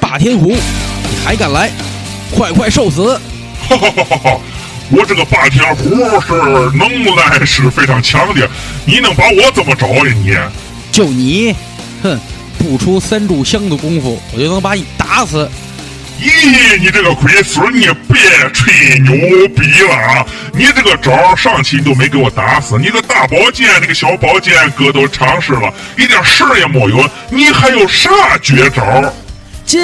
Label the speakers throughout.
Speaker 1: 大天虎，你还敢来？快快受死！
Speaker 2: 哈哈哈哈哈！我这个霸天虎是能耐是非常强的，你能把我怎么着呀你？
Speaker 1: 就你，哼，不出三炷香的功夫，我就能把你打死。
Speaker 2: 咦，你这个龟孙，你别吹牛逼了啊！你这个招儿上期你都没给我打死，你个大宝剑，那个小宝剑，哥都尝试了，一点事儿也没有，你还有啥绝招儿？
Speaker 3: 金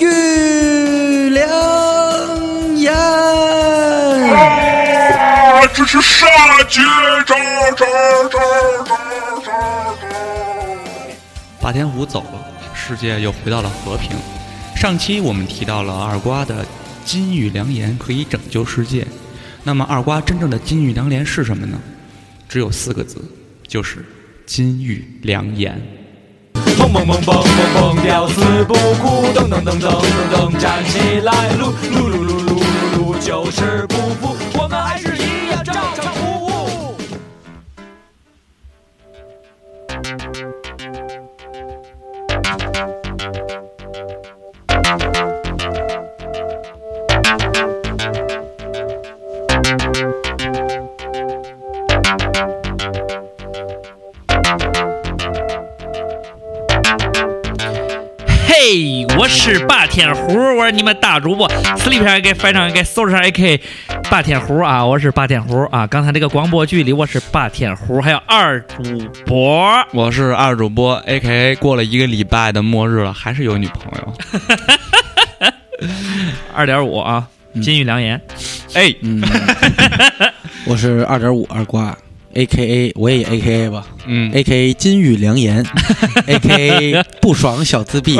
Speaker 3: 玉良言。
Speaker 2: 啊，这是啥绝招儿？招儿招儿招儿招儿招儿
Speaker 4: 霸天虎走了，世界又回到了和平。上期我们提到了二瓜的金玉良言可以拯救世界，那么二瓜真正的金玉良言是什么呢？只有四个字，就是金玉良言。
Speaker 5: 蹦蹦蹦蹦蹦蹦，吊死不哭，噔噔噔噔噔噔，站起来，撸撸撸撸撸撸撸，就是不服，我们还是一样照常服务。
Speaker 6: 嘿，我是霸天胡，我是你们大主播，sleep 上 AK，翻上 AK，搜上 AK，霸天胡啊，我是霸天胡啊。刚才这个广播剧里，我是霸天胡，还有二主播。
Speaker 4: 我是二主播，A K A 过了一个礼拜的末日了，还是有女朋友。
Speaker 6: 二点五啊，金玉良言。
Speaker 4: 哎，
Speaker 1: 嗯，我是二点五二瓜，A K A 我也演 A K A 吧
Speaker 4: 嗯，
Speaker 1: ，A K A 金玉良 言，A K A 不爽小自闭。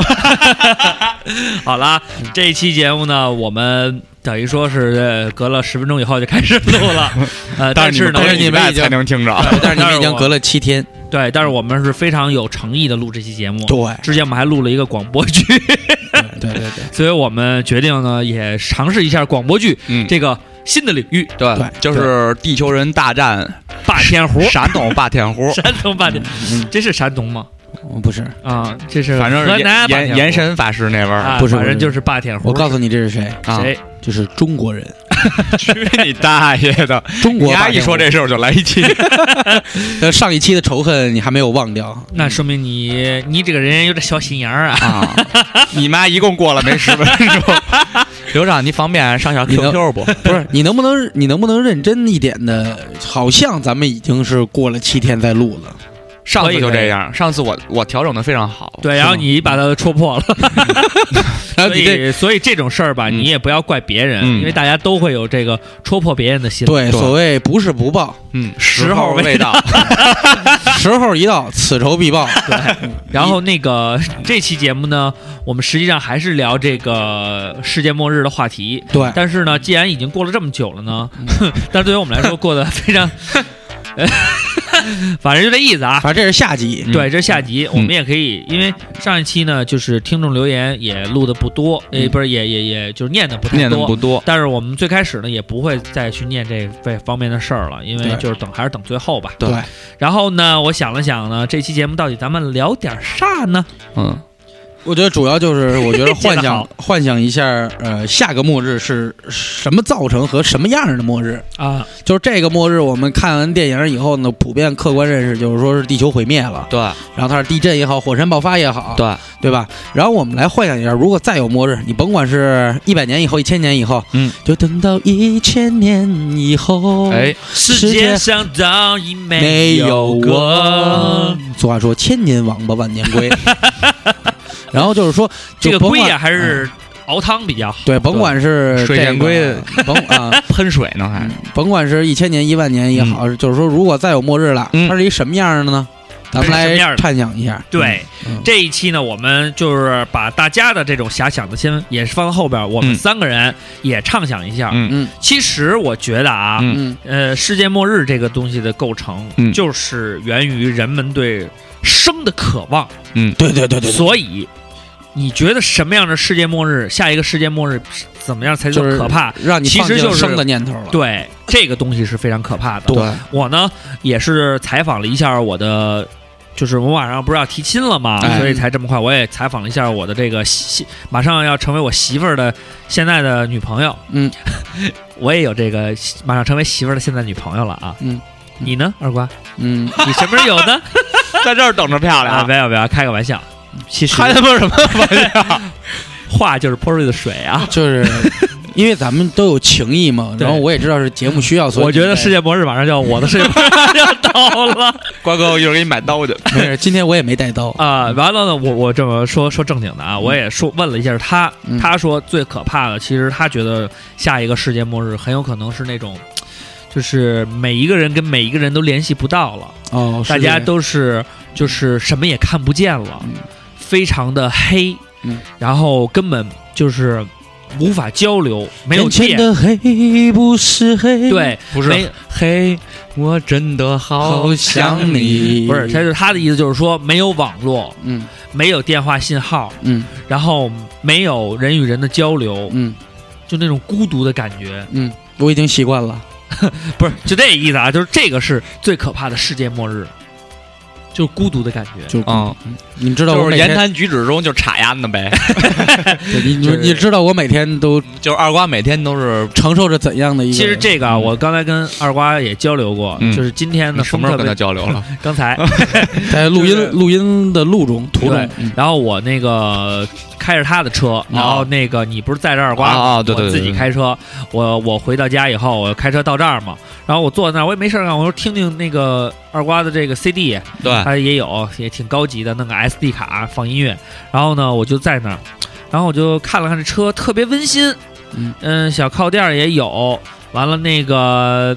Speaker 6: 好了，
Speaker 1: 嗯
Speaker 6: 这一期节目呢，我们等于说是呃隔了十分钟以后就开始录了， 呃，但
Speaker 4: 是
Speaker 6: 是呢，
Speaker 1: 但是你
Speaker 4: 你
Speaker 1: 们
Speaker 4: 们
Speaker 1: 已经
Speaker 4: 才能听着。
Speaker 1: 但是你们已经隔
Speaker 6: 了
Speaker 1: 了七天，
Speaker 6: 对，但是我们是非常有诚意的录这期节目。
Speaker 1: 对
Speaker 6: 之前我们还录了一个广播剧，
Speaker 1: 对对对，
Speaker 6: 所以我们决定呢，也尝试一下广播剧
Speaker 4: 嗯，
Speaker 6: 这个新的领域
Speaker 4: 对
Speaker 1: 对，
Speaker 4: 就是地球人大战
Speaker 6: ——霸天胡。，
Speaker 4: 山东霸天虎
Speaker 6: 山东霸天，这是山东吗？
Speaker 1: 我不是，
Speaker 6: 啊，这是
Speaker 4: 反正
Speaker 6: 河
Speaker 4: 是
Speaker 6: 南
Speaker 4: 延
Speaker 6: 霸天
Speaker 4: 延
Speaker 6: 胡
Speaker 4: 延伸法师那边儿
Speaker 6: 啊，
Speaker 1: 不是
Speaker 6: 反正
Speaker 1: 不是
Speaker 6: 就是霸天胡。哎
Speaker 1: 我告诉你这是谁，
Speaker 4: 啊，
Speaker 6: 谁？
Speaker 1: 就是中国人，
Speaker 4: 去 你大爷的！
Speaker 1: 中
Speaker 4: 嗯你
Speaker 1: 国霸
Speaker 4: 丫
Speaker 1: 天
Speaker 4: 一说这事儿我就来一气。
Speaker 1: 呃，上一期的仇恨你还没有忘掉，
Speaker 6: 那说明你你这个人有点小心眼儿啊。
Speaker 4: 啊！你妈一共过了没十分钟。刘长，你方便上下
Speaker 1: 你能
Speaker 4: QQ 不？
Speaker 1: 不是？ 你能不能你能不能认真一点的？好像咱们已经是过了七天在录了，
Speaker 4: 上
Speaker 6: 可
Speaker 4: 次
Speaker 6: 以
Speaker 4: 就
Speaker 6: 可
Speaker 4: 这
Speaker 6: 以
Speaker 4: 样，上次我我调整的非常好。
Speaker 6: 对，然后你把它戳破了，
Speaker 1: 然后
Speaker 6: 所
Speaker 1: 你这
Speaker 6: 以所以这种事儿吧，
Speaker 4: 嗯
Speaker 6: 你也不要怪别人，
Speaker 4: 嗯
Speaker 6: 因为大家都会有这个戳破别人的心理。
Speaker 1: 对所谓不是不 报，
Speaker 4: 嗯，
Speaker 6: 时
Speaker 4: 时
Speaker 6: 候
Speaker 4: 候
Speaker 6: 未
Speaker 4: 未到，
Speaker 1: 时候一到，此仇必报。
Speaker 6: 然后那个这期节目呢，我们实际上还是聊这个世界末日的话题。
Speaker 1: 对，
Speaker 6: 但是呢，既然已经过了这么久了呢，
Speaker 1: 嗯
Speaker 6: 但是对于我们来说过得 非常，呃反正就这意思啊。
Speaker 1: 反正嗯这是下集，
Speaker 6: 对，这是下集我们也可以，因为上一期呢，就是听众留言也录的不多，
Speaker 1: 嗯
Speaker 6: 呃，不是也也也就是念的不太
Speaker 4: 念的不
Speaker 6: 多。
Speaker 4: 多。
Speaker 6: 但是我们最开始呢，也不会再去念这这方面的事儿了，因为
Speaker 1: 对
Speaker 6: 就是等还是等最后吧。
Speaker 1: 对，
Speaker 6: 然后呢，我想了想呢，这期节目到底咱们聊点啥呢？
Speaker 4: 嗯，
Speaker 1: 我觉得主要就是，我觉得
Speaker 6: 这
Speaker 1: 幻
Speaker 6: 个
Speaker 1: 想
Speaker 6: 好
Speaker 1: 幻想一下，呃，下个末日是什么造成和什么样的末日？
Speaker 6: 啊，
Speaker 1: 就是这个末日，我们看完电影以后呢，普遍客观认识就是说是地球毁灭了，
Speaker 4: 对
Speaker 1: 然后它是地震也好，火山爆发也好，
Speaker 4: 对，
Speaker 1: 对吧？然后我们来幻想一下，如果再有末日，你甭管是一百年以后、一千年以后，
Speaker 4: 嗯，
Speaker 1: 就等到一千年以后，，
Speaker 4: 哎，
Speaker 6: 世界上早已
Speaker 1: 没有
Speaker 6: 有
Speaker 1: 我
Speaker 6: 我。。
Speaker 1: 俗话说，千年王八万年 龟。然后就是说，
Speaker 6: 这
Speaker 1: 就
Speaker 6: 个
Speaker 1: 甭
Speaker 6: 龟
Speaker 1: 管嗯
Speaker 6: 呀，还是熬汤比较好。
Speaker 1: 对，甭管是
Speaker 4: 水
Speaker 1: 这
Speaker 4: 箭
Speaker 1: 个
Speaker 4: 龟，
Speaker 1: 甭啊，
Speaker 4: 喷水呢
Speaker 6: 哎
Speaker 4: 还
Speaker 1: 甭管是一千年、一万年也
Speaker 6: 嗯
Speaker 1: 好，就是说，如果再有末日了，
Speaker 4: 嗯
Speaker 1: 它是一什么样的呢？咱们
Speaker 6: 它是什么样
Speaker 1: 来
Speaker 6: 的
Speaker 1: 畅想一下。
Speaker 6: 对
Speaker 1: 嗯，嗯
Speaker 6: 这一期呢，我们就是把大家的这种遐想的先也是放到后边，我们
Speaker 4: 嗯
Speaker 6: 三个人也畅想一下。
Speaker 4: 嗯
Speaker 6: 其实我觉得啊，
Speaker 4: 嗯
Speaker 1: 嗯，
Speaker 6: 呃，世界末日这个东西的构成，
Speaker 4: 嗯
Speaker 6: 就是源于人们对生的渴望，
Speaker 1: 对对对对，对
Speaker 6: 所以。你觉得什么样的世界末日？下一个世界末日怎么样才叫
Speaker 1: 就是
Speaker 6: 可怕？
Speaker 1: 让你
Speaker 6: 其
Speaker 1: 放
Speaker 6: 实
Speaker 1: 弃
Speaker 6: 就是
Speaker 1: 生的念头了。
Speaker 6: 对，这个东西是非常可怕的。
Speaker 1: 对，
Speaker 6: 我呢也是采访了一下我的就是我马上不是要提亲了嘛，
Speaker 1: 哎
Speaker 6: 所以才这么快。我也采访了一下我的这个媳，马上要成为我媳妇儿的现在的女朋友。
Speaker 1: 嗯，
Speaker 6: 我也有这个马上成为媳妇儿的现在女朋友了啊。
Speaker 1: 嗯，
Speaker 6: 你呢，二瓜？
Speaker 1: 嗯，
Speaker 6: 你什么时候有的？
Speaker 4: 在这儿等着漂
Speaker 6: 啊，
Speaker 4: 亮，
Speaker 6: 没有没有，开个玩笑。其实
Speaker 4: 开他妈什么玩笑？
Speaker 6: 话就是泼出去的水啊。
Speaker 1: 就是 因为咱们都有情谊嘛，
Speaker 6: 对
Speaker 1: 然后我也知道是节目需要，所以
Speaker 6: 我觉得世
Speaker 1: 是
Speaker 6: 界末日马上就要，我的世界末日马上就要到了
Speaker 4: 瓜哥，我一会儿给你买刀去。
Speaker 1: 没事。今天我也没带刀，
Speaker 6: 啊！完了呢，我我这么说说正经的啊，我也说问了一下他，
Speaker 1: 嗯
Speaker 6: 他说最可怕的，其实他觉得下一个世界末日很有可能是那种，就是每一个人跟每一个人都联系不到了，
Speaker 1: 哦，
Speaker 6: 大
Speaker 1: 是这
Speaker 6: 家
Speaker 1: 样
Speaker 6: 都是就是什么也看不见了
Speaker 1: 嗯，
Speaker 6: 非常的黑
Speaker 1: 嗯，
Speaker 6: 然后根本就是无法交流，没有
Speaker 1: 眼前
Speaker 6: 电。
Speaker 1: 的黑不是黑，，
Speaker 6: 对，不
Speaker 4: 是
Speaker 6: 没嘿，我真的好
Speaker 1: 好想你，
Speaker 6: 不是，他是他的意思就是说没有网络，
Speaker 1: 嗯
Speaker 6: 没有电话信号，
Speaker 1: 嗯
Speaker 6: 然后没有人与人的交流，
Speaker 1: 嗯
Speaker 6: 就那种孤独的感觉，
Speaker 1: 嗯，我已经习惯了。
Speaker 6: 不是就这意思啊？就是这个是最可怕的世界末日，就是孤独的感觉。
Speaker 1: 就
Speaker 4: 啊，
Speaker 1: 你知道我
Speaker 4: 就是
Speaker 1: 每
Speaker 4: 言
Speaker 1: 天，
Speaker 4: 谈举止中就插秧的呗，
Speaker 1: 对你你你知道我每天都
Speaker 4: 就是二瓜每天都是
Speaker 1: 承受着怎样的一个？
Speaker 6: 其实这个啊，我刚才跟二瓜也交流过，
Speaker 4: 嗯
Speaker 6: 就是今天
Speaker 4: 你
Speaker 6: 的
Speaker 4: 什
Speaker 6: 风
Speaker 4: 么时
Speaker 6: 特
Speaker 4: 候跟他，
Speaker 6: 别
Speaker 4: 交流了？
Speaker 6: 刚才，
Speaker 1: 在录
Speaker 6: 就是
Speaker 1: 音录音的路中途
Speaker 6: 对
Speaker 1: 中，嗯
Speaker 6: 然后我那个开着他的车，然后那个你不是在这儿瓜
Speaker 4: 哦啊啊对对
Speaker 6: 我
Speaker 4: 对
Speaker 6: 自己开车，我我回到家以后，我开车到这儿嘛，然后我坐在那儿，我也没事儿干，我说听听那个二瓜的这个 CD，
Speaker 4: 对，
Speaker 6: 他也有，也挺高级的，弄个 SD 卡放音乐，然后呢，我就在那儿，然后我就看了看这车，特别温馨，
Speaker 1: 嗯
Speaker 6: 小靠垫儿也有，完了那个。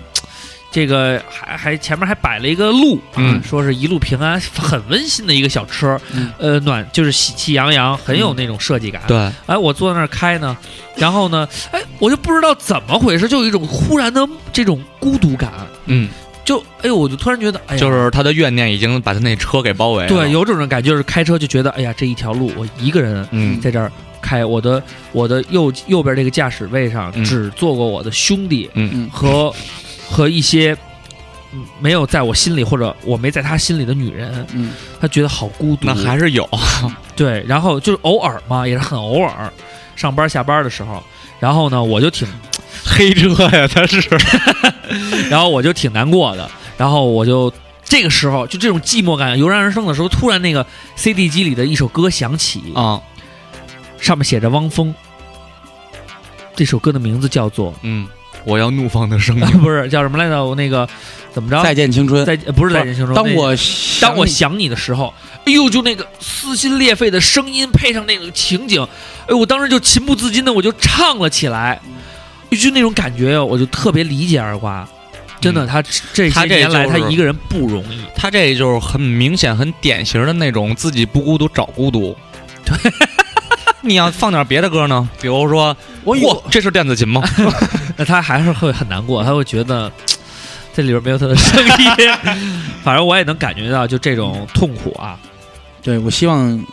Speaker 6: 这个还还前面还摆了一个路，啊
Speaker 4: 嗯
Speaker 6: 说是一路平安，很温馨的一个小车，
Speaker 1: 嗯
Speaker 6: 呃，暖就是喜气洋洋，很有那种设计感。
Speaker 4: 对，
Speaker 6: 哎，我坐在那儿开呢，然后呢，哎，我就不知道怎么回事，就有一种忽然的这种孤独感，
Speaker 4: 嗯，
Speaker 6: 就哎呦，我就突然觉得，哎呀，
Speaker 4: 就是他的怨念已经把他那车给包围了。
Speaker 6: 对，有种感觉，就是开车就觉得，哎呀，这一条路我一个人
Speaker 4: 嗯
Speaker 6: 在这儿开，我的我的右右边这个驾驶位上
Speaker 4: 嗯
Speaker 6: 只坐过我的兄弟
Speaker 1: 嗯
Speaker 6: 和、和一些嗯没有在我心里或者我没在他心里的女人，
Speaker 1: 嗯，
Speaker 6: 他觉得好孤独。
Speaker 4: 那还是有，
Speaker 6: 对，然后就是偶尔嘛，也是很偶尔，上班下班的时候，然后呢，我就挺
Speaker 4: 黑车呀，他 是
Speaker 6: 然后我就挺难过的，然后我就这个时候就这种寂寞感油然而生的时候，突然那个 CD 机里的一首歌响起，
Speaker 4: 啊，
Speaker 6: 上面写着汪峰。这首歌的名字叫做
Speaker 4: 嗯，我要怒放的生
Speaker 6: 啊
Speaker 4: 命，
Speaker 6: 不是叫什么来着？我那个怎么着？
Speaker 1: 再见青春。
Speaker 6: 再呃不是再见青春。
Speaker 1: 当
Speaker 6: 那
Speaker 1: 我
Speaker 6: 当我
Speaker 1: 想
Speaker 6: 想你的时候，哎呦，就那个撕心裂肺的声音配上那个情景，哎呦，我当时就情不自禁的我就唱了起来，就那种感觉呀，我就特别理解二瓜。真的，
Speaker 4: 嗯
Speaker 6: 他这些
Speaker 4: 他这
Speaker 6: 年来，
Speaker 4: 就是
Speaker 6: 他一个人不容易。
Speaker 4: 他这就是很明显、很典型的那种自己不孤独找孤 独。对，你要放点别的歌呢，比如说，
Speaker 1: 我
Speaker 4: 嚯
Speaker 1: 有，
Speaker 4: 这是电子琴吗？
Speaker 6: 那他还是会很难过，他会觉得这里边没有他的声音。反正我也能感觉到，就这种痛苦啊，
Speaker 1: 对我希望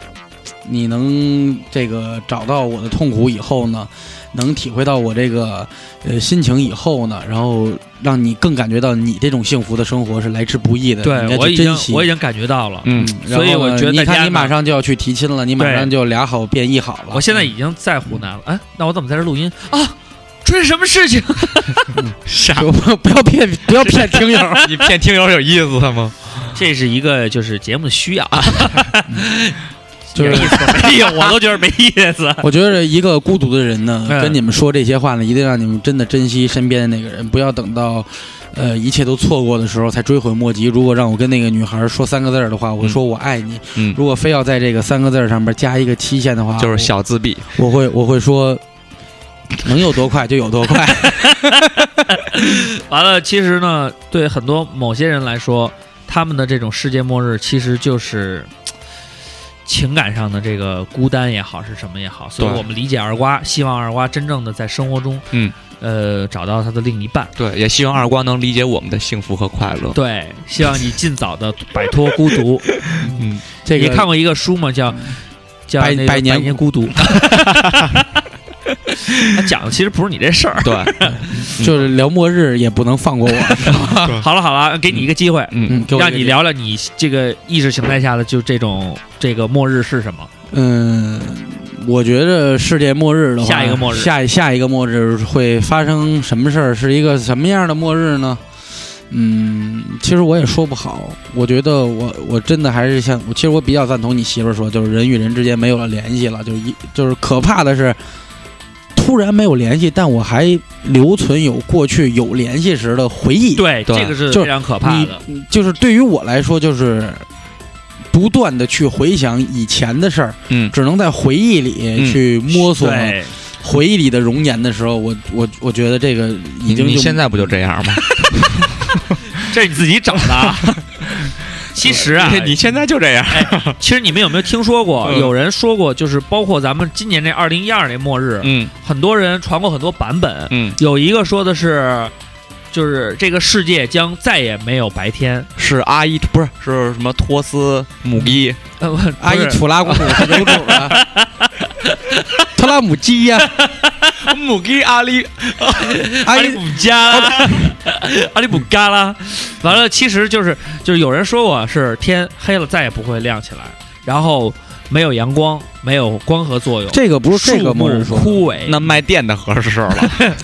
Speaker 1: 你能这个找到我的痛苦以后呢，能体会到我这个呃心情以后呢，然后让你更感觉到你这种幸福的生活是来之不易的，你应
Speaker 6: 对
Speaker 1: 该
Speaker 6: 我
Speaker 1: 去
Speaker 6: 已
Speaker 1: 珍
Speaker 6: 经
Speaker 1: 惜。
Speaker 6: 我已经感觉到了。
Speaker 4: 嗯
Speaker 1: 嗯，然
Speaker 6: 所以
Speaker 1: 后
Speaker 6: 我
Speaker 1: 呢
Speaker 6: 觉得
Speaker 1: 你
Speaker 6: 大家
Speaker 1: 看，你
Speaker 6: 呢
Speaker 1: 马上就要去提亲了，你马
Speaker 6: 对
Speaker 1: 上就俩好变一好了。
Speaker 6: 我现在已经在湖南了，哎，那我怎么在这录音啊？出现什么事情？
Speaker 4: 傻，
Speaker 1: 就不不要骗不要 骗听友，
Speaker 4: 你骗 听友有意思吗？
Speaker 6: 这是一个就是节目的需要，
Speaker 1: 就
Speaker 6: 有
Speaker 1: 是
Speaker 6: 意思吗没有？我都觉得没意思。
Speaker 1: 我觉得一个孤独的人呢，
Speaker 4: 哎
Speaker 6: 嗯
Speaker 1: 跟你们说这些话呢，一定让你们真的珍惜身边的那个人，不要等到，呃，一切都错过的时候才追悔莫及。如果让我跟那个女孩说三个字儿的话，我说我爱你。
Speaker 4: 嗯
Speaker 1: 如果非要在这个三个字儿上面加一个期限的话，
Speaker 4: 就是小自闭，
Speaker 1: 我，我会我会说，能有多快就有多 快。
Speaker 6: 完了，其实呢，对很多某些人来说，他们的这种世界末日其实就是嘖情感上的这个孤单也好，是什么也好。所以
Speaker 4: 对
Speaker 6: 我们理解二瓜，希望二瓜真正的在生活中，
Speaker 4: 嗯，
Speaker 6: 呃，找到他的另一半。
Speaker 4: 对，也希望二瓜能理解我们的幸福和快 乐。
Speaker 6: 对，希望你尽早的摆脱孤独。
Speaker 4: 嗯，
Speaker 1: 这
Speaker 6: 你
Speaker 1: 个
Speaker 6: 看过一个书吗？叫叫
Speaker 1: 百
Speaker 6: 那个
Speaker 1: 百年
Speaker 6: 年孤独。他讲的其实不是你这事儿。
Speaker 4: 对，
Speaker 1: 就是聊末日也不能放过我，是吧？
Speaker 6: 好了好了，嗯给你一个机会，
Speaker 4: 嗯，
Speaker 1: 嗯，给我一
Speaker 6: 让
Speaker 1: 个
Speaker 6: 你聊聊你这个意识形态下的就这种这个末日是什么？
Speaker 1: 嗯，我觉着世界末日的话，
Speaker 6: 下一个末日
Speaker 1: 下下一个末日会发生什么事儿？是一个什么样的末日呢？嗯，其实我也说不好。我觉得我我真的还是像，我其实我比较赞同你媳妇儿说，就是人与人之间没有了联系了，就是一就是可怕的是，突然没有联系，但我还留存有过去有联系时的回忆。
Speaker 6: 对，
Speaker 4: 对
Speaker 6: 这个是
Speaker 1: 就是
Speaker 6: 非常可怕
Speaker 1: 你
Speaker 6: 的。
Speaker 1: 就是对于我来说，就是不断的去回想以前的事儿，
Speaker 4: 嗯
Speaker 1: 只能在回忆里去摸索
Speaker 6: 对，
Speaker 1: 回忆里的容颜的时候，我我我觉得这个已
Speaker 4: 你
Speaker 1: 经
Speaker 4: 你
Speaker 1: 就
Speaker 4: 现在不就这样 吗？
Speaker 6: 这是你自己找的啊。 其实啊，
Speaker 4: 哎你现在就这样，
Speaker 6: 其实你们有没有听说过？
Speaker 4: 嗯
Speaker 6: 有人说过，就是包括咱们今年这二零一二年末日，
Speaker 4: 嗯
Speaker 6: 很多人传过很多版本。
Speaker 4: 嗯，
Speaker 6: 有一个说的是，就是这个世界将再也没有白天。
Speaker 4: 是阿依不是是什么托斯母鸡，
Speaker 6: 呃不
Speaker 1: 阿依
Speaker 6: 不是
Speaker 1: 土拉古姆是有种啊，特拉姆基呀、
Speaker 4: 母鸡阿里
Speaker 1: 阿
Speaker 6: 阿
Speaker 1: 依
Speaker 6: 里卜加拉，阿里卜嘎啦。完了，其实就是就是有人说过是天黑了再也不会亮起来，然后没有阳光，没有光合作用，
Speaker 1: 这个不是这个
Speaker 6: 树木
Speaker 1: 末日说的
Speaker 6: 枯萎。
Speaker 4: 那卖电的合适 了，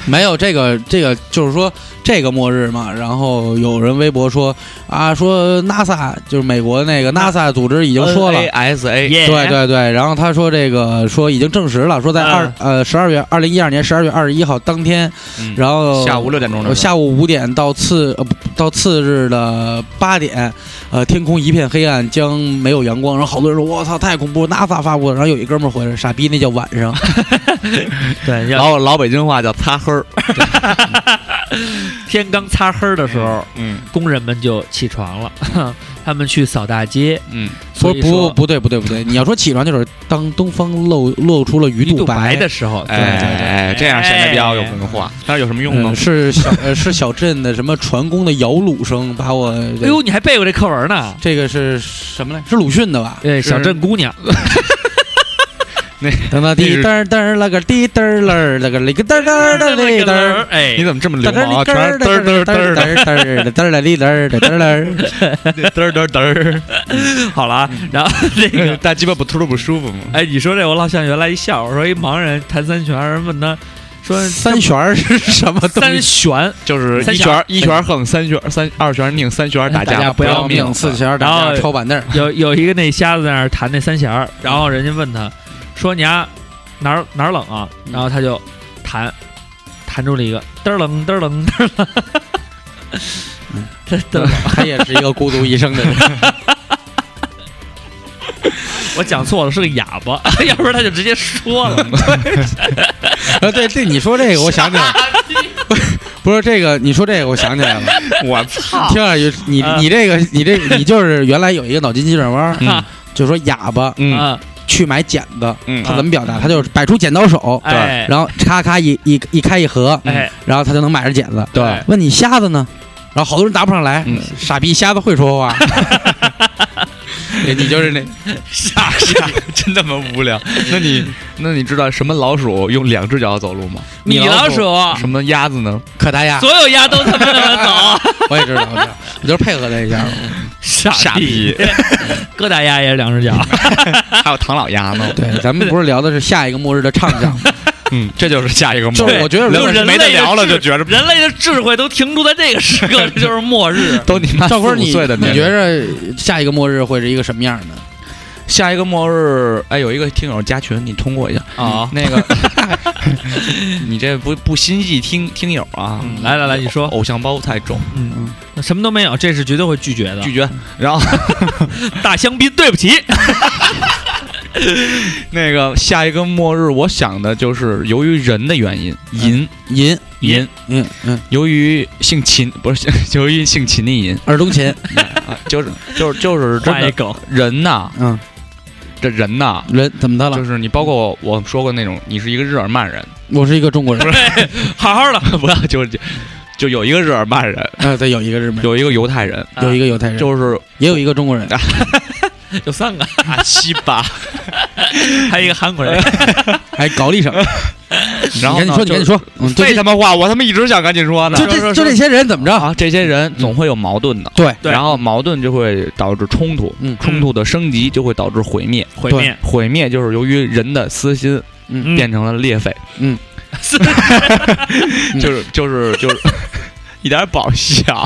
Speaker 1: 没有这个这个就是说这个末日嘛。然后有人微博说啊，说 NASA 就是美国那个 NASA 组织已经说
Speaker 4: 哎
Speaker 1: 了。
Speaker 4: S A，
Speaker 6: 耶
Speaker 1: 对对对，然后他说这个说已经证实了，说
Speaker 6: 嗯
Speaker 1: 在二、呃十二月二零一二年十二月二十一号当天，
Speaker 4: 嗯
Speaker 1: 然后
Speaker 4: 下午六点钟的
Speaker 1: 呃
Speaker 4: 时候
Speaker 1: 下午五点到次呃不到次日的八点，呃天空一片黑暗，将没有阳光。然后好多人说我操太恐怖，NASA 发布的。然后有一哥们儿回来，傻逼那叫晚上。
Speaker 6: 对，要
Speaker 4: 老老北京话叫擦黑儿，
Speaker 6: 天刚擦黑儿的时候，
Speaker 4: 嗯
Speaker 6: 工人们就起床了， 他们去扫大街。
Speaker 4: 嗯，
Speaker 1: 不
Speaker 6: 所以
Speaker 1: 是不
Speaker 6: 说
Speaker 1: 不对不对不对，你要说起床就是当东方露露出了鱼
Speaker 6: 一
Speaker 1: 肚
Speaker 6: 度白
Speaker 1: 白
Speaker 6: 的。时候，
Speaker 4: 哎
Speaker 6: 对对对
Speaker 4: 哎，这样显得比较有文化，但是有什么用呢
Speaker 1: 嗯，？是小呃是小镇的什么船工的摇橹声，把我
Speaker 6: 哎呦，你还背过这课文呢？
Speaker 1: 这个是什么来？是鲁迅的吧？
Speaker 6: 对，
Speaker 4: 是
Speaker 6: 小镇姑娘，
Speaker 1: 等到滴嘚儿嘚儿了个滴嘚儿了儿了个里个嘚儿嘚儿的里嘚儿。
Speaker 6: 哎
Speaker 4: 你，怎么这么
Speaker 1: 嘚
Speaker 4: 流
Speaker 1: 儿
Speaker 4: 氓
Speaker 1: 里
Speaker 4: 啊？
Speaker 1: 嘚
Speaker 4: 全
Speaker 1: 儿
Speaker 4: 是嘚儿嘚儿嘚儿
Speaker 1: 嘚
Speaker 4: 嘚
Speaker 1: 儿嘚儿的嘚儿了里嘚儿的嘚儿了。
Speaker 4: 儿嘚儿嘚儿嘚
Speaker 6: 好了啊，
Speaker 1: 嗯
Speaker 6: 然后那
Speaker 4: 儿，
Speaker 6: 个，
Speaker 4: 大鸡巴不秃噜不舒服吗？
Speaker 6: 哎，你说这我老想原来一笑，我说一盲人弹三弦，人问他说
Speaker 1: 三旋儿是什么东
Speaker 6: 三
Speaker 1: 西？
Speaker 6: 弦，
Speaker 4: 就是
Speaker 6: 三
Speaker 4: 一
Speaker 6: 弦
Speaker 4: 旋儿一旋儿横，三旋儿三二旋儿拧，三旋儿打
Speaker 1: 大
Speaker 4: 架
Speaker 1: 家不要命，四
Speaker 4: 四
Speaker 1: 弦儿
Speaker 6: 然
Speaker 1: 打
Speaker 6: 后
Speaker 1: 架抄板凳儿。
Speaker 6: 有有一个那瞎子在那儿弹那三弦儿，然后人家问他说你丫哪儿哪儿冷啊？然后他就弹弹出了一个嘚儿冷嘚儿冷嘚儿冷，嘚嘚儿冷，
Speaker 1: 他也是一个孤独一生的人。
Speaker 6: 我讲错了，是个哑巴， 要不然他就直接说了。
Speaker 1: 啊，对对，你说这个，我想起来了。不是这个，你说这个，我想起来了。
Speaker 4: 我操！
Speaker 1: 听着，你你这个，你这你就是原来有一个脑筋急转弯
Speaker 4: 嗯
Speaker 1: 儿，就说哑巴
Speaker 4: 嗯
Speaker 6: 啊，
Speaker 1: 去买剪子，
Speaker 4: 嗯
Speaker 1: 他怎么表达？他就是摆出剪刀手，
Speaker 6: 哎
Speaker 1: 然后咔咔一一一开一合，
Speaker 6: 哎，
Speaker 1: 然后他就能买着剪子。
Speaker 6: 对
Speaker 1: 问你瞎子呢？然后好多人答不上来
Speaker 4: 嗯，
Speaker 1: 傻逼瞎子会说 话。对你就是那
Speaker 4: 傻傻，真他妈无聊。那你那你知道什么老鼠用两只脚走路吗？
Speaker 6: 米老鼠，
Speaker 4: 什么鸭子呢？
Speaker 1: 可达鸭，
Speaker 6: 所有鸭都他 妈那么走，
Speaker 1: 我也知道，我知道我就是配合他 一下。
Speaker 6: 傻
Speaker 4: 傻逼，
Speaker 6: 疙瘩鸭也是两只脚。
Speaker 4: 还有唐老鸭呢。
Speaker 1: 对，咱们不是聊的是下一个末日的畅想吗，
Speaker 4: 嗯，这就是下一个
Speaker 1: 就
Speaker 4: 末
Speaker 1: 是
Speaker 4: 日
Speaker 1: 我。觉得
Speaker 6: 就
Speaker 1: 聊
Speaker 6: 是人
Speaker 4: 没得
Speaker 6: 类的
Speaker 4: 聊了
Speaker 6: 智
Speaker 4: 就觉着
Speaker 6: 人类的智慧都停驻在这个时刻，这就是末日。
Speaker 4: 都你 妈
Speaker 1: 赵坤，
Speaker 4: 45
Speaker 1: 你
Speaker 4: 岁的
Speaker 1: 你
Speaker 4: 年龄
Speaker 1: 觉着下一个末日会是一个什么样的？
Speaker 4: 下一个末日？哎，有一个听友加群，你通过一下嗯
Speaker 6: 啊。
Speaker 4: 那个， 你这不不心系听听友啊？
Speaker 6: 来嗯来来，你说，
Speaker 4: 偶像包袱太重，
Speaker 6: 嗯，什么都没有，这是绝对会拒绝的
Speaker 4: 拒。绝。然后
Speaker 6: 大香槟，对不起，
Speaker 4: 那个下一个末日，我想的就是由于人的原因，淫
Speaker 1: 银
Speaker 4: 淫，
Speaker 1: 嗯嗯，
Speaker 4: 由于姓秦不是，由于姓 秦的淫，
Speaker 1: 耳东琴，
Speaker 4: 啊就是就是就是真
Speaker 6: 换一
Speaker 4: 的
Speaker 6: 梗。
Speaker 4: 人呐，
Speaker 1: 嗯，
Speaker 4: 这人呐，
Speaker 1: 人怎么的
Speaker 4: 就
Speaker 1: 了？
Speaker 4: 是你包括我说过那种，你是一个日耳曼人，
Speaker 1: 我是一个中 国人，
Speaker 4: 好好的， 不要就是就有一个日耳曼人，
Speaker 1: 呃，对，有一个日本人，
Speaker 4: 啊有一个犹太人，
Speaker 1: 有一个犹太人，
Speaker 4: 就是啊
Speaker 1: 也有一个中国人。
Speaker 6: 有三个，
Speaker 4: 阿西吧，
Speaker 6: 还有一个韩国人。
Speaker 1: 还搞了一手，
Speaker 4: 然后
Speaker 1: 你赶紧
Speaker 4: 呢
Speaker 1: 说，你赶紧，说，嗯，
Speaker 4: 就
Speaker 1: 对
Speaker 4: 废他
Speaker 1: 这
Speaker 4: 妈话，我他妈一直想赶紧说呢。
Speaker 1: 就这就这些人怎么着？嗯
Speaker 4: 啊，这些人总会有矛盾的，
Speaker 1: 对
Speaker 6: 对
Speaker 4: 然后矛盾就会导致冲突，
Speaker 1: 嗯
Speaker 4: 冲突的升级就会导致毁灭，
Speaker 6: 毁
Speaker 1: 对
Speaker 6: 灭，
Speaker 4: 毁灭就是由于人的私心
Speaker 1: 嗯
Speaker 4: 变成了裂肺，
Speaker 1: 嗯，
Speaker 4: 就是就是就是 一点儿不好笑，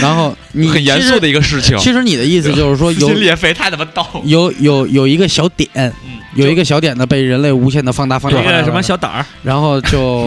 Speaker 1: 然后你
Speaker 4: 很严肃的一个事情，
Speaker 1: 其实。其实你的意思就是 说
Speaker 4: 撕
Speaker 1: 有嗯
Speaker 4: 心裂肺太他妈逗了，
Speaker 1: 有有有一个小点，
Speaker 4: 嗯
Speaker 1: 有一个小点呢被人类无限的放大放大，
Speaker 6: 那
Speaker 1: 放大
Speaker 6: 个什么，小胆儿，
Speaker 1: 然后 就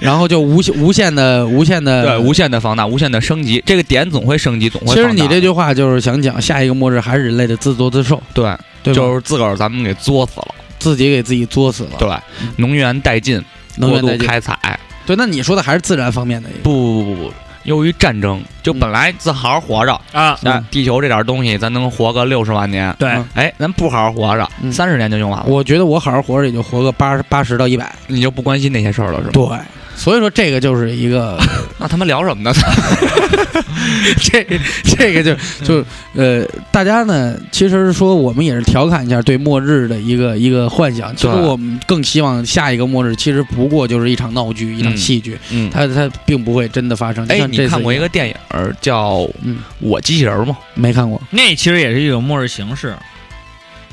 Speaker 1: 然后就无限无限的无限的
Speaker 4: 对无限的放大，无限的升级，这个点总会升级，总会
Speaker 1: 其
Speaker 4: 放
Speaker 1: 实
Speaker 4: 大。
Speaker 1: 你这句话就是想讲下一个末日还是人类的自作自受，
Speaker 4: 对，
Speaker 1: 对吧？嗯
Speaker 4: 就是自个儿咱们给作死了，
Speaker 1: 自己给自己作死了，
Speaker 4: 对，能源殆尽，
Speaker 1: 能源
Speaker 4: 过
Speaker 1: 殆
Speaker 4: 度
Speaker 1: 尽
Speaker 4: 开采，
Speaker 1: 对，那你说的还是自然方面的一个，
Speaker 4: 不不不不不，由于战争，就
Speaker 1: 嗯
Speaker 4: 本来自好好活着
Speaker 6: 啊，
Speaker 4: 那
Speaker 1: 嗯
Speaker 4: 地球这点东西咱能活个六十万年，
Speaker 6: 对
Speaker 1: 嗯
Speaker 4: 哎，咱不好好活着，
Speaker 1: 嗯
Speaker 4: 三十年就用完了，
Speaker 1: 我觉得我好好活着也就活个八十八十到一百，
Speaker 4: 你就不关心那些事儿了是吗？
Speaker 1: 对，所以说这个就是一个
Speaker 4: 那他妈聊什么 呢？
Speaker 1: 这 这个就就呃，大家呢，其实说我们也是调侃一下对末日的一个一个幻想。其实
Speaker 4: 对
Speaker 1: 我们更希望下一个末日，其实不过就是一场闹剧，一场
Speaker 4: 嗯
Speaker 1: 戏剧，
Speaker 4: 嗯，
Speaker 1: 它它并不会真的发生。就
Speaker 4: 哎，
Speaker 1: 像这
Speaker 4: 你
Speaker 1: 次
Speaker 4: 看过一
Speaker 1: 样
Speaker 4: 个电影儿叫《
Speaker 1: 嗯
Speaker 4: 我机器人》吗？
Speaker 1: 没看过？
Speaker 6: 那其实也是一种末日形式。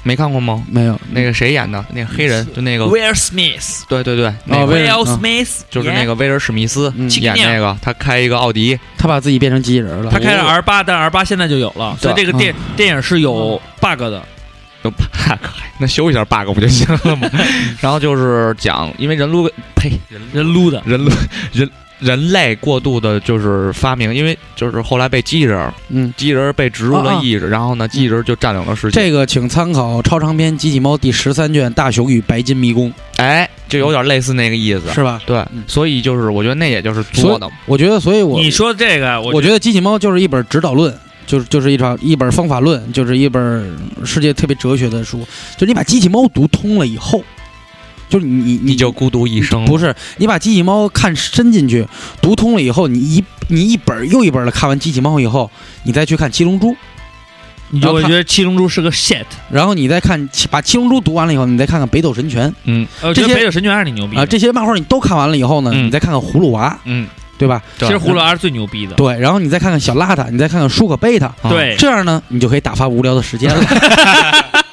Speaker 4: 没看过吗？
Speaker 1: 没有
Speaker 4: 那个谁演的？那个黑人，就那个，
Speaker 6: Will Smith，Will
Speaker 4: 对对对，那个
Speaker 1: 啊威尔
Speaker 6: Smith
Speaker 4: 就是那个
Speaker 6: 个，
Speaker 4: 威尔史密斯
Speaker 1: 嗯
Speaker 4: 演那个，他开一个奥迪，
Speaker 1: 他把自己变成机器人了。
Speaker 6: 他开了 R 八，但 R 八现在就有了，所以这个电电影是有 bug 的。
Speaker 4: 有 bug，那修一下 bug 不就行了吗？ 然后就是讲，因为人撸呸
Speaker 6: 人撸的，
Speaker 4: 人类人人类过度的就是发明，因为就是后来被机器人儿，
Speaker 1: 嗯，
Speaker 4: 机器人儿被植入了意识，然后呢，机器人儿就占领了世界。
Speaker 1: 这个请参考超长篇《机器猫》第十三卷《大雄与白金迷宫
Speaker 4: 哎，就有点类似那个意思》，。
Speaker 1: 是吧？
Speaker 4: 对
Speaker 1: 嗯，
Speaker 4: 所以就是我觉得那也就是作的，
Speaker 1: 我觉得，所以我
Speaker 6: 你说这个，
Speaker 1: 我
Speaker 6: 觉
Speaker 1: 觉得《机器猫》就是一本指导论，就是就是一场一本方法论，就是一本世界特别哲学的书。就是你把机器猫读通了以后，就是你你
Speaker 4: 你就孤独一生。
Speaker 1: 不是你把机器猫看深进去，读通了以后，你一你一本又一本的看完机器猫以后，你再去看七龙珠，
Speaker 6: 你就会觉得七龙珠是个 shit。
Speaker 1: 然后你再看七把七龙珠读完了以后，你再看看北斗神拳
Speaker 6: 呃，我觉
Speaker 1: 这
Speaker 6: 得
Speaker 1: 些
Speaker 6: 北斗神拳还是挺牛逼
Speaker 1: 啊、
Speaker 6: 的。
Speaker 1: 这些漫画你都看完了以后呢，
Speaker 4: 嗯
Speaker 1: 你再看看葫芦娃，
Speaker 4: 嗯，
Speaker 1: 对吧？
Speaker 6: 其
Speaker 4: 对
Speaker 6: 实葫芦娃是最牛逼的。哎
Speaker 1: 对，然后你再看看小邋遢，你再看看舒克贝塔，
Speaker 4: 啊
Speaker 6: 对，
Speaker 1: 这样呢，你就可以打发无聊的时间了。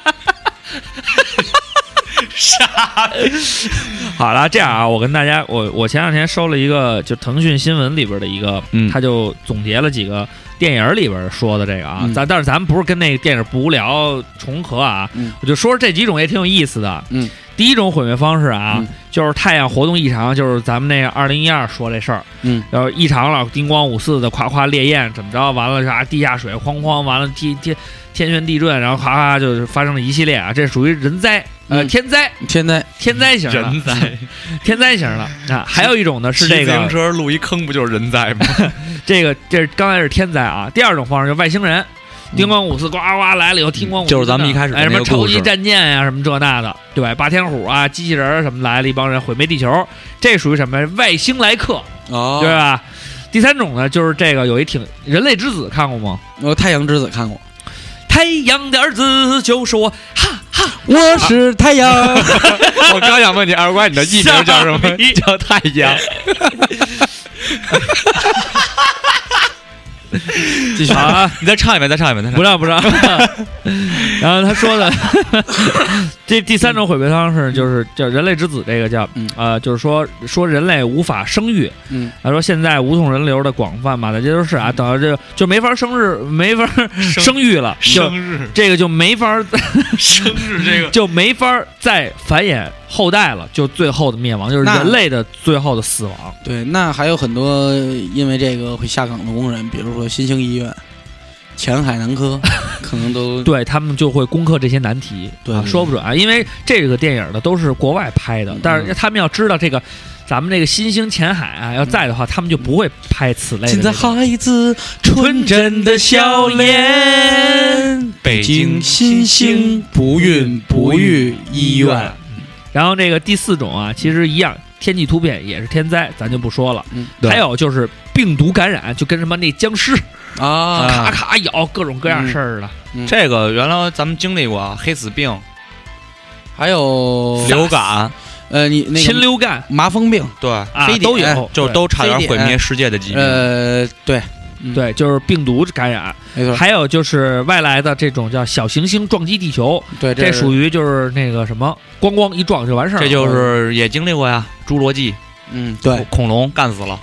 Speaker 6: 好了，这样啊，我跟大家，我我前两天收了一个，就腾讯新闻里边的一个，
Speaker 4: 嗯
Speaker 6: 他就总结了几个电影里边说的这个啊，
Speaker 1: 嗯
Speaker 6: 咱但是咱们不是跟那个电影不无聊重合啊，
Speaker 1: 嗯
Speaker 6: 我就说说这几种也挺有意思的。
Speaker 1: 嗯，
Speaker 6: 第一种毁灭方式啊，
Speaker 1: 嗯
Speaker 6: 就是太阳活动异常，就是咱们那个二零一二说这事儿，
Speaker 1: 嗯，
Speaker 6: 然后异常了，叮咣五四的夸夸烈焰怎么着，完了啥地下水哐哐，完了天天天旋地转，然后咔咔就是发生了一系列啊，这属于人灾呃、
Speaker 1: 嗯
Speaker 6: 天灾。
Speaker 1: 现在
Speaker 6: 天灾型的，
Speaker 4: 人在
Speaker 6: 天灾型的 啊，还有一种呢是这个
Speaker 4: 车路一坑不就是人在吗？
Speaker 6: 这个这是刚才是天灾啊，第二种方式就是外星人，叮咣五四呱呱来了以后，听光五四
Speaker 4: 就是咱们一开始
Speaker 6: 哎什么
Speaker 4: 那个故
Speaker 6: 超
Speaker 4: 事
Speaker 6: 级战舰呀、什么这那的，对吧？霸天虎啊，机器人儿什么来了一帮人毁灭地球，这属于什么呀？外星来客，
Speaker 1: 哦
Speaker 6: 对吧？第三种呢就是这个有一挺人类之子看过吗？
Speaker 1: 我《哦太阳之子》看过，
Speaker 6: 太阳的儿子就是我，哈哈，
Speaker 1: 我是太阳。
Speaker 4: 我刚想问你二瓜，你的艺名叫什么？叫太阳。
Speaker 1: 继续
Speaker 6: 啊。
Speaker 4: 你再唱一遍，再唱一 遍，再唱一遍
Speaker 6: 不啊让不让。然后他说的这第三种毁灭方式就是叫人类之子，这个叫、
Speaker 1: 嗯
Speaker 6: 呃，就是说说人类无法生育。
Speaker 1: 嗯，
Speaker 6: 他说现在无痛人流的广泛，满大街都是啊，等到这就没法生日， 没法
Speaker 4: 生
Speaker 6: 生育了，就
Speaker 4: 日，
Speaker 6: 这个就没法
Speaker 4: 生日这个
Speaker 6: 就没法再繁衍后代了，就最后的灭亡，就是
Speaker 1: 那
Speaker 6: 人类的最后的死亡。
Speaker 1: 对，那还有很多因为这个会下岗的工人，比如说新兴医院、前海南 科，可能都
Speaker 6: 对他们就会攻克这些难题，
Speaker 1: 嗯对
Speaker 6: 啊
Speaker 1: 对
Speaker 6: 说不准啊，因为这个电影呢都是国外拍的
Speaker 1: 嗯，
Speaker 6: 但是他们要知道这个，咱们这个新兴前海
Speaker 1: 嗯
Speaker 6: 啊要在的话，他们就不会拍此类
Speaker 1: 现
Speaker 6: 的这
Speaker 1: 在
Speaker 6: 种。
Speaker 1: 孩子纯真的笑脸，
Speaker 4: 北
Speaker 1: 经新兴不孕不育医院。
Speaker 6: 然后这个第四种啊，其实一样，天气突变也是天灾，咱就不说了。
Speaker 1: 嗯
Speaker 4: 对
Speaker 6: 还有就是病毒感染，就跟什么那僵尸
Speaker 1: 啊，嗯
Speaker 6: 咔咔咬各种各样事儿的，
Speaker 4: 这哦个原来咱们经历过啊，黑死病、
Speaker 1: 还有
Speaker 4: 流感，
Speaker 1: 呃，你那
Speaker 6: 禽
Speaker 1: 个
Speaker 6: 流感
Speaker 1: 麻风病，
Speaker 4: 对，
Speaker 6: 啊
Speaker 1: 非典哎
Speaker 6: 都有，
Speaker 4: 就
Speaker 6: 对
Speaker 4: 都差点
Speaker 1: 非
Speaker 4: 毁
Speaker 1: 典
Speaker 4: 灭世界的疾病。
Speaker 1: 呃，对，嗯，
Speaker 6: 对，就是病毒感染，
Speaker 1: 没错，
Speaker 6: 还有就是外来的这种叫小行星撞击地球，
Speaker 1: 对，
Speaker 6: 这属
Speaker 1: 于
Speaker 6: 于就是那个什么，咣咣一撞就完事儿了。
Speaker 4: 这就是也经历过呀，侏罗纪，
Speaker 1: 嗯，对，
Speaker 4: 恐龙干死了，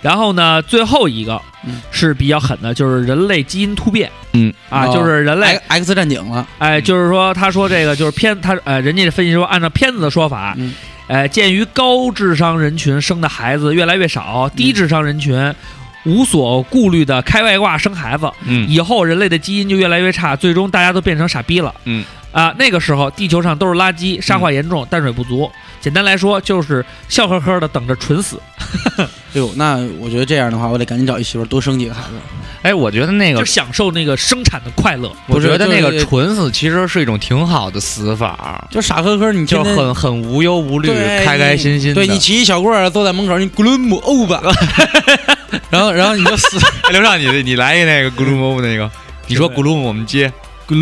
Speaker 6: 然后呢，最后一个
Speaker 1: 嗯
Speaker 6: 是比较狠的，就是人类基因突变。
Speaker 4: 嗯
Speaker 6: 啊，
Speaker 1: 哦
Speaker 6: 就是人类
Speaker 1: X X 战警了，
Speaker 6: 哎，
Speaker 4: 嗯
Speaker 6: 就是说，他说这个就是片，他呃，人家分析说，按照片子的说法，
Speaker 1: 嗯
Speaker 6: 呃，鉴于高智商人群生的孩子越来越少，低智商人群无所顾虑的开外挂生孩子，
Speaker 4: 嗯
Speaker 6: 以后人类的基因就越来越差，最终大家都变成傻逼了。
Speaker 4: 嗯
Speaker 6: 啊、那个时候地球上都是垃圾，沙化严重，淡水不足。简单来说，就是笑呵呵的等着蠢死。
Speaker 1: 哎呦，那我觉得这样的话，我得赶紧找一媳妇儿，多生几个孩子。
Speaker 4: 哎，我觉得那
Speaker 6: 就
Speaker 4: 个，
Speaker 6: 享受那个生产的快乐。
Speaker 4: 我觉得那
Speaker 1: 就
Speaker 4: 个
Speaker 1: 是
Speaker 4: 蠢死其实是一种挺好的死法，
Speaker 1: 就傻呵呵，你
Speaker 4: 就
Speaker 1: 天天
Speaker 4: 很很无忧无虑，
Speaker 1: 对
Speaker 4: 开开心心的。
Speaker 1: 对你骑一小棍儿坐在门口，你咕噜姆欧 吧，然后然后你就死，
Speaker 4: 哎刘畅，你你来一那 个咕噜姆那个，你说咕噜姆我们接，
Speaker 1: 不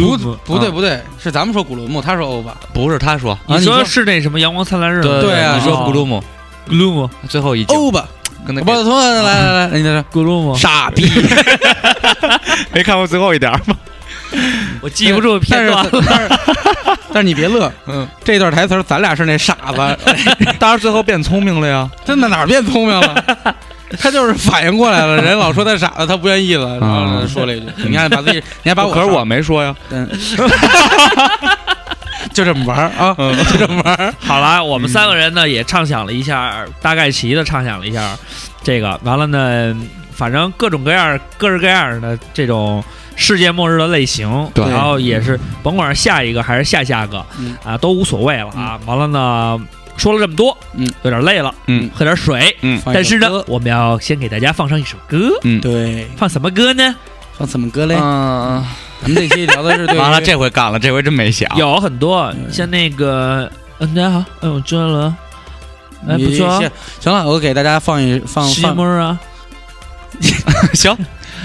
Speaker 1: 不对
Speaker 4: 啊
Speaker 1: 不对，是咱们说咕噜姆，他说欧巴，
Speaker 4: 不是他说，
Speaker 1: 啊
Speaker 6: 你
Speaker 1: 你
Speaker 6: 说
Speaker 1: 说
Speaker 6: 是那什么阳光灿烂日吗？
Speaker 4: 嗯对哦
Speaker 1: 对啊
Speaker 4: 你说
Speaker 6: 哦
Speaker 4: 咕噜姆
Speaker 6: 咕噜吗？
Speaker 4: 最后一句，
Speaker 1: 欧巴，
Speaker 4: 跟那
Speaker 1: 包子
Speaker 4: 个
Speaker 1: 托来来来，你在
Speaker 6: 咕噜吗
Speaker 1: 这？傻逼，
Speaker 4: 没看过最后一点儿吗？
Speaker 6: 我记不住片
Speaker 1: 但是。
Speaker 6: 段
Speaker 1: 但 是 但是你别乐，嗯，这段台词儿咱俩是那傻子，
Speaker 4: 当然最后变聪明了呀，
Speaker 1: 真的哪儿变聪明了？他就是反应过来了，人老说他傻子，他不愿意了，然后说了一句：“你看，把自己，你还把我，
Speaker 4: 啊可是哎我没说呀。
Speaker 1: 嗯 就这么玩儿啊，就这么玩儿。
Speaker 6: 好了，我们三个人呢也畅想了一下，大概齐的畅想了一下这个。完了呢，反正各种各样、各式各样的这种世界末日的类型，
Speaker 4: 对
Speaker 6: 然后也是甭管是下一个还是下下个
Speaker 1: 嗯
Speaker 6: 啊，都无所谓了啊。完了呢，说了这么多，
Speaker 1: 嗯，
Speaker 6: 有点累了，
Speaker 4: 嗯，
Speaker 6: 喝点水。”但是呢，我们要先给大家放上一首歌，
Speaker 1: 对，
Speaker 6: 放什么歌呢？
Speaker 1: 放怎么歌嘞？
Speaker 4: 嗯，
Speaker 1: 咱们这期聊的是对于
Speaker 4: 完了这回干了，这回真没想。
Speaker 6: 有很多，
Speaker 1: 嗯
Speaker 6: 像那个，嗯，大家好，嗯，我知道了，哎，
Speaker 1: 你
Speaker 6: 不错啊，
Speaker 1: 行行了，我给大家放一放
Speaker 6: 西
Speaker 1: 放
Speaker 6: 门啊，
Speaker 4: 行，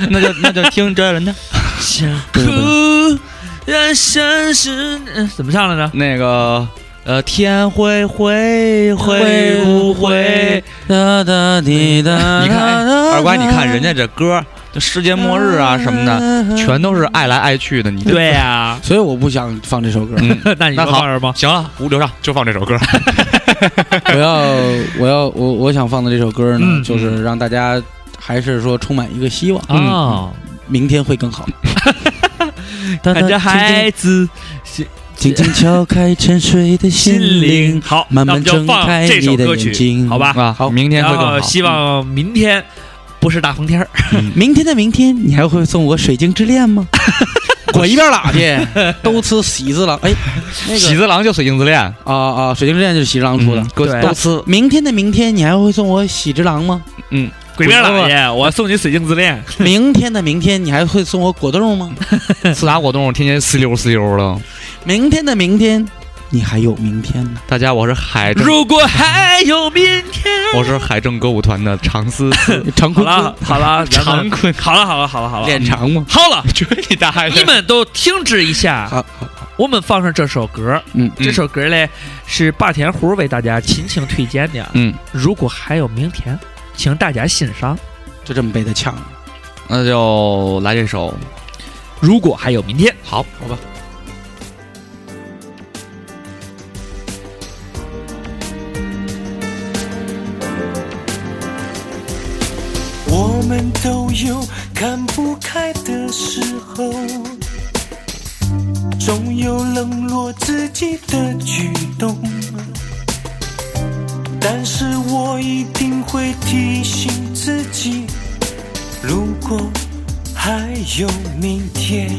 Speaker 4: 那就那就听这人的
Speaker 6: 想
Speaker 1: 对对
Speaker 6: 哭，但像是嗯怎么唱来着？
Speaker 4: 那个呃，天会会会不会？
Speaker 1: 哒哒滴哒。
Speaker 4: 你看，哎二瓜，你看人家这歌，这世界末日啊什么的，
Speaker 1: 的
Speaker 4: 全都是爱来爱去的。
Speaker 1: 嗯
Speaker 4: 你这
Speaker 6: 对呀，
Speaker 1: 所以我不想放这首歌，
Speaker 4: 嗯，
Speaker 6: 那你
Speaker 4: 那
Speaker 6: 说
Speaker 4: 好
Speaker 6: 放什么？
Speaker 4: 行了，无刘畅就放这首歌。
Speaker 1: 我要我要我我想放的这首歌呢
Speaker 6: 嗯，
Speaker 1: 就是让大家还是说充满一个希望，
Speaker 4: 嗯
Speaker 6: 哦，
Speaker 1: 明天会更 好。
Speaker 6: 看着孩子
Speaker 1: 轻轻敲开沉睡的心
Speaker 6: 心灵，
Speaker 1: 灵，
Speaker 6: 好，
Speaker 1: 慢
Speaker 6: 那
Speaker 1: 慢
Speaker 6: 我们就
Speaker 1: 睁
Speaker 6: 放
Speaker 1: 开
Speaker 6: 这首
Speaker 1: 你的
Speaker 6: 歌
Speaker 1: 眼
Speaker 6: 曲，
Speaker 1: 睛，
Speaker 6: 好吧？
Speaker 4: 啊，
Speaker 1: 好
Speaker 4: 明天会
Speaker 6: 然
Speaker 4: 更好嗯
Speaker 6: 后。希望明天不是大风天儿。
Speaker 1: 明天的明天，你还会送我《水晶之恋》 吗？滚一边啊拉去！ 都吃喜字了。哎，那
Speaker 4: 喜
Speaker 1: 个
Speaker 4: 字郎就水镜自恋，
Speaker 1: 啊啊，《水晶之恋》就是喜之郎出的
Speaker 4: 嗯。给我
Speaker 6: 对
Speaker 4: 都呲。
Speaker 1: 明天的明天，你还会送我喜之郎 吗？
Speaker 6: 鬼边老爷，我送你水晶自恋。
Speaker 1: 明天的明天，你还会送我果冻吗？
Speaker 4: 呲啥果冻，天天呲溜呲溜的。
Speaker 1: 明天的明天，你还有明天 吗？
Speaker 4: 大家，我是海正，
Speaker 6: 如果还有明天，
Speaker 4: 我是海正歌舞团的常思思。
Speaker 1: 常
Speaker 6: 好
Speaker 1: 坤
Speaker 6: 了好了，咱
Speaker 4: 常
Speaker 6: 们
Speaker 4: 坤，
Speaker 6: 好了好了好了好了，
Speaker 1: 脸长吗？
Speaker 6: 好了，
Speaker 4: 追 你大海
Speaker 6: 你们都停止一下，
Speaker 1: 好，
Speaker 6: 我们放上这首歌。
Speaker 1: 嗯，
Speaker 6: 这首歌嘞是霸天虎为大家亲情推荐的。
Speaker 4: 嗯，
Speaker 6: 如果还有明天，请大家欣赏。
Speaker 1: 就这么被他呛了。
Speaker 4: 那就来这首。
Speaker 6: 如果还有明天，
Speaker 4: 好，好吧。
Speaker 7: 我们都有看不开的时候，总有冷落自己的举动。但是我一定会提醒自己，如果还有明天。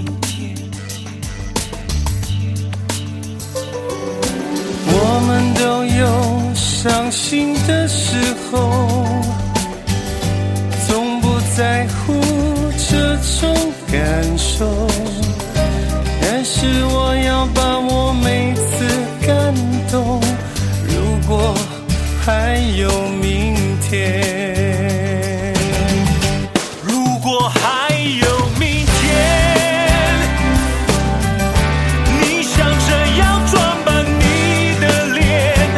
Speaker 7: 我们都有伤心的时候。从不在乎这种感受，但是我要把握每次感动。如果还有明天，如果还有明天，你想着要装扮你的脸。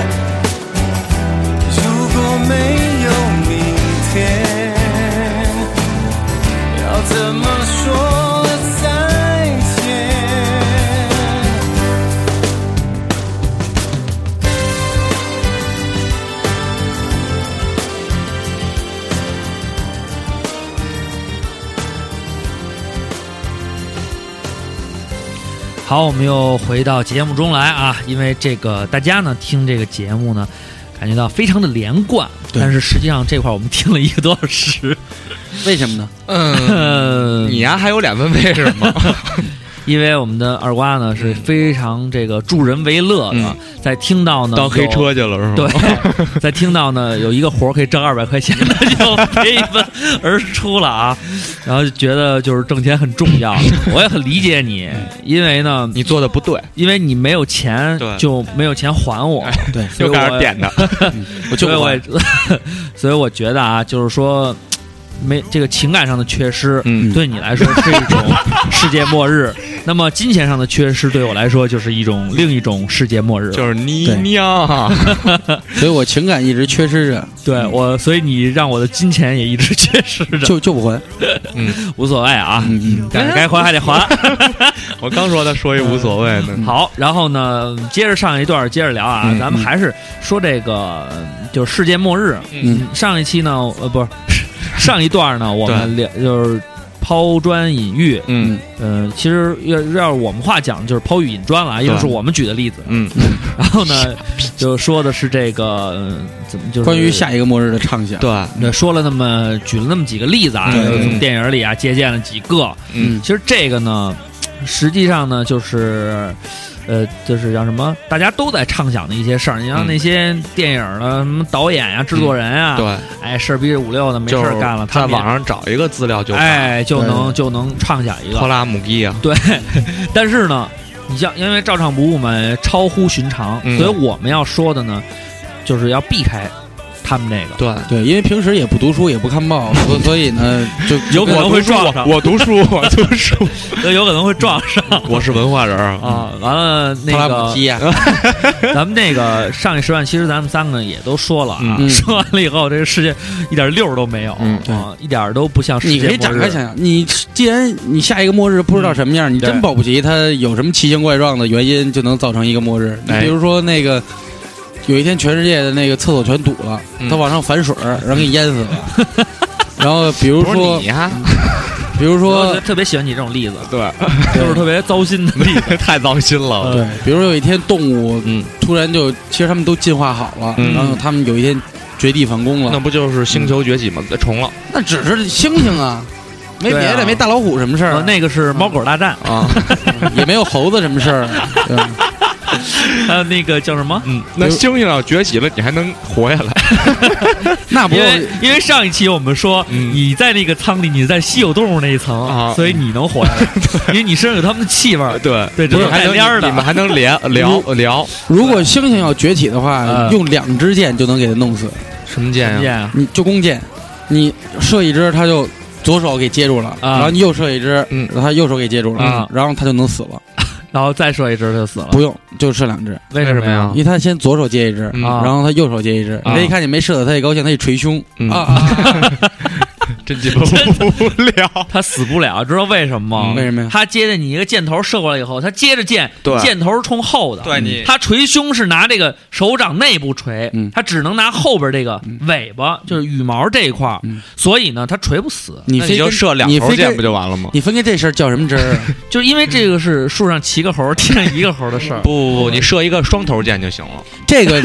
Speaker 6: 好，我们又回到节目中来啊，因为这个大家呢听这个节目呢，感觉到非常的连贯，
Speaker 1: 对
Speaker 6: 但是实际上这块儿我们听了一个多小时，
Speaker 1: 为什么呢？
Speaker 4: 嗯，
Speaker 6: 呃，
Speaker 4: 你呀还有两分位置吗？
Speaker 6: 因为我们的二瓜呢是非常这个助人为乐的
Speaker 4: 嗯，
Speaker 6: 在听到呢
Speaker 4: 当黑
Speaker 6: 有
Speaker 4: 车去了是吗？
Speaker 6: 对，在听到呢有一个活儿可以挣二百块钱的，就飞奔而出了啊，然后就觉得就是挣钱很重要，我也很理解你，因为呢，
Speaker 4: 你做的不 对，
Speaker 6: 因为你没有钱
Speaker 4: 对哎
Speaker 6: 就没有钱还我，
Speaker 1: 对，
Speaker 6: 所以
Speaker 4: 又开始
Speaker 6: 我
Speaker 4: 点他。
Speaker 1: 我就
Speaker 6: 所以我也， 所以我觉得啊，就是说，没这个情感上的缺失，
Speaker 4: 嗯
Speaker 6: 对你来说是一种世界末日；那么金钱上的缺失对我来说就是一种另一种世界末日。
Speaker 4: 就是你
Speaker 1: 对
Speaker 4: 娘，
Speaker 1: 所以我情感一直缺失着，
Speaker 6: 对我，所以你让我的金钱也一直 缺失着，
Speaker 1: 就就不还。
Speaker 6: 无所谓啊，
Speaker 1: 嗯嗯，
Speaker 6: 但是该还还得还。
Speaker 4: 我刚说他说一无所谓呢。
Speaker 6: 好，然后呢，接着上一段接着聊啊，
Speaker 4: 嗯
Speaker 6: 咱们还是说这个就是世界末日。
Speaker 1: 嗯，
Speaker 6: 上一期呢，呃，不是 上一段呢，我们聊就是抛砖引玉。
Speaker 4: 嗯
Speaker 6: 呃，其实要要是我们话讲，就是抛玉引砖了啊，因为是我们举的 例子。
Speaker 4: 嗯，
Speaker 6: 然后呢，就说的是这个、嗯怎么就是
Speaker 1: 关于下一个末日的畅想，
Speaker 4: 对，
Speaker 6: 呃说了那么举了那么几个例子啊，
Speaker 1: 对
Speaker 6: 就是从
Speaker 4: 嗯
Speaker 6: 电影里啊借鉴了几个。
Speaker 1: 嗯
Speaker 6: 其实这个呢，实际上呢，就是，呃，就是叫什么，大家都在畅想的一些事儿。你
Speaker 4: 嗯
Speaker 6: 像那些电影的什么导演呀、制作人啊，
Speaker 4: 对，
Speaker 6: 哎，事儿逼着五六的没事
Speaker 4: 就是
Speaker 6: 儿干了，他
Speaker 4: 在
Speaker 6: 们也
Speaker 4: 网上找一个资料就看
Speaker 6: 哎就
Speaker 1: 对
Speaker 6: 能就能畅想一
Speaker 4: 托
Speaker 6: 个。
Speaker 4: 拉姆基啊，
Speaker 6: 对，但是呢，你像因为照常不误嘛，超乎寻常，
Speaker 4: 嗯
Speaker 6: 所以我们要说的呢，就是要避开他们这个。
Speaker 4: 对，
Speaker 1: 对，因为平时也不读书，也不看报，所所以呢，就
Speaker 6: 有可能会撞 上，
Speaker 4: 我读书， 我读书，
Speaker 6: 对有可能会撞上
Speaker 4: 我是文化人 儿，
Speaker 6: 啊！完了，那
Speaker 1: 特拉
Speaker 6: 个
Speaker 1: 姆
Speaker 4: 啊
Speaker 1: 基呀，
Speaker 6: 咱们那个上一时段，其实咱们三个也都说了啊，
Speaker 1: 嗯
Speaker 6: 说完了以后，这个世界一点溜儿都没有、
Speaker 4: 嗯
Speaker 6: 啊，一点儿都不像世
Speaker 1: 你可
Speaker 6: 界末
Speaker 1: 以
Speaker 6: 日。
Speaker 1: 展开想想，你既然你下一个末日不知道什么样，你真
Speaker 4: 嗯对
Speaker 1: 保不齐它有什么奇形怪状的原因就能造成一个末日。你
Speaker 4: 哎
Speaker 1: 比如说那个。有一天，全世界的那个厕所全堵了，
Speaker 4: 嗯
Speaker 1: 它往上反水儿，然后给你淹死了。 然后，比如
Speaker 4: 不是
Speaker 1: 说
Speaker 4: 你，啊 呀，
Speaker 1: 比如
Speaker 6: 我觉
Speaker 1: 说
Speaker 6: 得，特别喜欢你这种例子，
Speaker 4: 对，
Speaker 6: 就是特别糟心的例子。
Speaker 4: 太糟心了，
Speaker 1: 对，比如说有一天动物
Speaker 4: 嗯，
Speaker 1: 突然就，其实它们都进化好了，
Speaker 4: 嗯
Speaker 1: 然后它们有一天绝地反攻了，
Speaker 4: 那不就是星球崛起吗？重了
Speaker 1: 那只是猩猩啊，没别
Speaker 6: 对
Speaker 1: 的，
Speaker 6: 啊
Speaker 1: 没大老虎什么事儿
Speaker 6: 呃
Speaker 1: 啊，
Speaker 6: 那个是猫狗 大战，
Speaker 4: 啊，
Speaker 1: 也没有猴子什么事儿啊，对吧
Speaker 6: 还有那个叫什么？
Speaker 4: 嗯，那星星要崛起了，你还能活下来？
Speaker 1: 那不
Speaker 6: 因为因为上一期我们说、
Speaker 4: 嗯
Speaker 6: 你在那个舱里，你在稀有动物那一层，
Speaker 4: 啊
Speaker 6: 所以你能活下 来，因为你身上有他们的气味 儿。
Speaker 4: 对
Speaker 6: 对
Speaker 4: 不
Speaker 6: 这
Speaker 4: 是
Speaker 6: 是
Speaker 4: 还能
Speaker 6: 带蔫儿的
Speaker 4: 你们还能 聊聊聊
Speaker 1: 如果猩猩要崛起的话，
Speaker 6: 嗯
Speaker 1: 用两支箭就能给它弄死，
Speaker 4: 什么剑
Speaker 6: 看见
Speaker 4: 呀？
Speaker 6: 啊
Speaker 1: 你就弓箭，你射一支它就左手给接住了，
Speaker 6: 啊
Speaker 1: 然后你右射一支，
Speaker 4: 嗯
Speaker 1: 然后它右手给接住
Speaker 6: 啊
Speaker 1: 了，然后它就能死了，
Speaker 6: 然后再射一只就死了，
Speaker 1: 不用就射两支，
Speaker 6: 为什么呀
Speaker 1: 因？为它先左手接一支，
Speaker 4: 嗯
Speaker 6: 啊
Speaker 1: 然后它右手接一支，
Speaker 4: 啊
Speaker 1: 它一看你没射死，它也高兴，它一捶胸
Speaker 4: 嗯
Speaker 1: 啊啊，
Speaker 4: 真鸡巴无聊。
Speaker 6: 他死不了，知道为什么
Speaker 4: 嗯
Speaker 6: 吗？
Speaker 1: 为什么呀？
Speaker 6: 他接着你一个箭头射过来以后，他接着箭，
Speaker 4: 对
Speaker 6: 箭头是冲后 的，
Speaker 4: 对你
Speaker 6: 他捶胸是拿这个手掌内部捶，
Speaker 1: 嗯
Speaker 6: 他只能拿后边这个尾巴，就是羽毛这一块儿，
Speaker 1: 嗯
Speaker 6: 所以呢，他捶不死，
Speaker 1: 你
Speaker 4: 那嗯你
Speaker 1: 非
Speaker 4: 就
Speaker 1: 跟
Speaker 4: 射两
Speaker 1: 你
Speaker 4: 头
Speaker 1: 非
Speaker 4: 箭
Speaker 1: 跟
Speaker 4: 不就完了吗？
Speaker 1: 你分开这事儿叫什么针儿啊？
Speaker 6: 就是因为这个是树上骑个猴，天上一个猴的事儿。
Speaker 4: 不不不，你射一个双头箭就行了。
Speaker 1: 这个，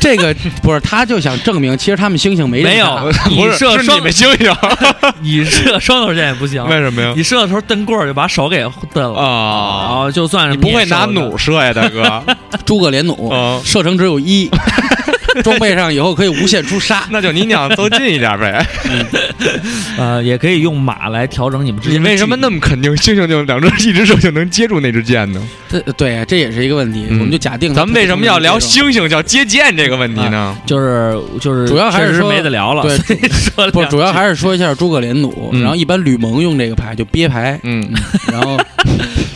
Speaker 1: 这个不是，他就想证明，其实他们猩猩没人
Speaker 6: 没
Speaker 1: 打
Speaker 6: 有，你
Speaker 4: 不是，
Speaker 6: 射
Speaker 4: 是
Speaker 6: 双
Speaker 4: 你，们星星，
Speaker 6: 你射双头箭也不行，
Speaker 4: 嗯为什么呀？
Speaker 6: 你射的时候蹬棍儿就把手给蹬了，然
Speaker 4: 啊，
Speaker 6: 后就算是
Speaker 4: 你不会
Speaker 6: 也射
Speaker 4: 拿
Speaker 6: 了
Speaker 4: 弩射呀，大哥？
Speaker 1: 诸葛连弩，
Speaker 4: 嗯
Speaker 1: 射程只有一， 装备上以后可以无限出杀。
Speaker 4: 那就你俩都近一点呗。
Speaker 6: 呃，也可以用马来调整你们之
Speaker 4: 你
Speaker 6: 间的距离。
Speaker 4: 为什么那么肯定猩猩就两只一只手就能接住那支箭呢？
Speaker 1: 这对啊，这也是一个问题。我
Speaker 4: 嗯
Speaker 1: 们就假定他
Speaker 4: 咱们为什么要聊猩猩叫接箭这个问题呢？
Speaker 6: 就是就是
Speaker 1: 主要还是
Speaker 6: 确实
Speaker 1: 说
Speaker 6: 没得聊了，
Speaker 1: 对
Speaker 6: 所以说
Speaker 1: 不，
Speaker 6: 两
Speaker 1: 主要还是说一下诸葛连弩。
Speaker 4: 嗯
Speaker 1: 然后一般吕蒙用这个牌就憋 牌，
Speaker 4: 嗯，
Speaker 1: 然后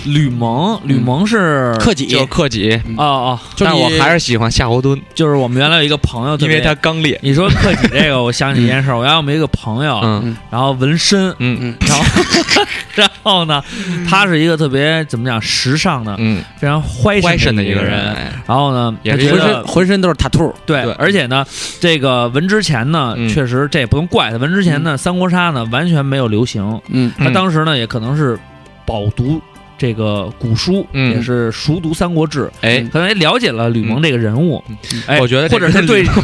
Speaker 6: 吕蒙，吕蒙是
Speaker 1: 克己，
Speaker 4: 就是克己，
Speaker 6: 哦哦，
Speaker 1: 就
Speaker 4: 但
Speaker 1: 你
Speaker 4: 我还是喜欢夏侯惇，
Speaker 6: 就是我们原来有一个朋友特
Speaker 4: 因
Speaker 6: 别，
Speaker 4: 为他刚烈。
Speaker 6: 你说克己这个，我想起一件事儿，我原来我们有一个朋友，
Speaker 4: 嗯
Speaker 6: 然后纹身，
Speaker 4: 嗯
Speaker 6: 然后 然后呢，他是一个特别怎么讲时尚的、
Speaker 4: 嗯，
Speaker 6: 非常怀
Speaker 4: 乖
Speaker 6: 身
Speaker 4: 神的
Speaker 6: 一
Speaker 4: 一个
Speaker 6: 人，
Speaker 4: 人，哎
Speaker 6: 然后呢，
Speaker 4: 也
Speaker 6: 他
Speaker 4: 是一
Speaker 6: 觉
Speaker 1: 浑
Speaker 4: 个
Speaker 6: 得
Speaker 1: 身。浑身都是塔兔，
Speaker 6: 对
Speaker 4: 对，
Speaker 6: 而且呢，这个纹之前呢，
Speaker 4: 嗯
Speaker 6: 确实这也不能怪他。纹之前呢，三国杀呢完全没有流行，
Speaker 1: 嗯，
Speaker 6: 他
Speaker 4: 嗯
Speaker 6: 当时呢也可能是饱读这个古书，
Speaker 4: 嗯
Speaker 6: 也是熟读《三国志》，
Speaker 4: 哎，
Speaker 6: 可能也了解了吕蒙这个人物，哎
Speaker 4: 我觉得这
Speaker 6: 或者是
Speaker 4: 跟
Speaker 6: 对
Speaker 4: 李敖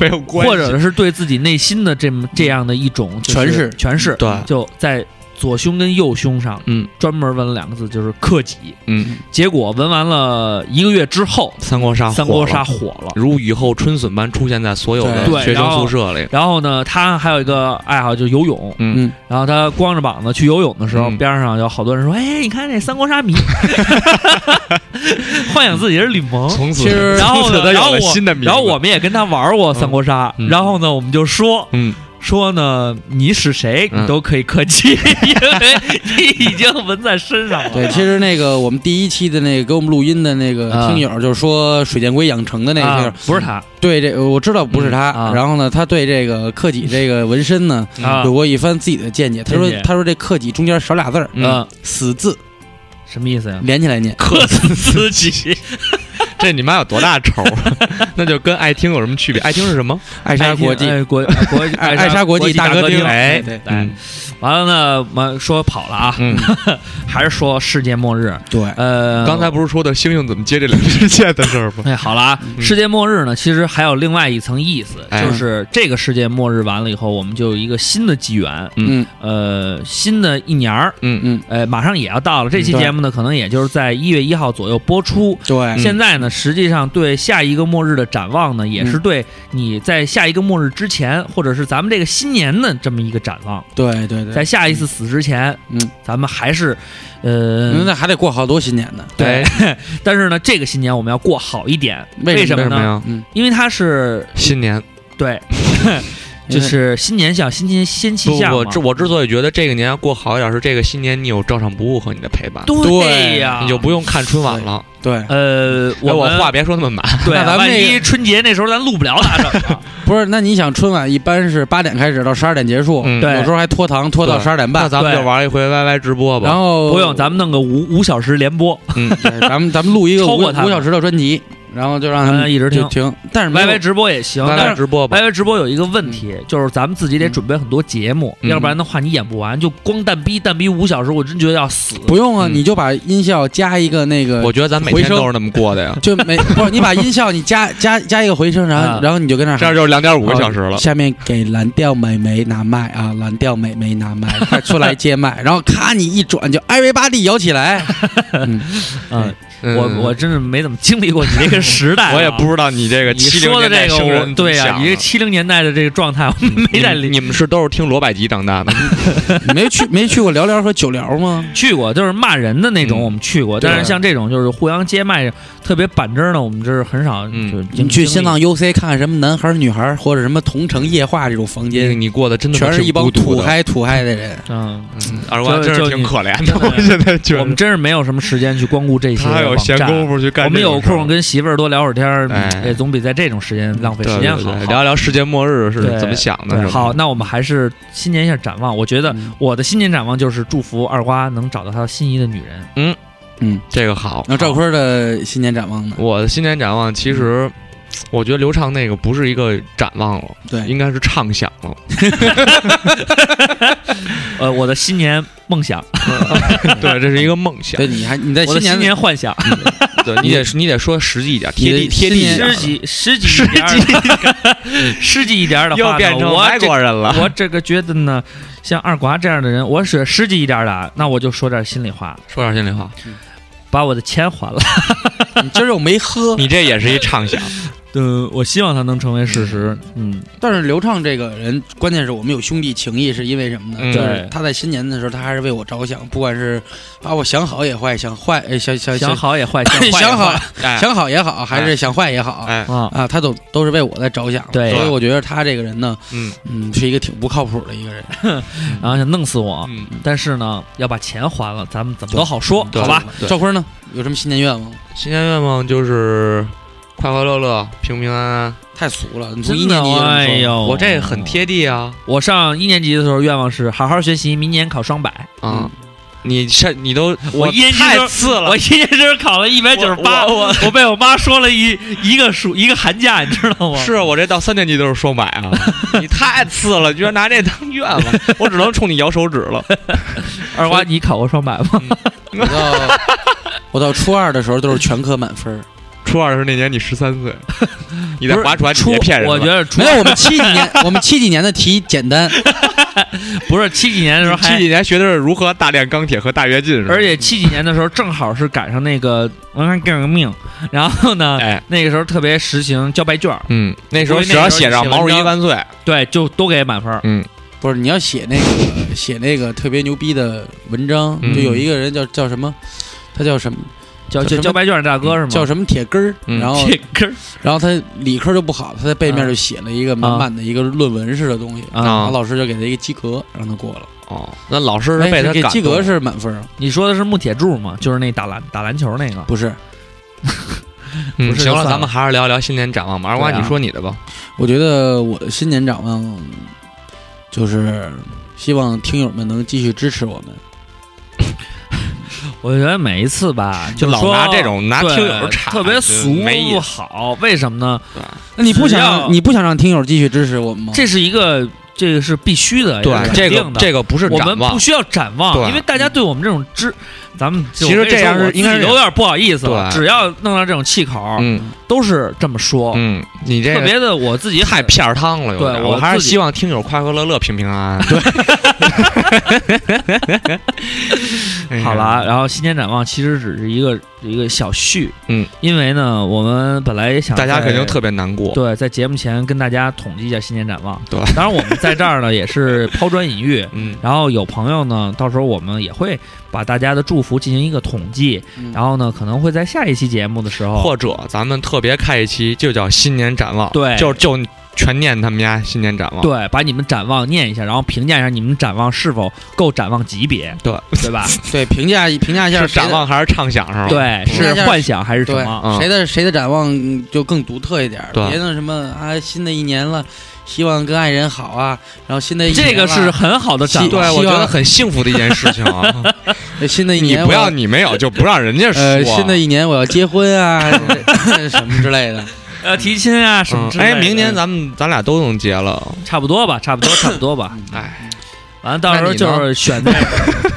Speaker 4: 没有关系，
Speaker 6: 或者是对自己内心的这么这样的一种就是
Speaker 1: 诠释
Speaker 6: 诠释，
Speaker 4: 对
Speaker 6: 就在左胸跟右胸上，
Speaker 4: 嗯，
Speaker 6: 专门纹了两个字，就是克己。
Speaker 4: 嗯，
Speaker 6: 结果纹完了一个月之后，
Speaker 4: 三国杀，
Speaker 6: 三国杀。火了。
Speaker 4: 如雨后春笋般出现在所有的
Speaker 1: 对
Speaker 4: 学
Speaker 6: 然
Speaker 4: 生
Speaker 6: 后
Speaker 4: 宿舍里，
Speaker 6: 然后呢，他还有一个爱好就是游泳，
Speaker 4: 嗯
Speaker 1: 嗯
Speaker 6: 然后他光着膀子去游泳的时候，
Speaker 4: 嗯
Speaker 6: 边上有好多人说：“哎，你看这三国杀迷， 幻想自己是吕蒙。”
Speaker 4: 从此
Speaker 1: 其实
Speaker 6: 哦然后
Speaker 4: 从此
Speaker 6: 呢，
Speaker 4: 他
Speaker 6: 然
Speaker 4: 有
Speaker 6: 后
Speaker 4: 了
Speaker 6: 我
Speaker 4: 新的名字，
Speaker 6: 然后我们也跟他玩过三国杀，
Speaker 4: 嗯
Speaker 6: 然后呢，我们就说
Speaker 4: 嗯，
Speaker 6: 说呢，你是谁，
Speaker 4: 嗯
Speaker 6: 你都可以客气，因为你已经纹在身上了。
Speaker 1: 对，其实那个我们第一期的那个给我们录音的那个
Speaker 6: 啊
Speaker 1: 听友，就是说水箭龟养成的那个听友
Speaker 6: 啊，不是他
Speaker 1: 对这我知道不是他，
Speaker 6: 嗯啊
Speaker 1: 然后呢，他对这个克己这个纹身呢
Speaker 4: 嗯
Speaker 6: 啊
Speaker 1: 有，过一番自己的见解。他说
Speaker 6: 见解
Speaker 1: 他说这克己中间少俩字儿，
Speaker 4: 嗯，
Speaker 6: 嗯
Speaker 1: 死字
Speaker 6: 什么意思呀？
Speaker 1: 连起来念。
Speaker 6: 克死自己，
Speaker 4: 这你妈有多大仇？啊 那就跟爱听有什么区别？爱听是什么？
Speaker 1: 爱莎国际，
Speaker 6: 哎国国
Speaker 1: 爱爱莎国际大
Speaker 6: 哥
Speaker 1: 哥
Speaker 6: 丁
Speaker 1: 丁，哎，
Speaker 6: 对
Speaker 1: 对，
Speaker 6: 哎完了呢，完说跑了啊，
Speaker 4: 嗯，
Speaker 6: 还是说世界末日？
Speaker 1: 对，
Speaker 6: 呃，
Speaker 4: 刚才不是说的星星怎么接这两个世界的事 儿吗？
Speaker 6: 哎，好了啊，
Speaker 4: 嗯
Speaker 6: 世界末日呢，其实还有另外一层意思，
Speaker 4: 哎
Speaker 6: 就是这个世界末日完了以后，我们就有一个新的纪元，
Speaker 1: 嗯，
Speaker 6: 呃，新的一年儿，
Speaker 4: 嗯
Speaker 1: 嗯，
Speaker 6: 呃，马上也要到了。这期
Speaker 1: 嗯对
Speaker 6: 节目呢，可能也就是在一月一号左右播出。
Speaker 1: 对，
Speaker 6: 现在呢，实际上对下一个末日的展望呢，也是对你在下一个末日之前，或者是咱们这个新年的这么一个展望，
Speaker 1: 对对对，
Speaker 6: 在下一次死之前，
Speaker 1: 嗯，
Speaker 6: 咱们还是，
Speaker 1: 嗯
Speaker 6: 呃，
Speaker 1: 那还得过好多新年呢。
Speaker 6: 对， 但是呢，这个新年我们要过好一点，为
Speaker 1: 为什
Speaker 6: 什
Speaker 4: 为
Speaker 6: 么
Speaker 4: 什么
Speaker 6: 呢？
Speaker 4: 呀？
Speaker 1: 嗯，
Speaker 6: 因为它是
Speaker 4: 新年
Speaker 6: 对，就是新年像新年新气
Speaker 4: 不
Speaker 6: 象
Speaker 4: 不，
Speaker 6: 嘛
Speaker 4: 我之我之所以觉得这个年过好一点，是这个新年你有照常不误和你的陪伴，
Speaker 6: 对呀，
Speaker 4: 你就不用看春晚了。
Speaker 1: 对，
Speaker 6: 呃，
Speaker 4: 哎我
Speaker 6: 们
Speaker 4: 话别说那么满，
Speaker 6: 对啊，
Speaker 1: 那咱们
Speaker 6: 万
Speaker 1: 那个
Speaker 6: 一春节那时候咱录不了咋整啊？
Speaker 1: 不是，那你想春晚一般是八点开始到十二点结束，
Speaker 4: 嗯
Speaker 6: 对
Speaker 1: 有时候还拖堂拖到
Speaker 4: 对
Speaker 1: 十二点
Speaker 4: 那
Speaker 1: 半，
Speaker 4: 咱们
Speaker 6: 对
Speaker 4: 就玩一回 YY 直播
Speaker 1: 然
Speaker 4: 吧。嗯
Speaker 1: 后
Speaker 6: 不用，咱们弄个五五小时联播
Speaker 1: 对咱们咱们录一个
Speaker 6: 超
Speaker 1: 五
Speaker 6: 过他们
Speaker 1: 五小时的专辑，然后就让他
Speaker 6: 让他
Speaker 1: 们
Speaker 6: 一直
Speaker 1: 就
Speaker 6: 听
Speaker 1: 停，但是没有
Speaker 6: ，YY 直播也行，但
Speaker 4: YY
Speaker 6: 是。
Speaker 4: 直播吧，
Speaker 6: YY 直播有一个问题，就是咱们自己得准备很多节目，
Speaker 4: 嗯
Speaker 6: 要不然的话你演不完，就光蛋逼蛋逼五小时，我真觉得要死。
Speaker 1: 不用啊，
Speaker 4: 嗯
Speaker 1: 你就把音效加一个那
Speaker 6: 哎
Speaker 1: 个
Speaker 4: 我，觉得咱每
Speaker 1: 回
Speaker 4: 天
Speaker 1: 声，
Speaker 4: 都是那么过的呀
Speaker 1: 就没不是你把音效你加加加一个回声，然后、
Speaker 6: 啊
Speaker 1: 然后你就跟那儿
Speaker 4: 这
Speaker 1: 喊
Speaker 4: 样就是两点五个小时了。
Speaker 1: 下面给蓝调美眉拿麦啊，蓝调美眉拿 麦，快出来接麦，然后咔你一转就 everybody 摇起 来，
Speaker 6: 嗯，
Speaker 4: 嗯
Speaker 6: 我我真是没怎么经历过你这个时代 啊、
Speaker 4: 我也不知道你这个
Speaker 6: 你
Speaker 4: 70
Speaker 6: 说的
Speaker 4: 年代
Speaker 6: 这个
Speaker 4: 生
Speaker 6: 我
Speaker 4: 人
Speaker 6: 对呀、
Speaker 4: 呀，
Speaker 6: 你这七零年代的这个状态，我们没在
Speaker 4: 啊嗯你
Speaker 6: 里
Speaker 4: 你们是都是听罗百吉长大 的，
Speaker 1: 你没去没去过聊聊和九聊吗？
Speaker 6: 去过，就是骂人的那种，
Speaker 4: 嗯
Speaker 6: 我们去过。
Speaker 4: 对
Speaker 6: 但是像这种就是互相接麦特别板正的，我们这是很少。
Speaker 4: 嗯
Speaker 6: 就是
Speaker 1: 你去新浪 UC 看看什么男孩儿女孩儿或者什么同城夜话这种房
Speaker 4: 你
Speaker 1: 间，
Speaker 4: 你过得真的
Speaker 1: 全是一帮土
Speaker 4: 土嗨。
Speaker 1: 嗨土嗨的人。
Speaker 6: 嗯，
Speaker 4: 嗯二瓜
Speaker 6: 就
Speaker 4: 真是
Speaker 6: 就
Speaker 4: 挺
Speaker 6: 你
Speaker 4: 可怜
Speaker 6: 真
Speaker 4: 的，
Speaker 6: 的
Speaker 4: 我现在觉
Speaker 6: 我们
Speaker 4: 得
Speaker 6: 真是没有什么时间去光顾这些
Speaker 4: 他有
Speaker 6: 网
Speaker 4: 闲工
Speaker 6: 站。
Speaker 4: 夫去干
Speaker 6: 我
Speaker 4: 这种
Speaker 6: 们
Speaker 4: 事儿。
Speaker 6: 有空跟媳妇儿多聊会儿天儿，
Speaker 4: 哎
Speaker 6: 也总比在这种时间浪费
Speaker 4: 对
Speaker 6: 时间
Speaker 4: 对
Speaker 6: 好
Speaker 4: 对。聊聊世界末日是
Speaker 6: 对
Speaker 4: 怎么想的，
Speaker 6: 对
Speaker 4: 是吧
Speaker 6: 好，，那我们还是新年一下展望。我觉得
Speaker 1: 嗯
Speaker 6: 我的新年展望就是祝福二瓜能找到他心仪的女人。
Speaker 4: 这个好。
Speaker 1: 那赵坤的新年展望呢？
Speaker 4: 我的新年展望，其实我觉得刘畅那个不是一个展望了，
Speaker 1: 对，
Speaker 4: 应该是畅想了。
Speaker 6: 呃，我的新年梦想，
Speaker 4: 对，这是一个梦想
Speaker 1: 对，。你还你在
Speaker 6: 我的
Speaker 1: 新
Speaker 6: 新
Speaker 1: 年
Speaker 6: 年幻想，
Speaker 4: 对，你得你得说实际一点，
Speaker 1: 你
Speaker 4: 贴
Speaker 1: 的
Speaker 4: 地贴地一
Speaker 1: 新
Speaker 4: 点
Speaker 1: 年
Speaker 6: 十。几十几一点儿 十几一点儿的话
Speaker 4: 又
Speaker 6: 呢，
Speaker 4: 变成
Speaker 6: 我
Speaker 4: 外
Speaker 6: 这
Speaker 4: 国人了，
Speaker 6: 我这个觉得呢，像二瓜这样的人，我是十级一点的啊，那我就说点心里话，
Speaker 4: 说点心里话，
Speaker 6: 把我的钱还了。
Speaker 1: 你今儿又没 喝，
Speaker 4: 你这也是一畅想。
Speaker 6: 嗯，我希望它能成为事实。嗯，
Speaker 1: 但是刘畅这个人，关键是我们有兄弟情谊，是因为什么呢？
Speaker 4: 嗯
Speaker 1: 就是他在新年的时候，他还是为我着想，不管是把我想好也坏，想坏哎想想
Speaker 6: 想
Speaker 1: 想
Speaker 6: 好也坏，想 坏也坏
Speaker 1: 想好
Speaker 4: 哎
Speaker 1: 想好也好，还是想坏也好
Speaker 4: 哎，
Speaker 6: 啊，
Speaker 1: 啊，他总都是为我在着想。
Speaker 6: 对
Speaker 1: 所以我觉得他这个人呢，
Speaker 4: 嗯
Speaker 1: 嗯，是一个挺不靠谱的一个人，
Speaker 6: 然后想弄死我，
Speaker 4: 嗯，
Speaker 6: 但是呢，要把钱还了，咱们怎么都好说，
Speaker 4: 对
Speaker 6: 好吧？？
Speaker 4: 对
Speaker 1: 赵坤呢，有什么新年愿望？
Speaker 4: 新年愿望就是快快乐乐、平平安安。
Speaker 1: 太俗了，你从
Speaker 6: 真
Speaker 1: 一
Speaker 6: 的
Speaker 1: 年级就这么
Speaker 6: 哎
Speaker 1: 说
Speaker 6: 呦，
Speaker 4: 我这很。贴地啊
Speaker 6: 我上一年级的时候，愿望是好好学习，明年考双百。
Speaker 4: 啊！你这你都
Speaker 6: 嗯我一年级
Speaker 4: 太
Speaker 6: 就
Speaker 4: 次了
Speaker 6: 我，一年级的时候考了一百九十八，我我被我妈说了一一个暑一个寒假，你知道吗？
Speaker 4: 是啊我这到三年级都是双百 啊！你太次了，居然拿这当愿望，我只能冲你摇手指了。
Speaker 6: 二瓜，你考过双百吗？
Speaker 1: 我到我到初二的时候都是全科满分儿，
Speaker 4: 初二的时候那年你十三 岁，你在
Speaker 6: 不是
Speaker 4: 划船，你
Speaker 6: 初
Speaker 4: 别骗人
Speaker 6: 我
Speaker 4: 了
Speaker 6: 觉。得初
Speaker 1: 没有我们七几年我们七几年的题简单，
Speaker 6: 不是七几年的时候
Speaker 4: 七
Speaker 6: 还
Speaker 4: 几，年学的是如何大炼钢铁和大跃进，是吧
Speaker 6: 而且七几年的时候正好是赶上那个文化大革命，然后呢，
Speaker 4: 哎，
Speaker 6: 那个时候特别实行交白卷儿，
Speaker 4: 嗯，那时候
Speaker 6: 所以那
Speaker 4: 只要
Speaker 6: 时候
Speaker 4: 写
Speaker 6: 你
Speaker 4: 上
Speaker 6: 写
Speaker 4: 毛主
Speaker 6: 文
Speaker 4: 席
Speaker 6: 章
Speaker 4: 万岁，
Speaker 6: 对，就都给满分儿。
Speaker 4: 嗯，
Speaker 1: 不是你要写那个写那个特别牛逼的文章，
Speaker 4: 嗯
Speaker 1: 就有一个人叫叫什么，他叫什么
Speaker 6: 交
Speaker 1: 叫什
Speaker 6: 交
Speaker 1: 么
Speaker 6: 交白卷儿大哥是吗？
Speaker 1: 叫什么铁根儿，
Speaker 4: 嗯
Speaker 1: 然后
Speaker 6: 这根儿
Speaker 1: 然后他理科就不好，他在背面就写了一个满满的一个论文式的东西，
Speaker 6: 啊
Speaker 1: 然
Speaker 4: 啊
Speaker 1: 后老师就给他一个及格，让他过了。
Speaker 4: 哦，那老师
Speaker 1: 哎
Speaker 4: 是被他
Speaker 1: 给
Speaker 4: 感
Speaker 1: 及格
Speaker 4: 动
Speaker 1: 是满分儿，
Speaker 6: 你说的是木铁柱吗？就是那打篮打篮球那个。
Speaker 1: 不是？
Speaker 4: 嗯
Speaker 6: 不是
Speaker 4: 行
Speaker 6: 就
Speaker 4: 了，
Speaker 6: 算
Speaker 4: 咱们还是聊聊新年展望吧。二瓜，
Speaker 6: 对啊
Speaker 4: 你说你的吧。
Speaker 1: 我觉得我的新年展望就是希望听友们能继续支持我们。
Speaker 6: 我觉得每一次吧，就
Speaker 4: 老
Speaker 6: 说
Speaker 4: 拿这种拿
Speaker 6: 对
Speaker 4: 听友插
Speaker 6: 特别
Speaker 4: 就
Speaker 6: 俗
Speaker 4: 没意
Speaker 6: 不
Speaker 4: 思
Speaker 6: 好，为什么呢？
Speaker 1: 那你不想
Speaker 6: 只要
Speaker 1: 让你不想让听友继续支持我们吗？
Speaker 6: 这是一个这个是必须的，也
Speaker 4: 对，
Speaker 6: 是
Speaker 4: 这
Speaker 6: 肯
Speaker 4: 个
Speaker 6: 定的。
Speaker 4: 这个不是
Speaker 6: 我
Speaker 4: 展
Speaker 6: 们
Speaker 4: 望
Speaker 6: 不，需要展望，
Speaker 4: 对
Speaker 6: 因为大家对我们这种知，咱们
Speaker 4: 其实这样是
Speaker 6: 我跟你
Speaker 4: 应
Speaker 6: 说
Speaker 4: 该
Speaker 6: 我
Speaker 4: 是
Speaker 6: 自己都有点不好意思了。
Speaker 4: 对
Speaker 6: 只要弄到这种气口，
Speaker 4: 嗯
Speaker 6: 都是这么说，
Speaker 4: 嗯，你这
Speaker 6: 特
Speaker 4: 个
Speaker 6: 别的我自己很
Speaker 4: 太片儿汤了，有
Speaker 6: 对
Speaker 4: 点
Speaker 6: 我
Speaker 4: 我还是
Speaker 6: 自己
Speaker 4: 希望听友快快乐乐、平平安安。 对
Speaker 6: 好了，，然后新年展望其实只是一个一个小序，
Speaker 4: 嗯，
Speaker 6: 因为呢，我们本来也想
Speaker 4: 大家
Speaker 6: 在
Speaker 4: 肯定特别难过。
Speaker 6: 对，在节目前跟大家统计一下新年展望。
Speaker 4: 对
Speaker 6: 当然我们在这儿呢也是抛砖引玉，
Speaker 4: 嗯，
Speaker 6: 然后有朋友呢，到时候我们也会把大家的祝福进行一个统计，
Speaker 1: 嗯
Speaker 6: 然后呢，可能会在下一期节目的时候，
Speaker 4: 或者咱们特别开一期，就叫新年展望，
Speaker 6: 对
Speaker 4: 就就全念他们家新年展望。
Speaker 6: 对，把你们展望念一下，然后评价一下你们展望是否够展望级别，
Speaker 4: 对
Speaker 6: 对吧？
Speaker 1: 对评价评价一下
Speaker 4: 是展望还是畅想是吧？，
Speaker 6: 对，
Speaker 1: 评价
Speaker 6: 是
Speaker 1: 一下
Speaker 6: 幻想还是
Speaker 1: 谁
Speaker 6: 什
Speaker 1: 的。
Speaker 6: 么？
Speaker 1: 对，
Speaker 4: 嗯
Speaker 1: 谁的谁的展望就更独特一点儿，
Speaker 4: 对
Speaker 1: 别那什么啊，新的一年了，希望跟爱人好啊，然后新的一年
Speaker 6: 这个
Speaker 1: 了
Speaker 6: 是很好的展
Speaker 1: 希
Speaker 6: 望
Speaker 4: 对，，我
Speaker 1: 希
Speaker 4: 觉
Speaker 1: 望
Speaker 4: 得很幸福的一件事情啊。
Speaker 1: 呃新的一
Speaker 4: 你
Speaker 1: 年
Speaker 4: 不
Speaker 1: 我
Speaker 4: 要你没有就不让人家说。啊嗯
Speaker 1: 呃新的一年我要结婚啊 什么之类的，
Speaker 6: 呃，提亲啊什么
Speaker 4: 嗯
Speaker 6: 之类的。
Speaker 4: 哎，明年咱们咱俩都能结了，
Speaker 6: 差不多吧，差不多，差不多吧。
Speaker 4: 哎，
Speaker 6: 完了，到时
Speaker 1: 那
Speaker 6: 候
Speaker 1: 你
Speaker 6: 就
Speaker 1: 呢
Speaker 6: 是选 那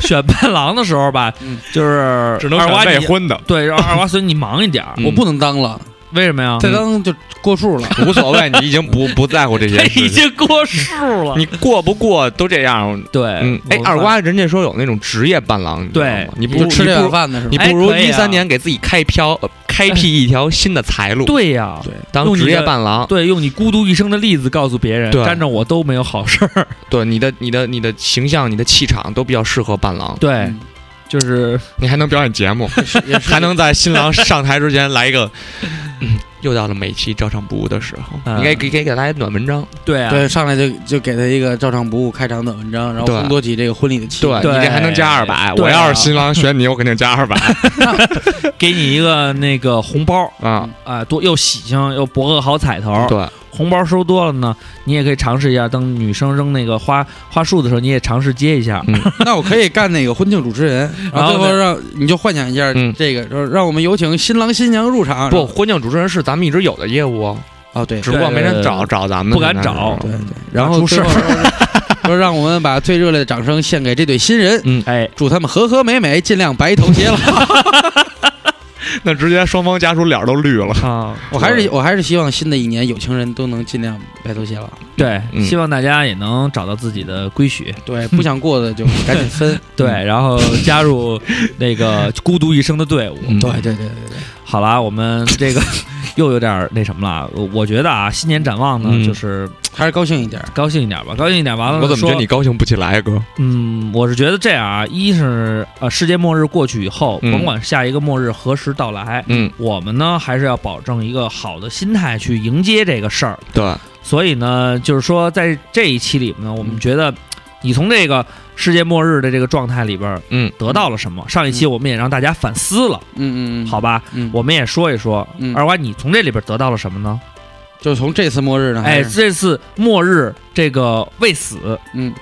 Speaker 6: 选伴郎的时候吧
Speaker 1: 嗯，
Speaker 6: 就是二
Speaker 4: 选
Speaker 6: 瓜
Speaker 4: 未
Speaker 6: 你
Speaker 4: 婚的，
Speaker 6: 对，让二瓜孙你忙一点儿，
Speaker 4: 嗯
Speaker 1: 我不能当了，
Speaker 6: 为什么呀？
Speaker 1: 再当就过数了。
Speaker 4: 无所谓，你已经不不在乎 这些
Speaker 6: 这
Speaker 4: 事
Speaker 6: 已
Speaker 4: 情。
Speaker 6: 经过数了。
Speaker 4: 你过不过都这样，
Speaker 6: 对，
Speaker 4: 嗯，哎，
Speaker 6: 我
Speaker 4: 二瓜，人家说有那种职业伴郎，你知道吗
Speaker 6: 对
Speaker 4: 你不
Speaker 1: 就
Speaker 4: 如
Speaker 1: 吃
Speaker 4: 你
Speaker 1: 这
Speaker 4: 不
Speaker 1: 碗
Speaker 4: 如
Speaker 1: 饭的是吧
Speaker 4: 你？
Speaker 6: 哎
Speaker 4: 不如
Speaker 6: 可以啊
Speaker 4: 一三年给自己开飘，呃开辟一条新的财路，
Speaker 6: 对呀，
Speaker 1: 对
Speaker 4: 当
Speaker 6: 用你
Speaker 4: 职业
Speaker 6: 的
Speaker 4: 伴郎，
Speaker 6: 对，用你孤独一生的例子告诉别人，
Speaker 4: 对嗯
Speaker 6: 沾着我都没有好事儿。
Speaker 4: 对你的你的你的形象、你的气场都比较适合伴郎，
Speaker 6: 对
Speaker 1: 嗯，
Speaker 6: 就是
Speaker 4: 你还能表演节目，
Speaker 1: 是也是
Speaker 4: 还能在新郎上台之前来一个，嗯又到了每期照常不误的时候，
Speaker 6: 嗯
Speaker 4: 你该给给给大家暖文章，
Speaker 6: 对啊，
Speaker 1: 对，上来就就给他一个照常不误开场的文章，然后
Speaker 4: 对
Speaker 1: 烘托起这个婚礼的气
Speaker 4: 对
Speaker 1: 氛。
Speaker 4: 你这还能加二百，
Speaker 6: 对啊
Speaker 4: 我要是新郎选你，我肯定加二百
Speaker 6: 给你一个那个红包
Speaker 4: 啊，
Speaker 6: 啊，多又喜庆又博个好彩头。
Speaker 4: 嗯对，
Speaker 6: 红包收多了呢，你也可以尝试一下，等女生扔那个花花束的时候，你也尝试接一下。
Speaker 1: 那我可以干那个婚庆主持人，然后最
Speaker 6: 然后
Speaker 1: 后
Speaker 6: 呢
Speaker 1: 让你就幻想一下
Speaker 4: 嗯
Speaker 1: 这个，就是让我们有请新郎新娘入场。然
Speaker 4: 不，
Speaker 1: 后
Speaker 4: 婚庆主持人是咱们一直有的业务哦，
Speaker 1: 哦对
Speaker 4: 只不过没人找找咱们，嗯
Speaker 6: 不敢找
Speaker 1: 对对，然后
Speaker 6: 嗯出事
Speaker 1: 最后说说让我们把最热烈的掌声献给这对新人，
Speaker 6: 哎，
Speaker 1: 祝他们和和美美，尽量白头偕老。
Speaker 4: 那直接双方家属脸都绿了。
Speaker 6: 啊，
Speaker 1: 我还是我还是希望新的一年有情人都能尽量白头偕老。
Speaker 6: 对，
Speaker 4: 嗯
Speaker 6: 希望大家也能找到自己的归属。
Speaker 1: 对，不想过的就赶 紧分。
Speaker 6: 对，
Speaker 4: 嗯
Speaker 6: 然后加入那个孤独一生的队伍。
Speaker 4: 嗯
Speaker 1: 对对对对对。
Speaker 6: 好啦，我们这个 又有点儿那什么了。我我觉得啊，新年展望呢，
Speaker 4: 嗯
Speaker 6: 就是
Speaker 1: 还是高兴一点儿。
Speaker 6: 高兴一点吧，高兴一点。完了，
Speaker 4: 我怎么觉得
Speaker 6: 说
Speaker 4: 你高兴不起来，啊哥？
Speaker 6: 嗯，我是觉得这样啊，一是呃，世界末日过去以后，
Speaker 4: 嗯
Speaker 6: 甭管下一个末日何时到来，
Speaker 4: 嗯，
Speaker 6: 我们呢还是要保证一个好的心态去迎接这个事儿。
Speaker 4: 对，
Speaker 6: 所以呢，就是说在这一期里面呢，我们觉得你从这个世界末日的这个状态里边儿
Speaker 4: 嗯，
Speaker 6: 得到了什么？上一期我们也让大家反思了，
Speaker 1: 嗯嗯嗯，
Speaker 6: 好，吧？
Speaker 1: 嗯，
Speaker 6: 我们也说一说，
Speaker 1: 嗯
Speaker 6: 二瓜，你从这里边得到了什么呢？
Speaker 1: 就从这次末日呢，
Speaker 6: 哎，
Speaker 1: 还是
Speaker 6: 这次末日这个未死，
Speaker 1: 嗯，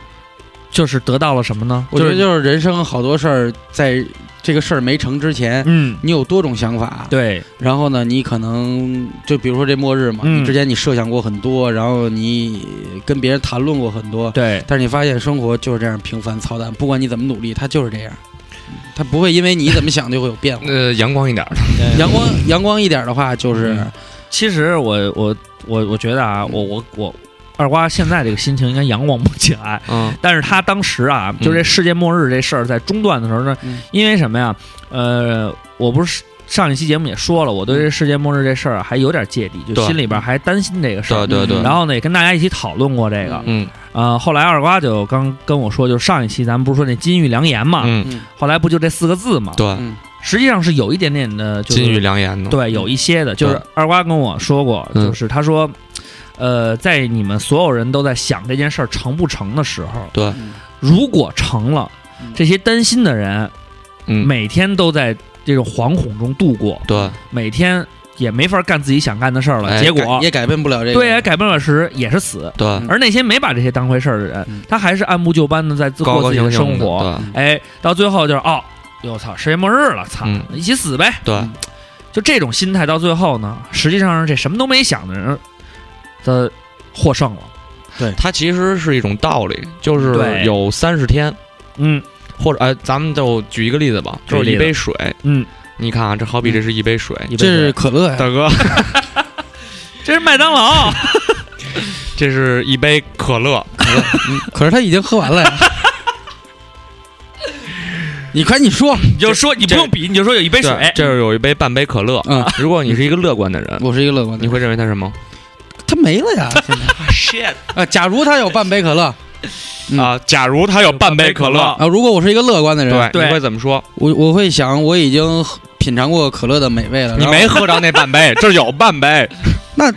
Speaker 6: 就是得到了什么呢？
Speaker 1: 我觉得
Speaker 6: 就是
Speaker 1: 就是人生好多事儿，在这个事儿没成之前。
Speaker 6: 嗯，
Speaker 1: 你有多种想法，
Speaker 6: 对，
Speaker 1: 然后呢，你可能就比如说这末日嘛，
Speaker 6: 嗯
Speaker 1: 你之前你设想过很多，然后你跟别人谈论过很多，
Speaker 6: 对，
Speaker 1: 但是你发现生活就是这样平凡操蛋，不管你怎么努力，它就是这样。它不会因为你怎么想就会有变化。
Speaker 4: 呃，阳光一点儿 的，
Speaker 1: 阳光阳光一点的话，就是
Speaker 6: 其实我我我我觉得啊，
Speaker 4: 嗯
Speaker 6: 我我我二瓜现在这个心情应该阳光不起来，
Speaker 4: 嗯
Speaker 6: 但是他当时啊，就这世界末日这事儿在中断的时候呢，
Speaker 1: 嗯
Speaker 6: 因为什么呀？呃，我不是上一期节目也说了，我对这世界末日这事儿啊还有点芥蒂，就
Speaker 4: 嗯对
Speaker 6: 心里边还担心这个事儿。
Speaker 4: 对对对，
Speaker 6: 然后呢，也跟大家一起讨论过这个。
Speaker 4: 嗯
Speaker 6: 呃，后来二瓜就刚跟我说，就是上一期咱们不是说那金玉良言嘛，
Speaker 4: 嗯，
Speaker 6: 后来不就这四个字嘛？
Speaker 4: 对，
Speaker 6: 实际上是有一点点的，就是
Speaker 4: 金玉良言呢，
Speaker 6: 对，有一些的，就是
Speaker 4: 对
Speaker 6: 二瓜跟我说过，
Speaker 4: 嗯
Speaker 6: 就是他说，呃，在你们所有人都在想这件事儿成不成的时候，
Speaker 4: 对
Speaker 1: 嗯
Speaker 6: 如果成了
Speaker 1: 嗯，
Speaker 6: 这些担心的人
Speaker 4: 嗯，
Speaker 6: 每天都在这种惶恐中度过，
Speaker 4: 对，
Speaker 6: 每天也没法干自己想干的事儿了，
Speaker 4: 哎
Speaker 6: 结
Speaker 1: 改
Speaker 6: 果
Speaker 1: 也改变不了这个。
Speaker 6: 对哎也改变了时也是死。
Speaker 4: 对，
Speaker 6: 而那些没把这些当回事儿的人
Speaker 1: 嗯，
Speaker 6: 他还是按部就班的在自
Speaker 4: 高
Speaker 6: 过
Speaker 4: 高
Speaker 6: 自己
Speaker 4: 兴
Speaker 6: 的
Speaker 4: 兴嗯
Speaker 6: 生
Speaker 4: 的
Speaker 6: 活，，哎，到最后就是哦，哟操，世界末日了，操
Speaker 4: 嗯，
Speaker 6: 一起死呗，
Speaker 4: 对对
Speaker 1: 嗯，
Speaker 6: 就这种心态到最后呢，实际上是这什么都没想的人的获胜了。
Speaker 4: 它其实是一种道理，就是
Speaker 6: 对
Speaker 4: 有三十天，
Speaker 6: 嗯
Speaker 4: 或者哎，咱们就举一个例子吧，
Speaker 6: 举
Speaker 4: 就
Speaker 6: 个
Speaker 4: 是
Speaker 6: 例
Speaker 4: 一
Speaker 6: 子
Speaker 4: 杯水，
Speaker 6: 嗯，
Speaker 4: 你看啊，这好比这是一杯水，
Speaker 6: 一
Speaker 1: 这
Speaker 6: 辈
Speaker 1: 是
Speaker 6: 子
Speaker 1: 可乐呀，
Speaker 4: 大哥，
Speaker 6: 这是麦当 劳，
Speaker 4: 这是一杯可乐，
Speaker 1: 嗯 可是他已经喝完了呀。 你快你说，
Speaker 6: 你就说你不
Speaker 4: 这
Speaker 6: 用比，你就说有一杯水哎
Speaker 4: 对，这是有一杯半杯可乐。
Speaker 1: 嗯，
Speaker 4: 如果你是一个乐观的人，
Speaker 1: 我是一个乐观的
Speaker 4: 你
Speaker 1: 人，
Speaker 4: 会认为它是什么？
Speaker 1: 他没 了呀。现在
Speaker 6: shit，
Speaker 1: 啊，假如他有半杯可乐嗯
Speaker 4: 啊，假如他有半杯可乐，
Speaker 1: 啊，如果我是一个乐嗯观的人，
Speaker 6: 对
Speaker 4: 你会怎么说？
Speaker 1: 我我会想我已经喝品尝过可乐的美味了。
Speaker 4: 你
Speaker 1: 然后
Speaker 4: 没喝着那半杯，这儿有半杯。
Speaker 1: 那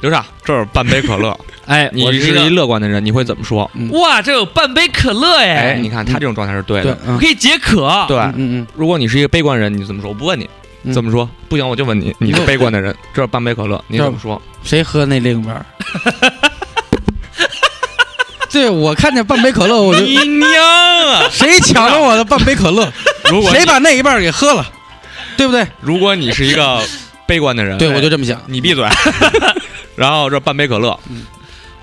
Speaker 4: 刘畅，这儿有半杯可乐，
Speaker 6: 哎，我
Speaker 4: 你
Speaker 6: 一
Speaker 4: 是一
Speaker 6: 个
Speaker 4: 乐观的人，你会怎么说？
Speaker 6: 哇，这有半杯可乐
Speaker 4: 哎，
Speaker 6: 哎，
Speaker 4: 你看他这种状态是对
Speaker 1: 对
Speaker 4: 的。，
Speaker 1: 嗯
Speaker 6: 我可以解渴。
Speaker 4: 对，
Speaker 1: 嗯嗯
Speaker 4: 如果你是一个悲观人，你怎么说？我不问你
Speaker 1: 嗯
Speaker 4: 怎么说，不行我就问你，你是悲观的人，这儿有半杯可乐，你怎么说？
Speaker 1: 嗯，谁喝那另一 半儿？对，我看见半杯可乐，我就
Speaker 4: 你娘啊！
Speaker 1: 谁抢了我的半杯可乐？
Speaker 4: 如果 你
Speaker 1: 谁把那一半儿给喝了？对不对？
Speaker 6: 哎
Speaker 4: 如果你是一个悲观的人，哎
Speaker 1: 对，我就这么想。
Speaker 4: 你闭嘴。然后这半杯可乐，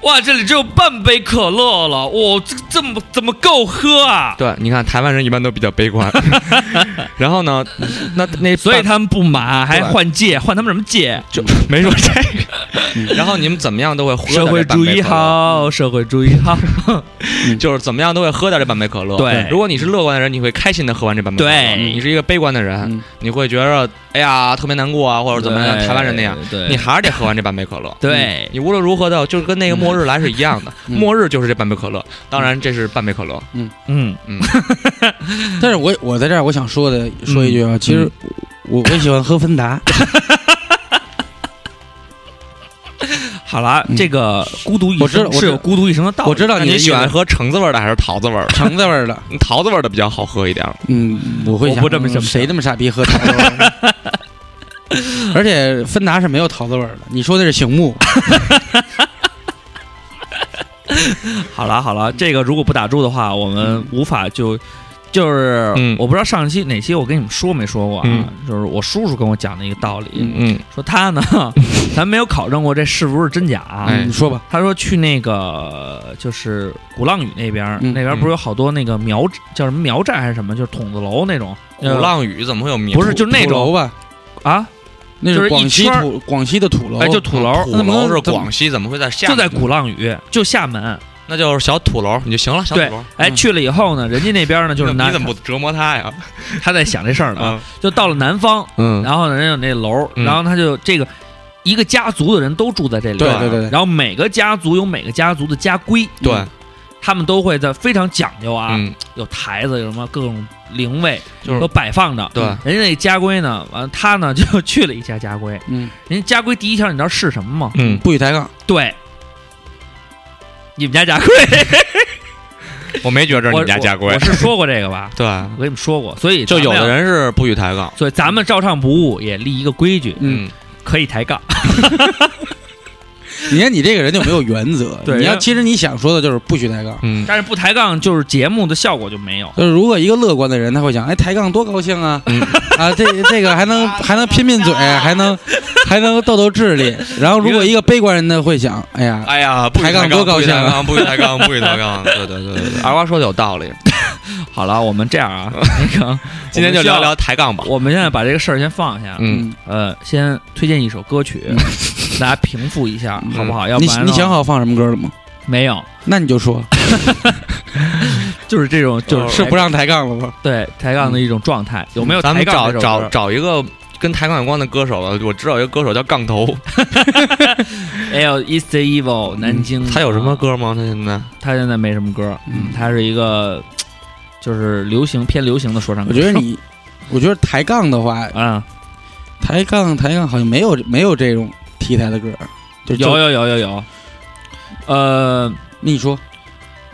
Speaker 6: 哇，这里只有半杯可乐了，哇，这这么怎么够喝啊？
Speaker 4: 对，你看台湾人一般都比较悲观。然后呢，那那
Speaker 6: 所以他们不满，还
Speaker 4: 对
Speaker 6: 换届，换他们什么届？
Speaker 4: 就没说这个。然后你们怎么样都会喝
Speaker 6: 社
Speaker 4: 掉
Speaker 6: 会
Speaker 4: 这半
Speaker 6: 主
Speaker 4: 杯
Speaker 6: 义
Speaker 4: 可乐，嗯
Speaker 6: 好，社会主义好。
Speaker 4: 就是怎么样都会喝掉这半杯可乐。
Speaker 6: 对
Speaker 4: 如果你是乐观的人，你会开心的喝完这半杯可乐。
Speaker 6: 对
Speaker 4: 你是一个悲观的人，
Speaker 1: 嗯
Speaker 4: 你会觉着哎呀特别难过啊，或者怎么样，台湾人那样，，
Speaker 6: 对，
Speaker 4: 你还是得喝完这半杯可 乐。
Speaker 6: 对，
Speaker 4: 你无论如何都要就是跟那个末日来是一 样的，
Speaker 1: 嗯
Speaker 4: 末日就是这半杯可乐，当然这是半杯可乐，
Speaker 6: 嗯
Speaker 1: 但是我我在这儿我想说的说一句
Speaker 6: 嗯
Speaker 1: 啊，其实我我喜欢喝芬 达，
Speaker 6: 好了，
Speaker 1: 嗯
Speaker 6: 这个孤独一
Speaker 1: 我知道
Speaker 6: 生
Speaker 1: 我
Speaker 6: 是
Speaker 1: 知道
Speaker 6: 有孤独一生的道理。
Speaker 1: 我知道
Speaker 4: 那
Speaker 1: 的
Speaker 4: 嗯你
Speaker 1: 意思
Speaker 4: 喜欢喝橙子味儿的还是桃子味儿的？
Speaker 1: 橙子味儿的，
Speaker 4: 桃子味儿的比较好喝一点儿。
Speaker 1: 嗯，我会
Speaker 6: 我
Speaker 1: 想
Speaker 6: 不这么
Speaker 1: 嗯
Speaker 6: 想
Speaker 1: 谁那么傻逼喝桃子味儿 的？而且芬达是没有桃子味儿的，你说那是醒目，
Speaker 6: 好了好了，这个如果不打住的话，我
Speaker 1: 嗯
Speaker 6: 们无法就就是
Speaker 4: 嗯
Speaker 6: 我不知道上一期哪期我跟你们说没说过啊
Speaker 4: 嗯，
Speaker 6: 就是我叔叔跟我讲的一个道理，
Speaker 4: 嗯，
Speaker 6: 说 他呢，咱没有考证过这是不是真假啊。
Speaker 4: 哎
Speaker 1: 你说吧，
Speaker 6: 他说去那个就是鼓浪屿那边儿，
Speaker 1: 嗯
Speaker 6: 那边儿不是有好多那个苗叫什么苗寨还是什么，就是筒子楼那种
Speaker 4: 鼓浪屿怎么会有名？
Speaker 6: 不是就是那
Speaker 1: 土楼
Speaker 6: 种
Speaker 1: 吧，
Speaker 6: 啊，
Speaker 1: 那
Speaker 6: 就是是一
Speaker 1: 广西
Speaker 6: 圈儿
Speaker 1: 土广西的土楼，
Speaker 6: 哎就土楼，
Speaker 4: 土楼是广西，怎么会在厦
Speaker 6: 就
Speaker 4: 门？
Speaker 6: 在鼓浪屿，就厦门。
Speaker 4: 那就是小土楼，你就行了，小土
Speaker 6: 对
Speaker 4: 楼。
Speaker 6: 哎，去了以后呢，人家那边呢就是
Speaker 4: 那
Speaker 6: 南
Speaker 4: 嗯你，怎么不折磨他呀？
Speaker 6: 他在想这事儿呢，就到了南方，
Speaker 4: 嗯
Speaker 6: 然后呢，人有那楼，
Speaker 4: 嗯
Speaker 6: 然后他就这个一个家族的人都住在这里，
Speaker 1: 对对对对
Speaker 6: 然后每个家族有每个家族的家规，
Speaker 4: 对，
Speaker 6: 他们都会在非常讲究啊，
Speaker 4: 嗯，
Speaker 6: 有台子，有什么各种灵位
Speaker 4: 就是
Speaker 6: 都摆放着。
Speaker 4: 对
Speaker 6: 人家那家规呢，完了他呢就去了一下家规，
Speaker 1: 嗯，
Speaker 6: 人家家规第一条你知道是什么吗？
Speaker 4: 嗯，
Speaker 1: 不许抬杠，
Speaker 6: 对，你们家家规，
Speaker 4: 我没觉着 你
Speaker 6: 我
Speaker 4: 们家家
Speaker 6: 我
Speaker 4: 规？
Speaker 6: 我。是说过这个吧
Speaker 4: 对，
Speaker 6: 我跟你们说过，所以
Speaker 4: 就有
Speaker 6: 咱
Speaker 4: 的
Speaker 6: 们要。
Speaker 4: 人是不许抬杠。
Speaker 6: 所以咱们照唱不误，也立一个规矩，
Speaker 1: 嗯，
Speaker 6: 可以抬杠。
Speaker 1: 你看你这个人就没有原则，
Speaker 6: 对
Speaker 1: 你要
Speaker 6: 人
Speaker 1: 其实你想说的就是不许抬杠。
Speaker 4: 嗯
Speaker 6: 但是不抬杠，就是节目的效果就没有。
Speaker 1: 就是如果一个乐观的人，他会想，哎，抬杠多高兴啊！
Speaker 4: 嗯
Speaker 1: 啊，这这个还能还能拼拼嘴，还能还能斗斗智力。然后如果一个悲观人呢，会想，哎呀，
Speaker 4: 哎呀，不许
Speaker 1: 抬杠
Speaker 4: 抬
Speaker 1: 多高
Speaker 4: 杠，不许
Speaker 1: 兴
Speaker 4: 抬
Speaker 1: 啊
Speaker 4: 杠，不许抬杠，不许抬杠。对对对对，对二瓜说的有道理。
Speaker 6: 好了，我们这样 啊，那个
Speaker 4: 今天就聊
Speaker 6: 我们需要
Speaker 4: 聊抬杠吧。
Speaker 6: 我们现在把这个事儿先放下，
Speaker 4: 嗯，
Speaker 6: 呃，先推荐一首歌曲， 大家平复一下，好不好？要不
Speaker 1: 你
Speaker 6: 然
Speaker 1: 你
Speaker 6: 呢
Speaker 1: 想好放什么歌了吗？
Speaker 6: 没有？
Speaker 1: 那你就说，
Speaker 6: 就是这种，就是
Speaker 1: 是
Speaker 6: 抬
Speaker 1: 不让抬杠了吧？
Speaker 6: 对抬杠的一种状态，有没有？
Speaker 4: 咱们找找
Speaker 6: 找，
Speaker 4: 找一个跟抬杠有关的歌手吧。我知道有一个歌手叫杠头，
Speaker 1: 嗯
Speaker 6: L East Evil 南京，
Speaker 4: 他有什么？歌吗？他现在
Speaker 6: 他现在没什么歌，
Speaker 1: 嗯
Speaker 6: 他是一个就是流行偏流行的说唱歌
Speaker 1: 我
Speaker 6: 手。
Speaker 1: 觉得你，我觉得抬杠的话，
Speaker 6: 啊，
Speaker 1: 抬杠抬杠好像没有没有这种题材的歌，就
Speaker 6: 有
Speaker 1: 就
Speaker 6: 有有有有，呃
Speaker 1: 你说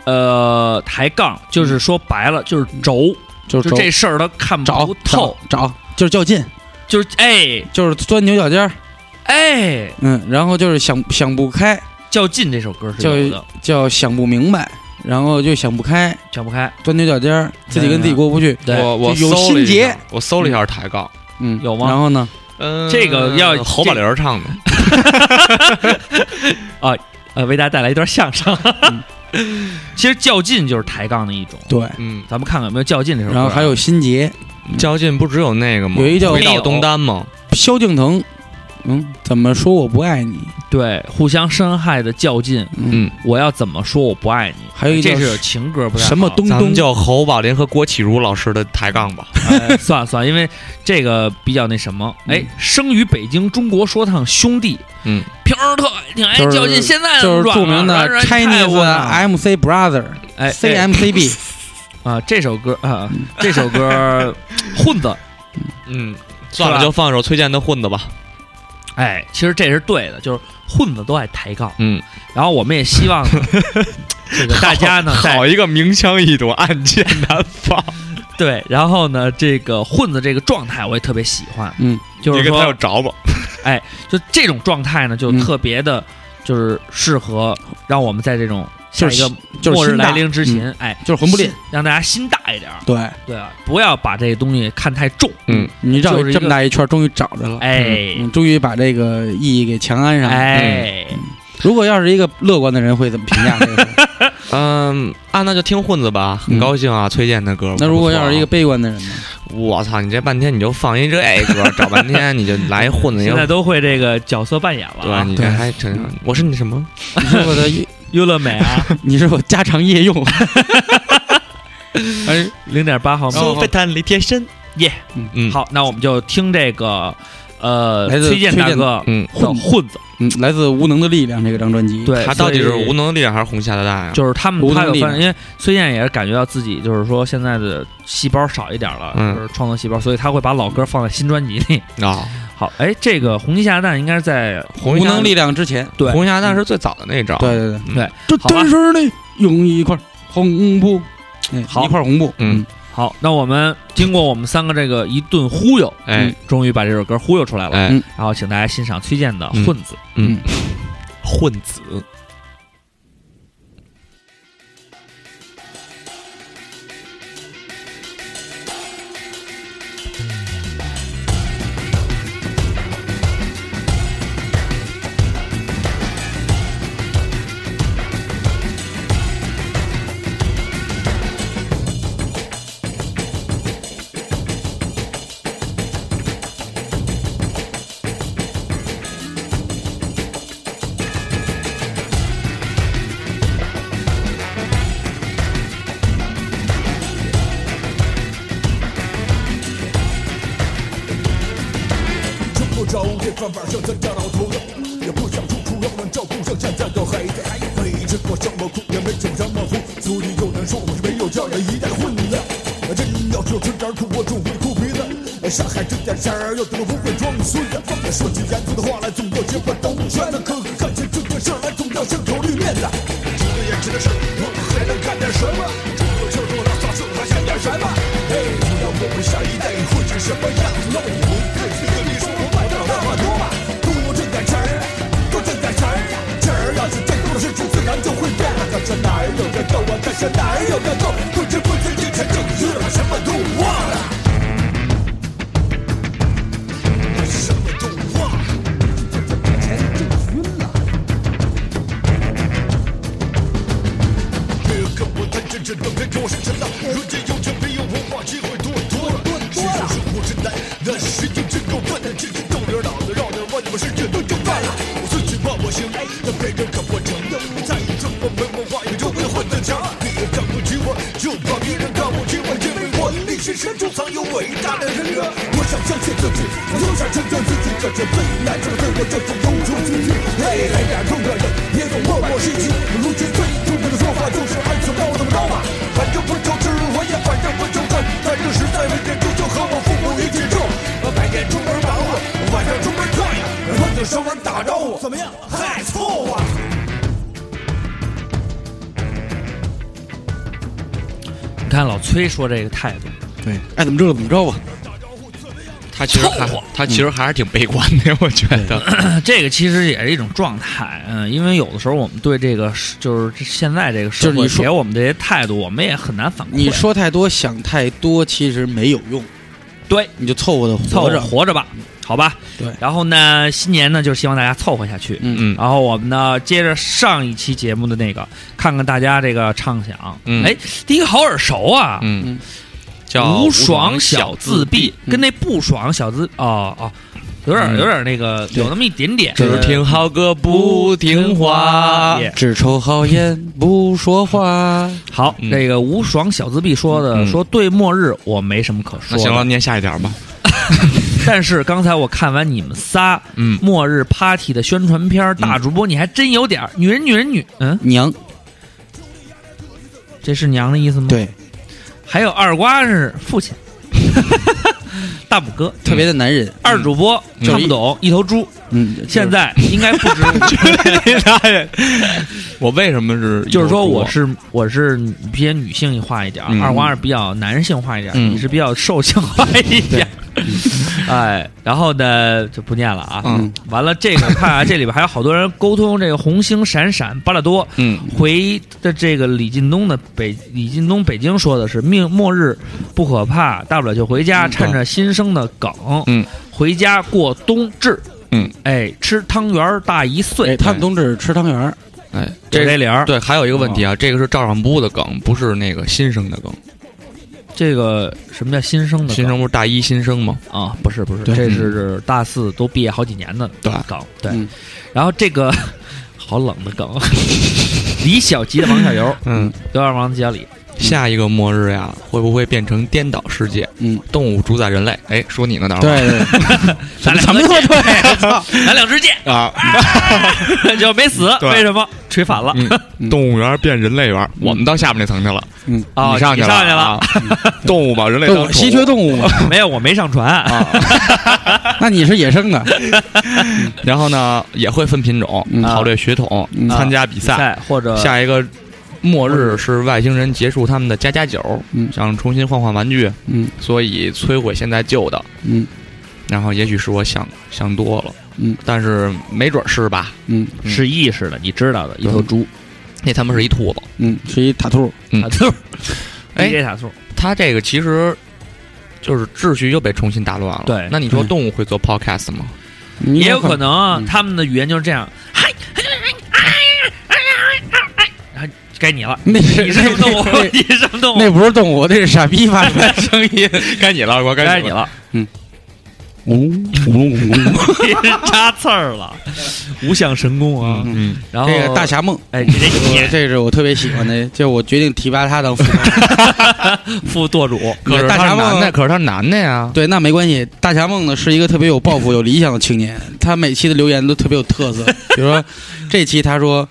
Speaker 6: 呃，抬杠就是说白
Speaker 1: 嗯
Speaker 6: 了就是轴，
Speaker 1: 就是
Speaker 6: 就
Speaker 1: 找
Speaker 6: 这事儿他看
Speaker 1: 找
Speaker 6: 不透，
Speaker 1: 找找就是较劲，
Speaker 6: 就是哎
Speaker 1: 就是钻牛角尖儿，
Speaker 6: 哎
Speaker 1: 嗯，然后就是想想不开，
Speaker 6: 较劲这首歌是
Speaker 1: 较
Speaker 6: 有的，
Speaker 1: 叫想不明白，然后就想不开，
Speaker 6: 讲不开
Speaker 1: 钻牛角尖儿，自己跟自己过不去，
Speaker 6: 对
Speaker 4: 我我
Speaker 1: 就有
Speaker 4: 搜了一
Speaker 1: 心结
Speaker 4: 下，我搜了一下抬杠，
Speaker 1: 嗯，
Speaker 6: 有吗
Speaker 1: 然后呢？
Speaker 4: 嗯，
Speaker 6: 这个要
Speaker 4: 侯宝林儿唱的，
Speaker 6: 呃，为大家带来一段相声。
Speaker 1: 嗯
Speaker 6: 其实较劲就是抬杠的一种，
Speaker 1: 对，
Speaker 4: 嗯，
Speaker 6: 咱们看看有没有较劲这首歌啊。
Speaker 1: 然后还有心结，
Speaker 4: 较劲不只有那个吗？
Speaker 1: 有一叫哦
Speaker 4: 回到东单吗？
Speaker 1: 萧敬腾，嗯，怎么说我不爱你？
Speaker 6: 对互相伤害的较劲，
Speaker 1: 嗯，
Speaker 6: 我要怎么说我不爱你？
Speaker 1: 还有一个
Speaker 6: 这
Speaker 1: 叫
Speaker 6: 是情歌，不太好
Speaker 1: 什么东
Speaker 4: 咱们
Speaker 1: 东，
Speaker 4: 就侯宝林和郭启儒老师的抬杠吧。
Speaker 6: 哎算了算了，因为这个比较那什么。哎
Speaker 1: 嗯，
Speaker 6: 生于北京中国说唱兄弟，
Speaker 4: 嗯，
Speaker 6: 平时特挺爱
Speaker 1: 就是
Speaker 6: 较劲，现在
Speaker 1: 就是
Speaker 6: 软
Speaker 1: 著名
Speaker 6: 了
Speaker 1: 的
Speaker 6: 让人太混
Speaker 1: Chinese 啊
Speaker 6: 了哎
Speaker 1: MC Brother
Speaker 6: 哎
Speaker 1: CMCB，
Speaker 6: 啊，这首歌啊，这 首歌混子，
Speaker 4: 嗯，算了，
Speaker 6: 是吧
Speaker 4: 就放一首崔健的《混子》吧。
Speaker 6: 哎，其实这是对的，就是混子都爱抬杠。
Speaker 4: 嗯，
Speaker 6: 然后我们也 希望呢这个大家呢，在
Speaker 4: 好一个明枪易躲，暗箭难防。
Speaker 6: 对，然后呢，这个混子这个状态我也特别喜欢，
Speaker 1: 嗯，
Speaker 6: 就
Speaker 4: 你给
Speaker 6: 是
Speaker 4: 他有
Speaker 6: 说，
Speaker 4: 着吧。
Speaker 6: 就这种状态呢，就
Speaker 1: 嗯
Speaker 6: 特别的，就是适合让我们在这种下
Speaker 1: 就是
Speaker 6: 一个
Speaker 1: 就是
Speaker 6: 末日
Speaker 1: 心大
Speaker 6: 来临之前，哎，
Speaker 1: 就是魂不吝
Speaker 6: 心，，让大家心大一点儿，
Speaker 1: 对
Speaker 6: 对啊，不要把这东西看太重，
Speaker 1: 你绕
Speaker 6: 就是一
Speaker 1: 这
Speaker 6: 个
Speaker 1: 么大一圈，终于找着了，
Speaker 6: 哎
Speaker 1: 嗯，终于把这个意义给强安上了。嗯
Speaker 6: 哎，
Speaker 1: 如果要是一个乐观的人，会怎么评价这个事儿？
Speaker 4: 嗯啊，那就听混子吧，
Speaker 1: 嗯
Speaker 4: 很高兴啊，崔健的歌。
Speaker 1: 那如果要是一个
Speaker 4: 不
Speaker 1: 悲观的人呢？
Speaker 4: 错啊，我操，你这半天你就放一这歌，找半天你就来一混 子，
Speaker 6: 现在
Speaker 4: 又
Speaker 6: 都会这个角色扮演了
Speaker 4: 对，
Speaker 6: 啊，
Speaker 4: 你这还真，我是你什么？
Speaker 1: 你是我的，
Speaker 6: 优乐美 啊，
Speaker 1: 你是我家常夜用。
Speaker 6: 哎，零点八毫米，
Speaker 4: 苏菲坦里贴身，
Speaker 6: 耶，
Speaker 1: 嗯
Speaker 4: 嗯，，
Speaker 6: 好，那我们就听这个，呃，
Speaker 1: 来自
Speaker 6: 崔健
Speaker 1: 崔
Speaker 6: 大
Speaker 1: 健
Speaker 6: 哥
Speaker 4: 嗯，
Speaker 6: 的混子，
Speaker 1: 嗯，来自《无能的力量》这个张专辑。，
Speaker 6: 对，
Speaker 4: 他到底是
Speaker 6: 所以
Speaker 4: 无能的力量还是红霞的蛋呀？
Speaker 6: 就是他们
Speaker 1: 啊无
Speaker 6: 他
Speaker 1: 能
Speaker 6: 有
Speaker 1: 力
Speaker 6: 分，
Speaker 1: 嘛
Speaker 6: 因为崔健也是感觉到自己就是说现在的细胞少一点了，
Speaker 4: 嗯
Speaker 6: 就是创作细胞，所以他会把老歌放在新专辑里。
Speaker 4: 啊，
Speaker 6: 好，哎，这个红旗下蛋应该是在
Speaker 4: 红
Speaker 1: 无
Speaker 4: 霞
Speaker 1: 能力量之前，
Speaker 6: 对
Speaker 4: 红霞蛋是最早的那张。
Speaker 1: 对对对，这
Speaker 6: 好吧
Speaker 1: 真是的，用一块红布，哎
Speaker 6: 好
Speaker 1: 一块红布，
Speaker 4: 嗯，
Speaker 6: 好，那我们经过我们三个这个一顿忽悠，
Speaker 4: 哎
Speaker 1: 嗯
Speaker 6: 终于把这首歌忽悠出来了。
Speaker 4: 哎
Speaker 1: 嗯，
Speaker 6: 然后请大家欣赏崔健的《
Speaker 4: 嗯
Speaker 6: 混子》
Speaker 4: 嗯，混子，
Speaker 8: 吃不着这饭碗上咱家老头子，也不想处处让人照顾上现在的孩子，没吃过什么苦，也没受什么苦，所以有人说我是没有教养一代混子。真要是吃点苦，我就会哭鼻子。上海这点事儿，又怎么不会装孙子？说起严肃的话来，总要结巴兜圈子。可干起这件事儿来，总要先考虑面子。除了眼前的事，我们还能干点什么？除了吃多了大事，还想点什么？哎，不要我们下一代会是什么样子？那我们这一个你说我卖掉那么多吧？多挣点钱儿，多挣点钱儿，钱儿要是挣够了，是自然就会变了。但是哪儿有个够啊？但是哪儿有个够？不知不觉一天正去了，什么都忘了，什么都忘了。钱进去了。别跟我谈政治，别跟我神了。如今有中藏有伟大的人格。我想相信自己，我就想成就自己，这是最难成的，我这是忧愁情绪。嘿，黑暗中的人，别总默默吸取。如今最中肯的说法就是爱怎么着怎么着吧，反正不求吃，我也反正不求穿，反正实在没忍住就和我父母一起住。我白天出门忙活，晚上出门转悠，碰见熟人打招呼，怎么样？嗨，凑合。
Speaker 6: 你看老崔说这个态度，
Speaker 1: 对，爱怎么着怎么着啊吧。
Speaker 4: 他其实还他其实还是挺悲观的， 我觉得。
Speaker 6: 这个其实也是一种状态，嗯，因为有的时候我们对这个是就是这现在这个社
Speaker 1: 就是你
Speaker 6: 会
Speaker 1: 说
Speaker 6: 给我们这些态度，我们也很难反馈。
Speaker 1: 你说太多，想太多，其实没有用。
Speaker 6: 对，
Speaker 1: 你就凑合的活
Speaker 6: 凑合
Speaker 1: 着。
Speaker 6: 活着吧，好吧。
Speaker 1: 对
Speaker 6: 然后呢，新年呢，就是希望大家凑合下去。
Speaker 1: 嗯
Speaker 4: 嗯
Speaker 6: 然后我们呢，接着上一期节目的那个，看看大家这个畅想。
Speaker 4: 嗯
Speaker 6: 哎，第一个好耳熟啊，
Speaker 4: 嗯
Speaker 1: 嗯，
Speaker 4: 叫
Speaker 6: 无
Speaker 4: 爽
Speaker 6: 爽小自闭，
Speaker 1: 嗯
Speaker 6: 跟那不爽小自哦哦，有点、
Speaker 4: 嗯
Speaker 6: 有点那个，
Speaker 1: 对
Speaker 6: 有那么一点点。
Speaker 1: 只
Speaker 4: 听好歌不听话。
Speaker 6: 也
Speaker 1: 只抽好烟不说话。
Speaker 6: 好，
Speaker 4: 嗯
Speaker 6: 这个无爽小自闭说的、
Speaker 4: 嗯
Speaker 6: 说对末日我没什么可
Speaker 4: 那
Speaker 6: 说的，
Speaker 4: 行了，念下一点吧。
Speaker 6: 但是刚才我看完你们仨
Speaker 4: 嗯
Speaker 6: 末日 party 的宣传片儿，大主播你还真有点儿女人女人女，嗯，
Speaker 1: 娘，
Speaker 6: 这是娘的意思吗？，
Speaker 1: 对，
Speaker 6: 还有二瓜是父亲， 大拇哥，
Speaker 1: 特别的男人。
Speaker 6: 二主播
Speaker 4: 嗯
Speaker 6: 看不懂，一头猪，
Speaker 1: 嗯，
Speaker 6: 现在应该不 止，
Speaker 4: 我为什么是？
Speaker 6: 就是说我是我是比较女性化一点儿，
Speaker 4: 嗯
Speaker 6: 二瓜是比较男性化一点儿，
Speaker 4: 嗯
Speaker 6: 你是比较兽性化一点儿。 哎，然后呢就不念了啊。
Speaker 4: 嗯
Speaker 6: 完了，这个看啊，这里边还有好多人沟通这个红星闪闪巴拉多，
Speaker 4: 嗯
Speaker 6: 回的这个李进东的北李进东北京说的是命末日不可怕，大不了就回家，趁着新生的梗，
Speaker 4: 嗯，
Speaker 6: 回家过冬至，
Speaker 4: 嗯，
Speaker 6: 哎，吃汤圆儿大一
Speaker 1: 哎，
Speaker 6: 岁，
Speaker 1: 他们冬至吃汤圆儿，
Speaker 4: 哎，
Speaker 6: 就这
Speaker 4: 这
Speaker 6: 理儿。
Speaker 4: 对，还有一个问题啊，这个是照上部的梗，不是那个新生的梗。
Speaker 6: 这个什么叫新生的梗
Speaker 4: 新生不是大一新生吗？
Speaker 6: 啊？不是不是，
Speaker 1: 对
Speaker 6: 这是大四都毕业好几年的
Speaker 4: 对
Speaker 6: 梗，对。
Speaker 1: 嗯
Speaker 6: 然后这个 好冷的梗，李小吉的王小游，
Speaker 4: 嗯，
Speaker 6: 有点王小李，
Speaker 4: 下一个末日呀，会不会变成颠倒世界？
Speaker 1: 嗯，
Speaker 4: 动物主宰人类？哎，说你呢，大伙
Speaker 1: 对对，
Speaker 6: 啊 咱俩
Speaker 1: 怎么那么对
Speaker 6: 咱两支箭
Speaker 4: 啊，
Speaker 6: 就没死，
Speaker 4: 对
Speaker 6: 为什么吹反了？
Speaker 4: 嗯动物园变人类园，我们到下面那层去了，
Speaker 1: 嗯，
Speaker 6: 啊，
Speaker 4: 你上去
Speaker 6: 你去了
Speaker 4: 啊，动物把人类当
Speaker 1: 动
Speaker 4: 宠
Speaker 1: 物
Speaker 4: 物
Speaker 1: 稀缺动 物嘛，
Speaker 6: 没有，我没上传。
Speaker 1: 那你是野生的，
Speaker 4: 然后呢，也会分品种，
Speaker 1: 嗯
Speaker 4: 考虑血统，
Speaker 1: 嗯
Speaker 4: 参加比赛。
Speaker 6: 赛或
Speaker 1: 呃
Speaker 6: 者
Speaker 4: 下一个末日是外星人结束他们的家家酒，
Speaker 1: 嗯
Speaker 4: 想重新换换玩具，
Speaker 1: 嗯
Speaker 4: 所以摧毁现在旧的。
Speaker 1: 嗯
Speaker 4: 然后也许是我想想多了，
Speaker 1: 嗯，
Speaker 4: 但是没准是吧？
Speaker 1: 嗯
Speaker 6: 是意识的，你知道的，一头猪，
Speaker 4: 那他妈是一兔子。
Speaker 1: 嗯，是一塔兔，
Speaker 4: 嗯
Speaker 6: 塔兔，
Speaker 4: 哎
Speaker 6: DJ 塔兔，
Speaker 4: 它这个其实就是秩序又被重新打乱了。
Speaker 6: 对
Speaker 4: 那你说
Speaker 1: 嗯
Speaker 4: 动物会做 podcast 吗？
Speaker 6: 也
Speaker 1: 也
Speaker 6: 有可能啊
Speaker 1: 嗯
Speaker 6: 他们的语言就是这样。嗨，啊该你了，
Speaker 1: 那是
Speaker 6: 你是什么动物
Speaker 1: 那？
Speaker 6: 你是什么动
Speaker 1: 那
Speaker 6: 物？
Speaker 1: 不是动物，那是傻逼发出 来的声音。
Speaker 4: 该你了，二瓜，
Speaker 6: 该你。了，哦
Speaker 1: 嗡嗡嗡嗡，
Speaker 6: 你是扎刺儿了，无相神功啊！
Speaker 4: 嗯，
Speaker 6: 然后
Speaker 1: 这个大，侠梦，
Speaker 6: 哎，你
Speaker 1: 我
Speaker 6: 这
Speaker 1: 这是我特别喜欢的，就我决定提拔他当副手。
Speaker 6: 你副舵主，
Speaker 4: 可是
Speaker 1: 大
Speaker 4: 他
Speaker 1: 侠
Speaker 4: 是男的，
Speaker 1: 梦
Speaker 4: 可是他是男的呀。
Speaker 1: 对，那没关系。大侠梦呢是一个特别有抱负、有理想的青年，他每期的留言都特别有特色。 比如说这期他说，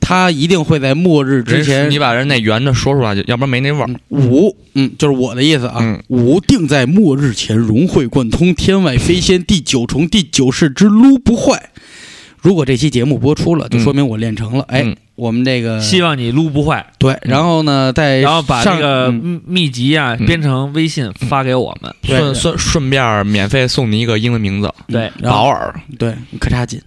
Speaker 1: 他一定会在末日之前
Speaker 4: 人你把人那圆的说出来，就要不然没那味儿。
Speaker 1: 五，嗯，就是我的意思啊。
Speaker 4: 嗯
Speaker 1: 五定在末日前融会贯通，天外飞仙，第九重、第九世之撸不坏。如果这期节目播出了，就说明我练成了。哎，
Speaker 4: 嗯
Speaker 1: 我们这个
Speaker 6: 希望你撸不坏，
Speaker 1: 对，然后呢，在
Speaker 6: 然后把这
Speaker 1: 上
Speaker 6: 个
Speaker 1: 嗯
Speaker 6: 秘秘籍啊
Speaker 4: 嗯
Speaker 6: 编成微信发给我们。
Speaker 1: 对
Speaker 4: 顺顺顺便免费送你一个英文名字，
Speaker 6: 对，
Speaker 1: 然后
Speaker 4: 保尔。
Speaker 1: 对，可差 劲。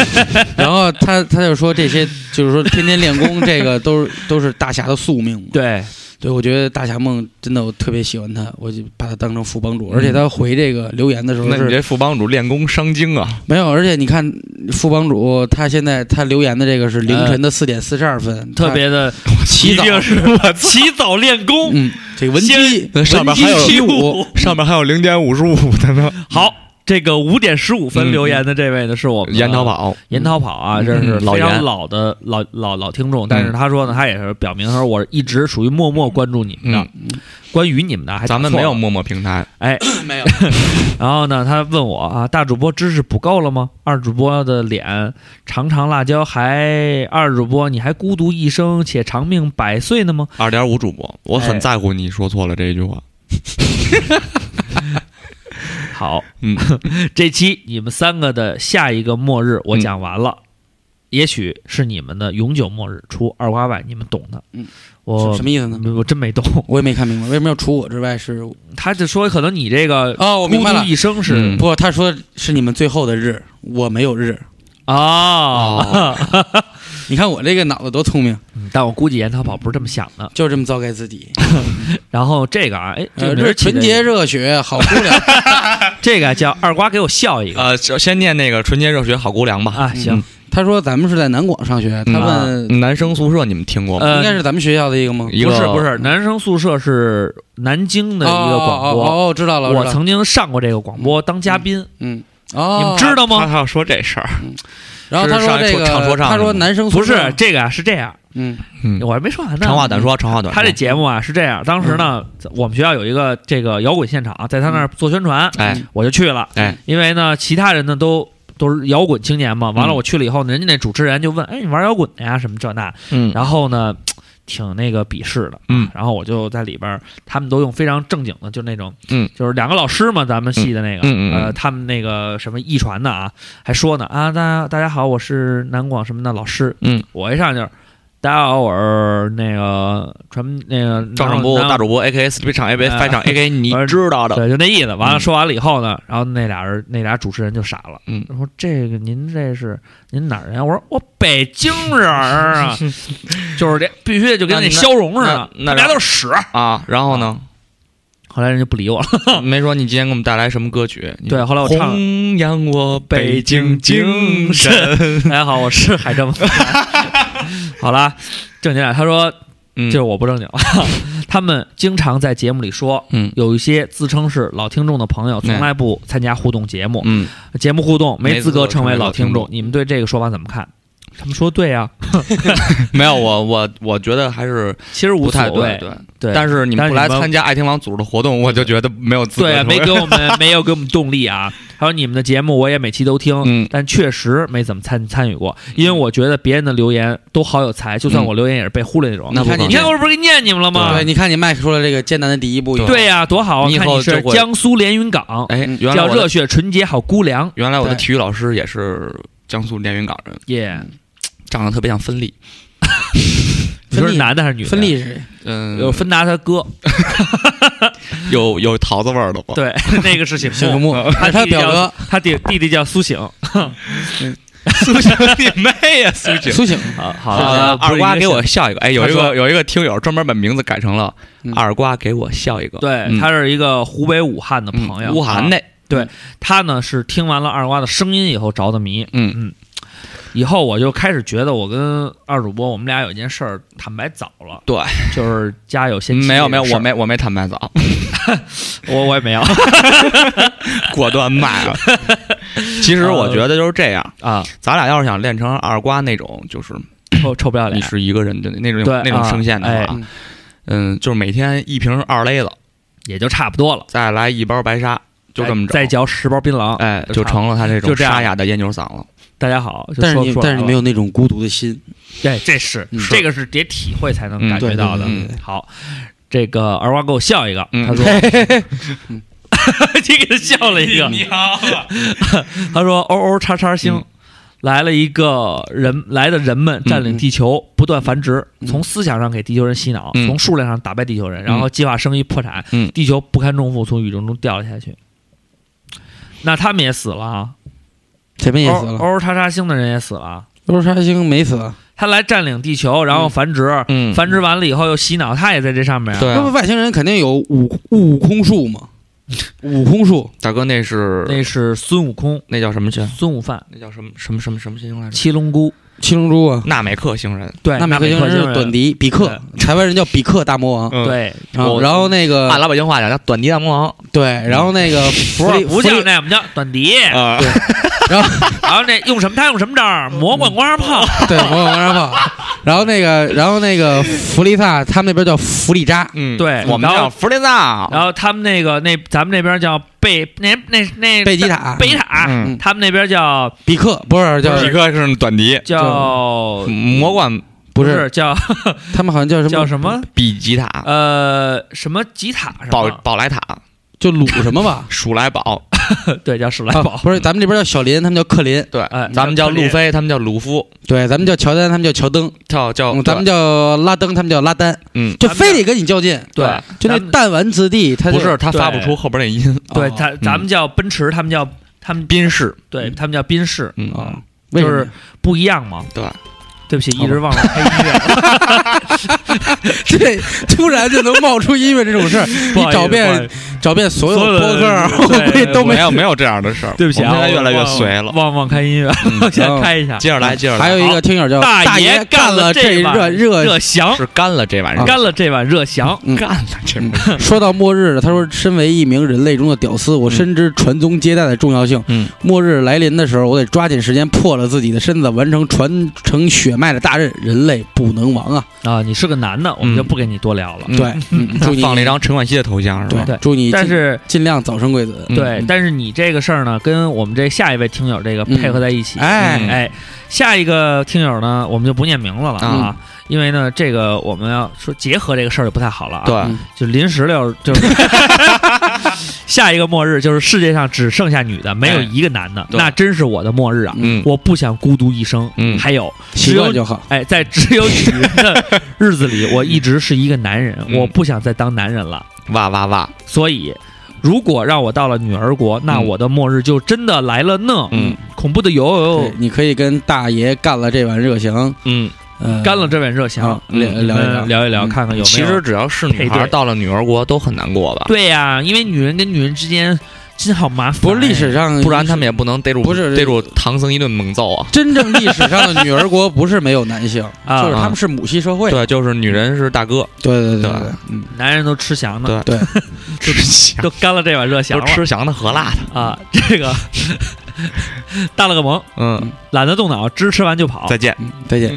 Speaker 1: 然后他他就说这些，就是说天天练功，这个都是都是大侠的宿命嘛。
Speaker 6: 对，
Speaker 1: 对，我觉得大侠梦真的我特别喜欢他，我就把他当成副帮主，而且他回这个留言的时候
Speaker 4: 那你
Speaker 1: 是
Speaker 4: 这副帮主练功伤精啊！
Speaker 1: 没有，而且你看副帮主他现在他留言的这个是凌晨的四点四十二分，
Speaker 6: 特别的
Speaker 1: 他起早
Speaker 6: 一，定是我起早练功。
Speaker 1: 嗯，这个文姬
Speaker 6: 先
Speaker 1: 文
Speaker 4: 上面
Speaker 1: 姬
Speaker 4: 还有
Speaker 1: 起舞，
Speaker 4: 上面还有零点五十五的呢。
Speaker 6: 好，这个五点十五分
Speaker 4: 嗯
Speaker 6: 留言的这位呢，是我们 的
Speaker 4: 研讨宝，
Speaker 6: 研讨宝啊，这是
Speaker 4: 嗯老
Speaker 6: 非常
Speaker 4: 严
Speaker 6: 老的老老老听众，但是
Speaker 4: 嗯
Speaker 6: 他说呢，他也是表明说，我一直属于默默关注你们的，关于你们嗯的，还
Speaker 4: 嗯咱们
Speaker 6: 讲
Speaker 4: 没
Speaker 6: 错
Speaker 4: 有
Speaker 6: 了
Speaker 4: 陌陌平台，
Speaker 6: 哎，
Speaker 1: 没有，
Speaker 6: 然后呢，他问我啊，大主播知识不够了吗？二主播的脸长长辣椒还二主播你还孤独一生且长命百岁呢吗？
Speaker 4: 二点五主播，我
Speaker 6: 哎
Speaker 4: 很在乎你说错了这一句话。
Speaker 6: 好，
Speaker 4: 嗯，
Speaker 6: 这期你们三个的下一个末日
Speaker 1: 嗯
Speaker 6: 我讲完了，也许是你们的永久末日，除二瓜外，你们懂的。
Speaker 1: 嗯，
Speaker 6: 我
Speaker 1: 什什么意思呢？
Speaker 6: 我真没懂，
Speaker 1: 我也没看明白，为什么要除我之外是？
Speaker 6: 他就说可能你这个
Speaker 1: 哦，我明白
Speaker 6: 孤
Speaker 1: 了
Speaker 6: 独，一生是、
Speaker 4: 嗯
Speaker 1: 不，他说是你们最后的日，我没有日。哦
Speaker 6: 啊，
Speaker 1: 你看我这个脑子多聪明，
Speaker 6: 但我估计研讨宝不是这么想的。
Speaker 1: 就这么糟改自己。
Speaker 6: 然后这个啊，哎， 这
Speaker 1: 呃，这
Speaker 6: 个名儿
Speaker 1: 是
Speaker 6: 起
Speaker 1: 纯
Speaker 6: 得
Speaker 1: 洁热血好姑 娘，
Speaker 6: 这个叫二瓜给我笑
Speaker 1: 啊
Speaker 6: 一个
Speaker 4: 呃，就先念那个纯洁热血好姑娘吧。
Speaker 6: 啊，行，
Speaker 1: 他说咱们是在南广上学，他问
Speaker 4: 嗯男生宿舍你们听过吗？
Speaker 1: 应该
Speaker 6: 啊呃，
Speaker 1: 是咱们学校的一个吗？哦
Speaker 4: 一
Speaker 6: 不
Speaker 4: 个
Speaker 6: 是不是，男生宿舍是南京的一个广
Speaker 1: 哦哦
Speaker 6: 播，
Speaker 1: 哦哦，知道了，
Speaker 6: 我
Speaker 1: 知道了
Speaker 6: 曾经上过这个广播当嘉宾，
Speaker 1: 嗯哦，
Speaker 6: 你们知
Speaker 4: 他
Speaker 6: 道吗？
Speaker 4: 他要说这事儿，
Speaker 1: 然后他说这个，
Speaker 4: 是上一说唱说唱
Speaker 1: 他说男生宿
Speaker 6: 不
Speaker 1: 舍
Speaker 6: 是这个啊，是这样，
Speaker 1: 嗯
Speaker 4: 嗯，
Speaker 6: 我还没说完呢。
Speaker 4: 长话短说，嗯长话短说。
Speaker 6: 他这节目啊是这样，当时呢，我们学校有一个这个摇滚现场，啊在他那儿做宣传，
Speaker 4: 哎
Speaker 6: 我就去了。
Speaker 4: 哎，
Speaker 6: 因为呢，其他人呢都都是摇滚青年嘛。完了，
Speaker 4: 嗯
Speaker 6: 我去了以后呢，人家那主持人就问：“哎，你玩摇滚的呀？什么这那？”
Speaker 4: 嗯
Speaker 6: 然后呢，挺那个鄙视的。
Speaker 4: 嗯，
Speaker 6: 然后我就在里边儿，他们都用非常正经的，就那种，
Speaker 4: 嗯，
Speaker 6: 就是两个老师嘛，咱们系的那个，
Speaker 4: 嗯嗯嗯
Speaker 6: 呃，他们那个什么艺传的啊，还说呢啊，大家大家好，我是南广什么的老师，
Speaker 4: 嗯，
Speaker 6: 我一上就是。大家好，我是那个传那个
Speaker 4: 赵尚
Speaker 6: 波
Speaker 4: 波大主播 A K S B 场 A K
Speaker 6: 哎
Speaker 4: A 场 A K 你知道的，
Speaker 6: 对，就那意思。完了，
Speaker 4: 嗯
Speaker 6: 说完了以后呢，然后那俩人那俩主持人就傻了，
Speaker 4: 嗯
Speaker 6: 说这个您这是您哪儿人啊？我说我北京人儿 啊，就是这必须就跟
Speaker 4: 那
Speaker 6: 那消融似的，
Speaker 4: 那那
Speaker 6: 他们俩都是屎。
Speaker 4: 啊，然后呢，
Speaker 6: 后来人就不理我了。
Speaker 4: 没说你今天给我们带来什么歌曲？你
Speaker 6: 对后来我唱了
Speaker 4: 弘扬我北京精神，
Speaker 6: 大哎家好，我是海正。 好啦，正经点，他说
Speaker 4: 嗯
Speaker 6: 就是我不正经了。 他们经常在节目里说，
Speaker 4: 嗯哎
Speaker 6: 有一些自称是老听众的朋友，从来不参加互动节目，
Speaker 4: 嗯，
Speaker 6: 节目互动没
Speaker 4: 没
Speaker 6: 资
Speaker 4: 资
Speaker 6: 格
Speaker 4: 格
Speaker 6: 成
Speaker 4: 成
Speaker 6: 为
Speaker 4: 为
Speaker 6: 老
Speaker 4: 老
Speaker 6: 听
Speaker 4: 听
Speaker 6: 众
Speaker 4: 众。
Speaker 6: 你们对这个说法怎么看？他们说对啊，
Speaker 4: 没有我我我觉得还是
Speaker 6: 其实无
Speaker 4: 不
Speaker 6: 所
Speaker 4: 太对
Speaker 6: 谓，
Speaker 4: 对。
Speaker 6: 对，
Speaker 4: 但是你
Speaker 6: 但
Speaker 4: 们
Speaker 6: 是
Speaker 4: 不
Speaker 6: 你
Speaker 4: 来
Speaker 6: 们
Speaker 4: 参加爱听王组织的活动，我就觉得没有资格
Speaker 6: 对啊，
Speaker 4: 成为。
Speaker 6: 没给 我们没有给我们动力啊。还有你们的节目，我也每期都听，
Speaker 4: 嗯
Speaker 6: 但确实没怎么参参与过，因为我觉得别人的留言都好有才，就算
Speaker 4: 嗯
Speaker 6: 我留言也是被忽略那种。
Speaker 4: 那
Speaker 1: 你看
Speaker 4: 不
Speaker 1: 你
Speaker 6: 你看我这不是给念你们了吗
Speaker 1: 对，？你看你麦克说了这个艰难的第一步以后，
Speaker 6: 对呀、多好啊！
Speaker 4: 你以
Speaker 6: 看
Speaker 4: 后
Speaker 6: 是
Speaker 4: 就会
Speaker 6: 江苏连云港，
Speaker 4: 哎，
Speaker 1: 嗯
Speaker 4: 原来
Speaker 6: 叫
Speaker 4: 我
Speaker 6: 热
Speaker 4: 的
Speaker 6: 血纯洁好姑娘，
Speaker 4: 原来我的
Speaker 1: 对
Speaker 4: 体育老师也是江苏连云港人，
Speaker 6: 耶！
Speaker 4: 长得特别像芬丽。
Speaker 6: 你说
Speaker 1: 分
Speaker 6: 是
Speaker 1: 立
Speaker 6: 男的还是女的？
Speaker 1: 分立是谁
Speaker 4: 嗯，哦
Speaker 6: 有芬达他哥，
Speaker 4: 有有桃子味儿的吗？
Speaker 6: 对， 那个是醒
Speaker 1: 小
Speaker 6: 目，
Speaker 1: 木，
Speaker 6: 他
Speaker 1: 他他
Speaker 6: 弟弟
Speaker 1: 表
Speaker 6: 叫
Speaker 1: 哥
Speaker 6: 他弟弟弟叫苏醒
Speaker 4: 嗯 苏醒你妹呀，苏醒！
Speaker 1: 苏醒，
Speaker 6: 啊，好
Speaker 4: 啊，
Speaker 6: 不是
Speaker 4: 二瓜给我
Speaker 6: 一个
Speaker 4: 笑一个。哎，有一
Speaker 6: 他
Speaker 4: 个
Speaker 6: 说
Speaker 4: 有一个听友专门把名字改成了
Speaker 1: 嗯
Speaker 4: 二瓜给我笑一个。
Speaker 6: 醒对，
Speaker 4: 嗯
Speaker 6: 他是一个湖北武汉的
Speaker 4: 嗯
Speaker 6: 朋友，
Speaker 4: 乌涵
Speaker 6: 啊
Speaker 4: 的，
Speaker 6: 他呢是听完了二瓜的声音以后着的迷，
Speaker 4: 嗯
Speaker 6: 嗯，以后我就开始觉得我跟二主播我们俩有一件事儿坦白早了，
Speaker 4: 对，
Speaker 6: 就是家有先妻
Speaker 4: 没有没有，
Speaker 6: 这个事
Speaker 4: 我
Speaker 6: 儿
Speaker 4: 没我没坦白早，
Speaker 6: 我我 也没有
Speaker 4: 果断卖 了。其实
Speaker 6: 呃
Speaker 4: 我觉得就是这样，
Speaker 6: 啊，
Speaker 4: 咱俩要是想练成二瓜那种，就是
Speaker 6: 臭臭不要
Speaker 4: 你
Speaker 6: 脸，
Speaker 4: 是一个人的那种
Speaker 6: 对
Speaker 4: 那种
Speaker 6: 啊
Speaker 4: 声线的
Speaker 6: 哎
Speaker 4: 话
Speaker 1: 嗯，
Speaker 4: 嗯，就是每天一瓶二勒子，
Speaker 6: 也就差不多了，
Speaker 4: 再来一包白沙，就这么
Speaker 6: 再
Speaker 4: 着。
Speaker 6: 嚼十包槟榔，
Speaker 4: 哎，
Speaker 6: 就
Speaker 4: 就成了他这
Speaker 6: 就
Speaker 4: 种
Speaker 6: 这样
Speaker 4: 沙哑的烟酒嗓了。
Speaker 6: 大家好，就
Speaker 1: 但是
Speaker 6: 说
Speaker 1: 你
Speaker 6: 出来
Speaker 1: 但是你
Speaker 6: 了
Speaker 1: 没有那种孤独的心，
Speaker 6: 对，这是、
Speaker 1: 嗯
Speaker 6: 这个是得体会才能
Speaker 4: 嗯
Speaker 6: 感觉到的。
Speaker 4: 对对对
Speaker 6: 好，这个二瓜给我笑一个，
Speaker 4: 嗯
Speaker 6: 他说，你给他笑了一个， 他说欧欧叉叉
Speaker 4: 嗯
Speaker 6: 星。来了一个人，来的人们占
Speaker 4: 嗯
Speaker 6: 领地球，不断繁殖，从思想上给地球人洗脑，
Speaker 4: 嗯
Speaker 6: 从数量上打败地球人，然后计划生育破产，
Speaker 4: 嗯
Speaker 6: 地球不堪重负，从宇宙中掉了下去。那他们也死了啊，
Speaker 1: 前面也死
Speaker 6: 欧
Speaker 1: 了，
Speaker 6: 欧叉叉星的人也死了啊，
Speaker 1: 欧沙星没死，啊
Speaker 6: 他来占领地球，然后繁殖，
Speaker 4: 嗯，
Speaker 6: 繁殖完了以后又洗脑，他也在这上面。，
Speaker 4: 对
Speaker 1: 那
Speaker 4: 啊
Speaker 1: 不，外星人肯定有悟悟空术吗？悟空术，
Speaker 4: 大哥那是
Speaker 6: 那是孙悟空、
Speaker 4: 那叫什么去？
Speaker 6: 孙悟饭、
Speaker 4: 那叫什么什么什么什么星来着？
Speaker 6: 七龙珠、
Speaker 1: 七龙珠啊，
Speaker 4: 纳美克星人，
Speaker 6: 对，
Speaker 1: 那美克
Speaker 6: 克
Speaker 1: 星人是短
Speaker 6: 短笛，
Speaker 1: 笛比克，台湾人叫比克大魔王。
Speaker 4: 嗯，
Speaker 6: 对，呃
Speaker 1: 然后
Speaker 4: 我
Speaker 1: 然后那
Speaker 4: 按
Speaker 1: 个
Speaker 4: 老北京话讲叫短笛大魔王
Speaker 1: 对，然后那个弗
Speaker 6: 不
Speaker 1: 利
Speaker 6: 是不
Speaker 1: 弗利
Speaker 6: 叫那，我们叫短笛，
Speaker 4: 啊，
Speaker 1: 然后
Speaker 6: 然后那用什么他用什么招儿，魔管刮炮，
Speaker 4: 嗯
Speaker 1: 对，我有王炮。然后那个，然后那个弗利萨，他们那边叫弗利扎，
Speaker 4: 嗯，
Speaker 6: 对
Speaker 4: 我们
Speaker 6: 然
Speaker 4: 叫
Speaker 6: 后
Speaker 4: 弗雷萨，
Speaker 6: 然后他们那个那咱们那边叫贝那那那
Speaker 1: 贝吉塔
Speaker 6: 贝吉塔，
Speaker 4: 嗯，
Speaker 6: 他们那边叫
Speaker 1: 比克不是叫
Speaker 4: 匹克是短笛，
Speaker 6: 叫
Speaker 4: 呃魔管
Speaker 1: 不
Speaker 6: 是叫
Speaker 1: 他们好像叫什么
Speaker 6: 叫什么
Speaker 4: 比吉塔，
Speaker 6: 呃什么吉塔什
Speaker 4: 宝
Speaker 6: 么，
Speaker 4: 宝莱塔，？
Speaker 1: 就鲁什么 吧
Speaker 4: 鼠来宝，
Speaker 6: 对叫史莱
Speaker 1: 啊
Speaker 6: 宝，
Speaker 1: 不是，咱们这边叫小林，他们叫克林。
Speaker 4: 对
Speaker 6: 哎，
Speaker 4: 咱们
Speaker 6: 叫
Speaker 4: 叫
Speaker 6: 克林
Speaker 4: 路飞，他们叫鲁夫，
Speaker 1: 对，咱们叫乔丹，他们叫乔登。
Speaker 4: 叫叫
Speaker 1: 嗯咱们叫拉登，他们叫拉丹。
Speaker 4: 嗯，
Speaker 1: 就
Speaker 6: 哦咱们
Speaker 1: 非得跟你较劲。啊
Speaker 6: 对
Speaker 1: 就那
Speaker 6: 咱们
Speaker 1: 弹丸之地，他就
Speaker 4: 不是他发不
Speaker 6: 对
Speaker 4: 出后边那音，
Speaker 6: 对
Speaker 1: 哦
Speaker 6: 他咱们叫奔驰，他们叫他们
Speaker 4: 宾士，
Speaker 6: 对他们叫宾士，
Speaker 4: 嗯
Speaker 1: 啊，哦为
Speaker 6: 就
Speaker 1: 什么
Speaker 6: 是不一样嘛。
Speaker 4: 对，哦
Speaker 6: 对不起，一直忘了开音乐了。
Speaker 1: 这突然就能冒出音乐这种 事儿，
Speaker 6: 不好
Speaker 1: 你
Speaker 6: 意
Speaker 1: 找
Speaker 6: 思不好意
Speaker 1: 遍
Speaker 6: 思
Speaker 1: 找遍所有
Speaker 6: 所有
Speaker 1: 播
Speaker 6: 的
Speaker 1: 客，我估计
Speaker 6: 对
Speaker 1: 都
Speaker 4: 没
Speaker 1: 没
Speaker 4: 有没有这样的事儿，
Speaker 6: 对不起啊，
Speaker 4: 我们现在越来越
Speaker 6: 忘
Speaker 4: 随了，
Speaker 6: 忘忘开音乐，
Speaker 4: 嗯
Speaker 6: 先开一下。
Speaker 4: 接着来，接着来，
Speaker 1: 还有一个听友叫
Speaker 6: 哦大
Speaker 1: 爷
Speaker 6: 干
Speaker 1: 了
Speaker 6: 这
Speaker 1: 热
Speaker 6: 碗
Speaker 1: 热
Speaker 6: 热翔，
Speaker 4: 啊是干了这玩意儿，
Speaker 6: 干了这碗热翔。
Speaker 1: 嗯
Speaker 4: 干了这玩意儿，
Speaker 1: 说到末日了，他说：“身为一名人类中的屌丝，我深知传宗接代的重要性。
Speaker 4: 嗯，
Speaker 1: 末日来临的时候，我得抓紧时间破了自己的身子，完成传承血脉的大任。人类不能亡啊！
Speaker 6: 啊，你是个男的，我们就不跟你多聊了。
Speaker 4: 嗯
Speaker 1: 对，嗯
Speaker 4: 他
Speaker 1: 祝你
Speaker 4: 放了一张陈冠希的头像是吧？
Speaker 1: 对
Speaker 6: 对
Speaker 1: 祝你尽，
Speaker 6: 但是
Speaker 1: 尽量早生贵子。
Speaker 4: 嗯
Speaker 6: 对，但是你这个事儿呢，跟我们这下一位听友这个
Speaker 1: 嗯
Speaker 6: 配合在一起。
Speaker 1: 哎
Speaker 4: 嗯
Speaker 6: 哎，下一个听友呢，我们就不念名字了啊，因为呢，这个我们要说结合这个事儿就不太好了啊。
Speaker 4: 对
Speaker 1: 嗯
Speaker 6: 就临时了，就是 下一个末日，就是世界上只剩下女的，没有
Speaker 4: 哎
Speaker 6: 一个男的，
Speaker 4: 对
Speaker 6: 那真是我的末日啊！
Speaker 4: 嗯
Speaker 6: 我不想孤独一生。
Speaker 4: 嗯
Speaker 6: 还有
Speaker 1: 习
Speaker 6: 只
Speaker 1: 惯
Speaker 6: 有
Speaker 1: 就好。
Speaker 6: 哎，在只有女人的日子里，我一直是一个男人，
Speaker 4: 嗯
Speaker 6: 我不想再当男人了。
Speaker 4: 哇哇哇，
Speaker 6: 所以，如果让我到了女儿国，那
Speaker 4: 嗯
Speaker 6: 我的末日就真的来了呢。
Speaker 4: 嗯，
Speaker 6: 恐怖的有有
Speaker 1: 对
Speaker 6: 有，
Speaker 1: 你可以跟大爷干了这碗热翔，
Speaker 4: 嗯，
Speaker 1: 呃，
Speaker 6: 干了这碗热
Speaker 1: 啊
Speaker 6: 翔，，
Speaker 1: 聊
Speaker 4: 嗯
Speaker 1: 聊一聊
Speaker 6: 嗯聊一聊，
Speaker 1: 嗯
Speaker 6: 看看有没有。
Speaker 4: 其实只要是女
Speaker 6: 配
Speaker 4: 孩
Speaker 6: 对
Speaker 4: 到了女儿国都很难过吧？
Speaker 6: 对呀、因为女人跟女人之间真好麻烦。
Speaker 1: 不是历史上，
Speaker 4: 哎不然他们也不能逮住
Speaker 1: 不是
Speaker 4: 逮住唐僧一顿猛揍啊！
Speaker 1: 真正历史上的女儿国不是没有男 性，
Speaker 6: 啊
Speaker 1: 就是他们是母系社会。
Speaker 4: 对，就是女人是大哥，
Speaker 1: 对对
Speaker 4: 对
Speaker 1: 对对，嗯。”
Speaker 6: 啊男人都吃翔呢，
Speaker 4: 对
Speaker 1: 对，
Speaker 4: 吃翔
Speaker 6: 都干了这碗热翔
Speaker 4: 都
Speaker 6: 了
Speaker 4: 吃翔的喝辣的，
Speaker 6: 啊！这个大了个萌，
Speaker 4: 嗯，
Speaker 6: 懒得动脑，汁吃完就跑
Speaker 4: 再。见。
Speaker 1: 嗯，再见。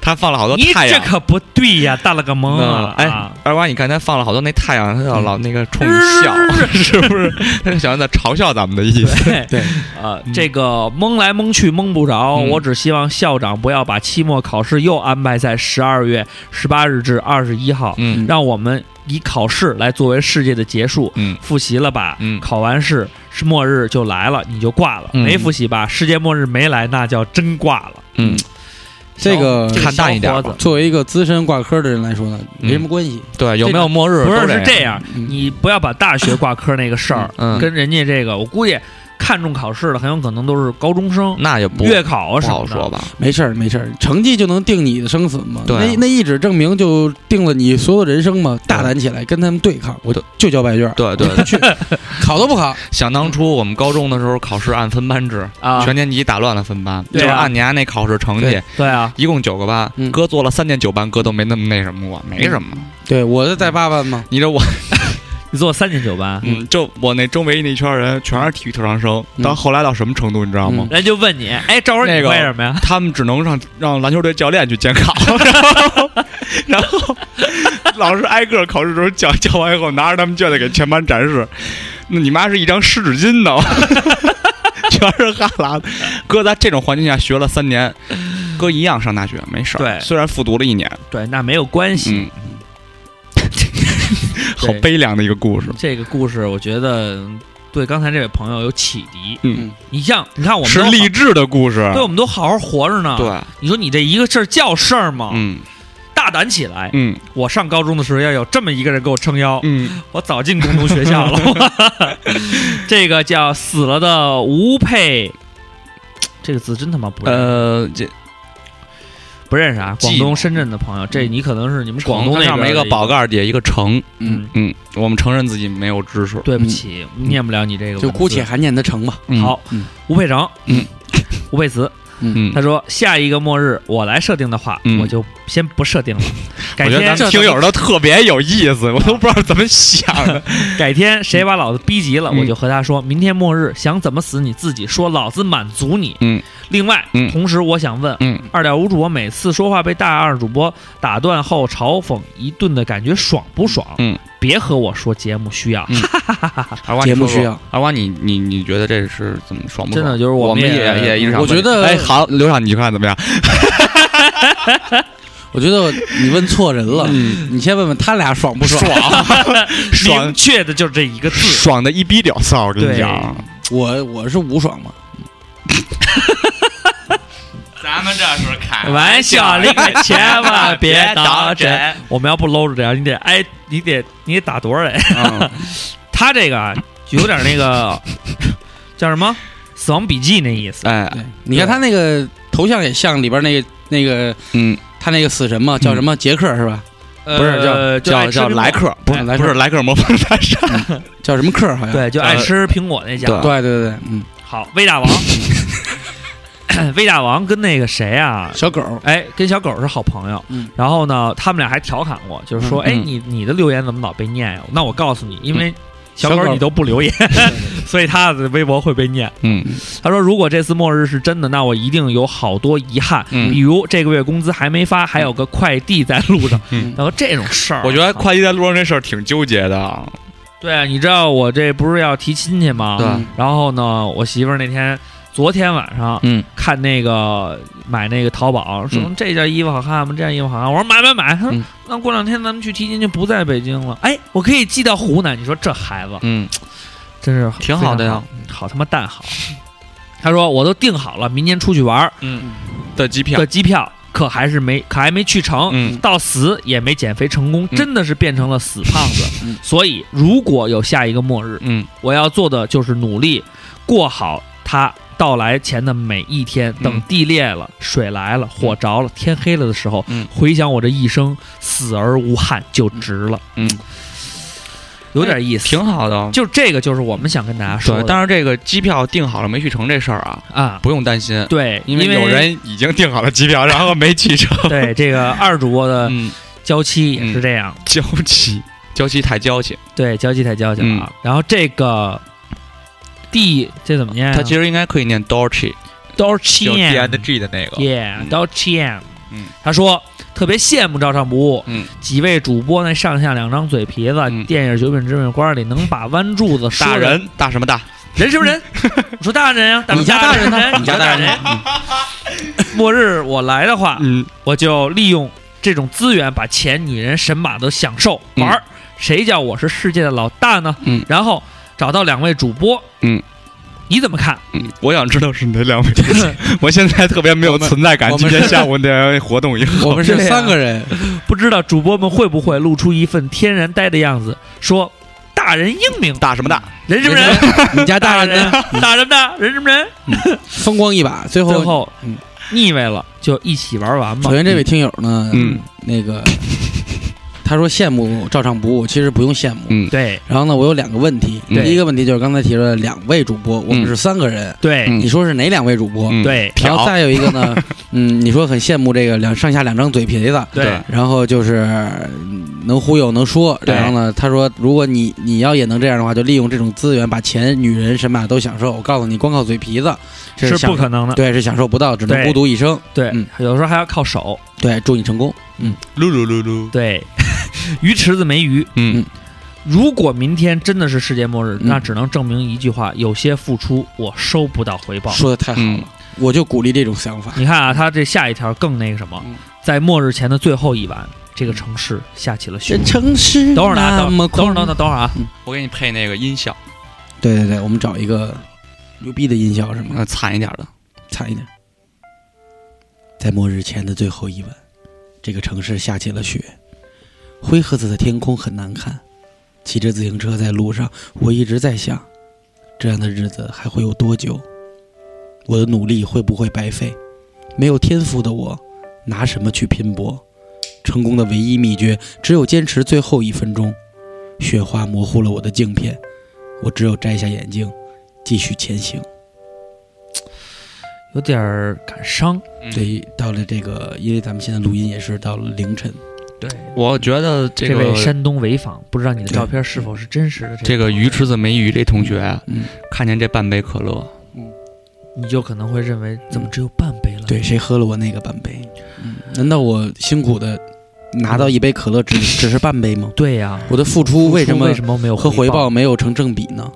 Speaker 4: 他放了好多
Speaker 6: 你
Speaker 1: 啊
Speaker 4: 太
Speaker 6: 这
Speaker 4: 阳，
Speaker 6: 可不对呀，大了个萌
Speaker 4: 嗯
Speaker 6: 啊！，
Speaker 4: 哎
Speaker 6: 嗯啊，
Speaker 4: 二瓜，你看他放了好多那太阳，他要老那个冲你笑， 是不是？他就想在嘲笑咱们的意思。
Speaker 6: 对
Speaker 1: 对，
Speaker 6: 呃，这个蒙来蒙去蒙不着，
Speaker 4: 嗯
Speaker 6: 我只希望校长不要把期末考试又安排在十二月十八日至二十一号，
Speaker 4: 嗯
Speaker 6: 让我们以考试来作为世界的结束。
Speaker 4: 嗯
Speaker 6: 复习了吧？
Speaker 4: 嗯
Speaker 6: 考完试是末日就来了，你就挂了。
Speaker 4: 嗯
Speaker 6: 没复习吧？世界末日没来，那叫真挂了。
Speaker 4: 嗯，
Speaker 1: 这个
Speaker 6: 嗯小
Speaker 4: 看淡一点吧
Speaker 6: 小伙子
Speaker 1: 作为一个资深挂科的人来说呢，
Speaker 4: 嗯
Speaker 1: 没什么关系。
Speaker 4: 对，有没有末日？
Speaker 6: 不是
Speaker 4: 都
Speaker 6: 是这样，
Speaker 1: 嗯
Speaker 6: 你不要把大学挂科那个事儿
Speaker 4: 嗯
Speaker 6: 跟人家这个，我估计看重考试的很有可能都是高中生、
Speaker 4: 那嗯就不
Speaker 6: 月考啊
Speaker 4: 不
Speaker 6: 什
Speaker 4: 好
Speaker 6: 么
Speaker 4: 说
Speaker 6: 的。
Speaker 4: 吧。
Speaker 1: 没事儿，没事儿，成绩就能定你的生死嘛。
Speaker 4: 对啊
Speaker 1: 那那一纸证明就定了你所有人生嘛。大胆起来，跟他们对抗，我
Speaker 4: 对
Speaker 1: 就交白卷儿，
Speaker 4: 对对
Speaker 1: 我不去， 考都不考。
Speaker 4: 想当初我们高中的时候，考试按分班制，
Speaker 6: 啊
Speaker 4: 全年级打乱了分班，就
Speaker 6: 对啊
Speaker 4: 是按你家那考试成绩
Speaker 1: 对，
Speaker 6: 对啊，
Speaker 4: 一共九个班
Speaker 1: 嗯，
Speaker 4: 哥做了三年九班，哥都没那么那什么过，
Speaker 6: 嗯
Speaker 4: 没什么。
Speaker 1: 对，我是在八班嘛。
Speaker 4: 你这我，
Speaker 6: 你做三年九班，
Speaker 4: 嗯， 就我那周围那圈人全是体育特长生，
Speaker 1: 嗯
Speaker 4: 到后来到什么程度你知道吗？
Speaker 1: 嗯
Speaker 6: 人就问你，哎，赵文
Speaker 4: 那
Speaker 6: 你
Speaker 4: 个
Speaker 6: 为什 么呀？
Speaker 4: 他们只能让让篮球队教练去监考， 然后然后老师挨个考试的时候叫叫完以后，拿着他们卷子给全班展示。那你妈是一张湿纸巾呢， 全是哈喇子。哥在这种环境下学了三年，哥一样上大学没事儿。
Speaker 6: 对
Speaker 4: 虽然复读了一年，
Speaker 6: 对，那没有关系。
Speaker 4: 嗯，好悲凉的一个故事。
Speaker 6: 这个故事我觉得对刚才这位朋友有启迪。
Speaker 4: 嗯，
Speaker 6: 你像，你看我们
Speaker 4: 是
Speaker 6: 都好
Speaker 4: 励，志的故事。
Speaker 6: 对，我们都好啊好活着呢。，
Speaker 4: 对，
Speaker 6: 你说你这一个事儿叫事儿吗？
Speaker 4: 嗯
Speaker 6: 大胆起来！
Speaker 4: 嗯
Speaker 6: 我上高中的时候要有这么一个人给我撑腰，
Speaker 4: 嗯，
Speaker 6: 我早进工农学校 了。 这个叫死了的吴佩，这个字真他妈不认、
Speaker 4: 呃，这
Speaker 6: 不认识啊！
Speaker 4: 记嗯
Speaker 6: 广东深圳的朋友，这你可能是你们广东那
Speaker 4: 上
Speaker 6: 边
Speaker 4: 面
Speaker 6: 的
Speaker 4: 一个宝，盖儿，底下一个城。
Speaker 1: 嗯，
Speaker 4: 嗯，我们承认自己没有知识。
Speaker 6: 对不起，
Speaker 1: 嗯
Speaker 6: 念不了你这个文字，
Speaker 1: 就姑且还念得成吧。
Speaker 4: 嗯
Speaker 6: 好
Speaker 1: 嗯。
Speaker 6: 吴佩成，
Speaker 4: 嗯，
Speaker 6: 吴佩慈，
Speaker 4: 嗯，
Speaker 6: 他说下一个末日我来设定的话，
Speaker 4: 嗯
Speaker 6: 我就先不设定了，
Speaker 4: 我
Speaker 6: 改
Speaker 4: 觉得
Speaker 6: 天
Speaker 4: 咱们听友都特别有意思，我都不知道怎么想的。
Speaker 6: 改天谁把老子逼急了，
Speaker 4: 嗯
Speaker 6: 我就和他说，明天末日想怎么死你自己说，老子满足你。
Speaker 4: 嗯，
Speaker 6: 另外，
Speaker 4: 嗯
Speaker 6: 同时我想问，
Speaker 4: 嗯
Speaker 6: 二点五主播每次说话被大二主播打断后嘲讽一顿的感觉爽不爽？
Speaker 4: 嗯，
Speaker 6: 别和我说节目需要，
Speaker 4: 嗯二瓜，
Speaker 1: 节目
Speaker 4: 你说说
Speaker 1: 需要。
Speaker 4: 二瓜，你你你觉得这是怎么爽不爽？
Speaker 6: 真的就是
Speaker 4: 我
Speaker 6: 我们
Speaker 4: 们
Speaker 6: 也
Speaker 4: 也也一直想
Speaker 1: 我觉得
Speaker 4: 问哎，好，刘畅，你看怎么样？
Speaker 1: 我觉得你问错人了，
Speaker 4: 嗯
Speaker 1: 你先问问他俩爽不爽？
Speaker 6: 明
Speaker 4: 爽
Speaker 6: 确的就是这一个字。
Speaker 4: 啊爽的一逼屌丝，我跟你讲，
Speaker 1: 我我是无爽嘛，
Speaker 4: 咱们这是开
Speaker 6: 玩笑， 你可千万别当真。我们要不搂着点，你得挨，你得你得打多少人？
Speaker 4: 啊
Speaker 1: 嗯
Speaker 6: 他这个啊有点那 个叫什么《死亡笔记》那意思。
Speaker 4: 哎，
Speaker 1: 对，你看他那个头像也像里边那个那个
Speaker 4: 嗯，
Speaker 1: 他那个死神嘛，叫什么杰克是吧？
Speaker 4: 不是
Speaker 6: 呃
Speaker 4: 叫
Speaker 6: 就爱
Speaker 4: 叫
Speaker 6: 吃
Speaker 4: 叫
Speaker 6: 苹
Speaker 4: 莱
Speaker 6: 果，
Speaker 4: 克，不是
Speaker 1: 哎莱
Speaker 4: 不
Speaker 1: 克
Speaker 4: 是莱克魔方大厦，
Speaker 1: 叫什么克好像？
Speaker 6: 对，就爱吃苹果那家。
Speaker 4: 对
Speaker 1: 对对对对，嗯，
Speaker 6: 好，魏 大王， 魏大王跟那个谁啊？
Speaker 1: 小狗，
Speaker 6: 哎，跟小狗是好朋友，
Speaker 1: 嗯
Speaker 6: 然后呢，他们俩还调侃过，就是说，
Speaker 4: 嗯
Speaker 6: 哎，
Speaker 4: 嗯
Speaker 6: 你你的留言怎么老被念呀？那我告诉你，因为小
Speaker 1: 小
Speaker 6: 狗
Speaker 1: 狗
Speaker 6: 你都不留言，所以他的微博会被念。
Speaker 4: 嗯，
Speaker 6: 他说：“如果这次末日是真的，那我一定有好多遗憾，
Speaker 4: 嗯
Speaker 6: 比如这个月工资还没发，还有个快递在路上。
Speaker 4: 嗯
Speaker 6: 然后这种事儿，啊
Speaker 4: 我觉得快递在路上这事儿挺纠结的，
Speaker 6: 对，啊你知道我这不是要提亲戚吗？
Speaker 4: 对
Speaker 6: 然后呢，我媳妇儿那天昨天晚上，
Speaker 4: 嗯，
Speaker 6: 看那个买那个淘宝，说
Speaker 4: 嗯
Speaker 6: 这件衣服好看吗？这件衣服好看。我说买买买。她说
Speaker 4: 嗯
Speaker 6: 那过两天咱们去提亲就不在北京了。哎，我可以寄到湖南。你说这孩子
Speaker 4: 嗯
Speaker 6: 真是
Speaker 4: 挺好的呀
Speaker 6: 非常嗯好，好他妈蛋好。他说我都订好了，明年出去玩儿
Speaker 4: 嗯的机票
Speaker 6: 的，机票，可还是没可还没去成。
Speaker 4: 嗯
Speaker 6: 到死也没减肥成功，
Speaker 4: 嗯
Speaker 6: 真的是变成了死胖子。
Speaker 1: 嗯
Speaker 6: 所以，如果有下一个末日，
Speaker 4: 嗯
Speaker 6: 我要做的就是努力过好它到来前的每一天。
Speaker 4: 嗯
Speaker 6: 等地裂了、水来了、火着了、天黑了的时候，
Speaker 4: 嗯
Speaker 6: 回想我这一生，死而无憾就值了。
Speaker 4: 嗯，哎
Speaker 6: 有点意思。
Speaker 4: 挺好的。
Speaker 6: 就这个，就是我们想跟大家说
Speaker 4: 对
Speaker 6: 的。，
Speaker 4: 但是这个机票订好了没去成这事儿啊，
Speaker 6: 啊，
Speaker 4: 不用担
Speaker 1: 哎
Speaker 4: 心，
Speaker 6: 对，
Speaker 4: 因
Speaker 6: 为
Speaker 4: 有 人已经订好了机票，然后没去成。
Speaker 6: 对这个二主播的
Speaker 4: 嗯，
Speaker 6: 娇妻也是这样。
Speaker 4: 娇妻，娇妻太娇气，
Speaker 6: 对，交际太交际了啊。然后这个地这怎么念、啊？
Speaker 4: 它其实应该可以念 Dolce，
Speaker 6: 刀
Speaker 4: 就 D
Speaker 6: 切
Speaker 4: N G 的那个。
Speaker 6: ，Yeah，
Speaker 4: 嗯
Speaker 6: 刀切。
Speaker 4: 嗯，
Speaker 6: 他说特别羡慕照常不误，
Speaker 4: 嗯，
Speaker 6: 几位主播那上下两张嘴皮子，
Speaker 4: 嗯
Speaker 6: 电影《九品芝麻官》里能把弯柱子说
Speaker 4: 大
Speaker 6: 的
Speaker 4: 人大什么大？
Speaker 6: 人是不是人？我说大人呀、啊大
Speaker 1: 你家大人呢？
Speaker 6: 你家大人。末日我来的话，
Speaker 4: 嗯
Speaker 6: 我就利用这种资源把钱、女人、神马都享受
Speaker 4: 嗯
Speaker 6: 玩儿。谁叫我是世界的老大呢？
Speaker 4: 嗯
Speaker 6: 然后找到两位主播，
Speaker 4: 嗯，
Speaker 6: 你怎么看？
Speaker 4: 嗯，我想知道是 哪两位。我现在特别没有存在感。
Speaker 1: 我
Speaker 4: 今
Speaker 1: 们
Speaker 4: 天 下午的活动以后，
Speaker 1: 我们是三个人，
Speaker 6: 不知道主播们会不会露出一份天然呆的样子，说大人英明，
Speaker 4: 大什么大？
Speaker 6: 人是不是人？
Speaker 1: 你家大人
Speaker 6: 人
Speaker 1: 呢？，
Speaker 6: 大人大人是不是人？
Speaker 1: 风光一把，最
Speaker 6: 最
Speaker 1: 后。
Speaker 6: 后
Speaker 1: 嗯
Speaker 6: 腻歪了就一起玩完吧
Speaker 1: 首。先，这位听友呢，
Speaker 4: 嗯，
Speaker 1: 那个 他说羡慕照常不误，其实不用羡慕。
Speaker 4: 嗯
Speaker 6: 对
Speaker 1: 然后呢，我有两个问题，
Speaker 4: 对
Speaker 1: 第一个问题就是刚才提出的两位主播，我们
Speaker 4: 嗯
Speaker 1: 是三个人，
Speaker 6: 对
Speaker 4: 嗯
Speaker 1: 你说是哪两位主播？
Speaker 4: 嗯
Speaker 6: 对
Speaker 1: 然后
Speaker 4: 挑
Speaker 1: 再有一个呢，嗯，你说很羡慕这个两上下两张嘴皮子，
Speaker 6: 对，
Speaker 1: 然后就是嗯能忽悠能说，
Speaker 6: 对
Speaker 1: 然后呢，他说如果你你要也能这样的话，就利用这种资源把钱、女人、神马都享受。我告诉你，光靠嘴皮子
Speaker 6: 是
Speaker 1: 享
Speaker 6: 不可能的。
Speaker 1: 对是享受不到，只能
Speaker 6: 对
Speaker 1: 孤独一生。
Speaker 6: 对
Speaker 1: 嗯，
Speaker 6: 有时候还要靠手。
Speaker 1: 对，祝你成功。
Speaker 4: 噜噜噜噜。
Speaker 6: 对， 鱼池子没鱼。
Speaker 4: 嗯
Speaker 6: 如果明天真的是世界末日，
Speaker 1: 嗯
Speaker 6: 那只能证明一句话：有些付出我收不到回报。
Speaker 1: 说的太好了，
Speaker 4: 嗯
Speaker 1: 我就鼓励这种想法。
Speaker 6: 你看啊，他这下一条更那个什么
Speaker 1: 嗯，
Speaker 6: 在末日前的最后一晚，这个城市下起了
Speaker 1: 这
Speaker 6: 雪。
Speaker 1: 城市
Speaker 6: 等会儿呢，
Speaker 1: 那
Speaker 6: 等会
Speaker 1: 么
Speaker 6: 儿等会儿，等会儿，
Speaker 1: 空
Speaker 6: 等会儿啊！
Speaker 4: 我给你配那个音效，
Speaker 1: 对对对，我们找一个牛逼的音效是吗？
Speaker 4: 呃，惨一点的。
Speaker 1: 惨一点，在末日前的最后一晚，这个城市下起了雪，灰褐色的天空很难看。骑着自行车在路上，我一直在想，这样的日子还会有多久？我的努力会不会白费？没有天赋的我，拿什么去拼搏？成功的唯一秘诀只有坚持最后一分钟。雪花模糊了我的镜片，我只有摘下眼镜，继续前行。
Speaker 6: 有点儿感伤。
Speaker 9: 嗯
Speaker 1: 这一到了这个，因为咱们现在录音也是到了凌晨，
Speaker 6: 对，
Speaker 9: 我觉得这
Speaker 6: 这
Speaker 9: 个
Speaker 6: 位山东潍坊，不知道你的照片是否是真实的？
Speaker 9: 这个鱼池子没鱼这同学啊
Speaker 1: 嗯，
Speaker 9: 看见这半杯可乐，
Speaker 6: 你就可能会认为，怎么只有半杯了？
Speaker 1: 嗯对，谁喝了我那个半杯？嗯，难道我辛苦的拿到一杯可乐只 只是半杯吗？
Speaker 6: 对呀、
Speaker 1: 我的付出为什么
Speaker 6: 为什么没有
Speaker 1: 和回
Speaker 6: 回
Speaker 1: 报？没有成正比呢？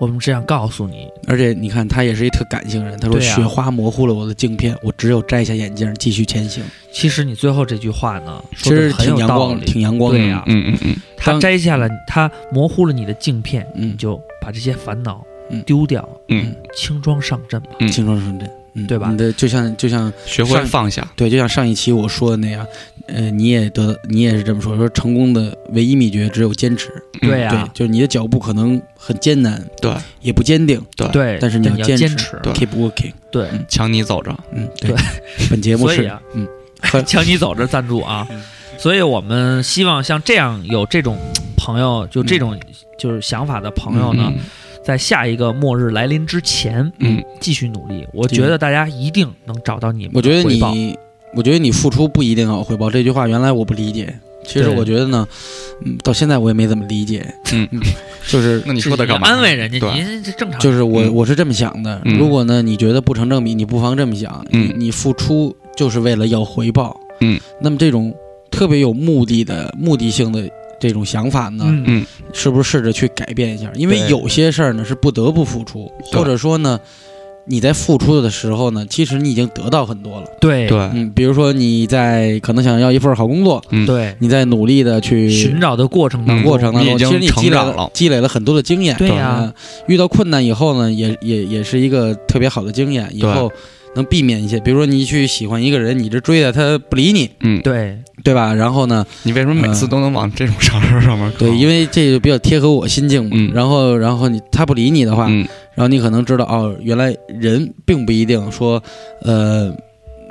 Speaker 6: 我们这样告诉你，
Speaker 1: 而且你看，他也是一特感性人，他说
Speaker 6: 对啊
Speaker 1: 雪花模糊了我的镜片，我只有摘下眼镜继续前行。
Speaker 6: 其实你最后这句话呢，
Speaker 1: 其
Speaker 6: 说得
Speaker 1: 实
Speaker 6: 很
Speaker 1: 挺
Speaker 6: 有
Speaker 1: 阳
Speaker 6: 道
Speaker 1: 光，
Speaker 6: 理。
Speaker 1: 挺阳光的。
Speaker 6: 对
Speaker 4: 啊
Speaker 6: 呀、
Speaker 9: 嗯嗯嗯，
Speaker 6: 它
Speaker 1: 当
Speaker 6: 摘下了，它模糊了你的镜片，
Speaker 1: 嗯
Speaker 6: 你，就把这些烦恼
Speaker 1: 嗯
Speaker 6: 丢掉，
Speaker 9: 嗯，
Speaker 6: 轻装上阵吧。
Speaker 9: 嗯
Speaker 1: 轻装上阵，嗯，
Speaker 6: 对吧
Speaker 1: 你的就像就像
Speaker 9: 学会放下，
Speaker 1: 对，就像上一期我说的那样，呃，你也得你也是这么说，说成功的唯一秘诀只有坚持。
Speaker 9: 嗯
Speaker 6: 对呀、啊
Speaker 1: 对，就是你的脚步可能很艰难，
Speaker 9: 对，
Speaker 1: 也不坚定
Speaker 6: 对，
Speaker 1: 但是你要
Speaker 6: 你要
Speaker 1: 坚
Speaker 6: 坚
Speaker 1: 持
Speaker 6: 持，
Speaker 9: 对
Speaker 1: ，keep working。
Speaker 6: 对，
Speaker 9: 强你走着，
Speaker 1: 嗯，对
Speaker 6: 对。
Speaker 1: 本节目
Speaker 6: 所以
Speaker 1: 是
Speaker 6: 啊，
Speaker 1: 嗯，很
Speaker 6: 请你走着赞助啊。所以我们希望像这样有这种朋友，就这
Speaker 1: 嗯
Speaker 6: 种就是想法的朋友呢，在下一个末日来临之前，
Speaker 9: 嗯，
Speaker 6: 继续努力。我觉得大家一定能找到你们
Speaker 1: 我觉
Speaker 6: 的
Speaker 1: 得
Speaker 6: 回报。
Speaker 1: 你，我觉得你付出不一定要有回报。这句话原来我不理解，其实
Speaker 6: 对
Speaker 1: 我觉得呢，嗯，到现在我也没怎么理解。
Speaker 9: 嗯，
Speaker 1: 就是
Speaker 9: 那你
Speaker 6: 这
Speaker 9: 说的
Speaker 6: 你要
Speaker 9: 干嘛？
Speaker 6: 安慰人家，
Speaker 9: 对
Speaker 6: 您这正常。
Speaker 1: 就是我、
Speaker 9: 嗯
Speaker 1: 我是这么想的。
Speaker 9: 嗯
Speaker 1: 如果呢你觉得不成正比，你不妨这么想，
Speaker 9: 嗯
Speaker 1: 你你付出就是为了要回报。
Speaker 9: 嗯，
Speaker 1: 那么这种特别有目的的目的性的这种想法呢，
Speaker 6: 嗯，
Speaker 1: 是不是试着去改变一下？因为
Speaker 9: 对
Speaker 1: 有些事儿呢是不得不付出，
Speaker 9: 对
Speaker 1: 或者说呢。你在付出的时候呢，其实你已经得到很多了。
Speaker 6: 对
Speaker 9: 对，
Speaker 1: 嗯，比如说你在可能想要一份好工作，
Speaker 6: 对，
Speaker 1: 你在努力的去
Speaker 6: 寻找的过程当
Speaker 9: 嗯
Speaker 6: 中，
Speaker 1: 过程当
Speaker 9: 你
Speaker 1: 中，
Speaker 9: 已
Speaker 1: 其
Speaker 9: 经
Speaker 1: 实你积累
Speaker 9: 成长了
Speaker 1: 积累了很多的经验。
Speaker 6: 对呀
Speaker 1: 嗯遇到困难以后呢，也也也是一个特别好的经验，以
Speaker 9: 对
Speaker 1: 后能避免一些，比如说你去喜欢一个人，你这追的他不理你，
Speaker 9: 嗯，
Speaker 6: 对
Speaker 1: 对吧？然后呢，
Speaker 9: 你为什么每次都能往这种上事上面靠？
Speaker 1: 对，因为这就比较贴合我心境嘛。
Speaker 9: 嗯
Speaker 1: 然后，然后你他不理你的话，
Speaker 9: 嗯
Speaker 1: 然后你可能知道哦，原来人并不一定说，呃，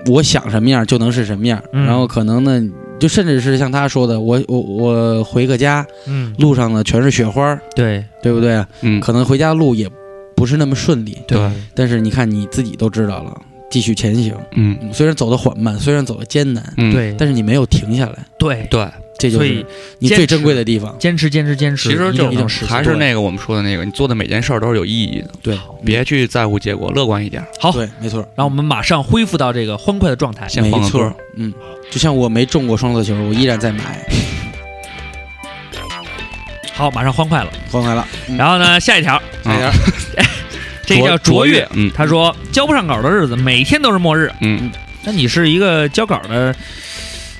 Speaker 1: 我想什么样就能是什么样。
Speaker 6: 嗯
Speaker 1: 然后可能呢，就甚至是像他说的，我我我回个家
Speaker 6: 嗯，
Speaker 1: 路上呢全是雪花，
Speaker 6: 对
Speaker 1: 对不对？
Speaker 9: 嗯，
Speaker 1: 可能回家路也不是那么顺利，
Speaker 9: 对，
Speaker 1: 但是你看你自己都知道了，继续前行。
Speaker 9: 嗯
Speaker 1: 嗯虽然走得缓慢，虽然走得艰难，
Speaker 9: 嗯，
Speaker 6: 对
Speaker 1: 但是你没有停下来，
Speaker 6: 对，
Speaker 9: 对，
Speaker 1: 这就
Speaker 6: 所以
Speaker 1: 是你最珍贵的地方。
Speaker 6: 坚持坚持坚持，
Speaker 9: 其实
Speaker 6: 一
Speaker 9: 就
Speaker 6: 定能实
Speaker 9: 是
Speaker 6: 现
Speaker 9: 还是那个我们说的那个，你做的每件事儿都是有意义的，
Speaker 1: 对，
Speaker 9: 别去在乎结果，乐观一点。
Speaker 6: 好
Speaker 1: 对，没错。
Speaker 6: 让我们马上恢复到这个欢快的状态。
Speaker 9: 先放
Speaker 1: 没
Speaker 9: 个
Speaker 1: 错
Speaker 9: 歌，
Speaker 1: 嗯，就像我没中过双色球，我依然在买，
Speaker 6: 好，马上欢快了。
Speaker 1: 欢快了。嗯
Speaker 6: 然后呢，下一条，
Speaker 1: 来点
Speaker 9: 啊
Speaker 1: 儿，
Speaker 6: 这个叫
Speaker 9: 卓
Speaker 6: 卓越。，
Speaker 9: 嗯
Speaker 6: 他说交不上稿的日子，每天都是末日。
Speaker 9: 嗯，
Speaker 6: 那你是一个交稿的，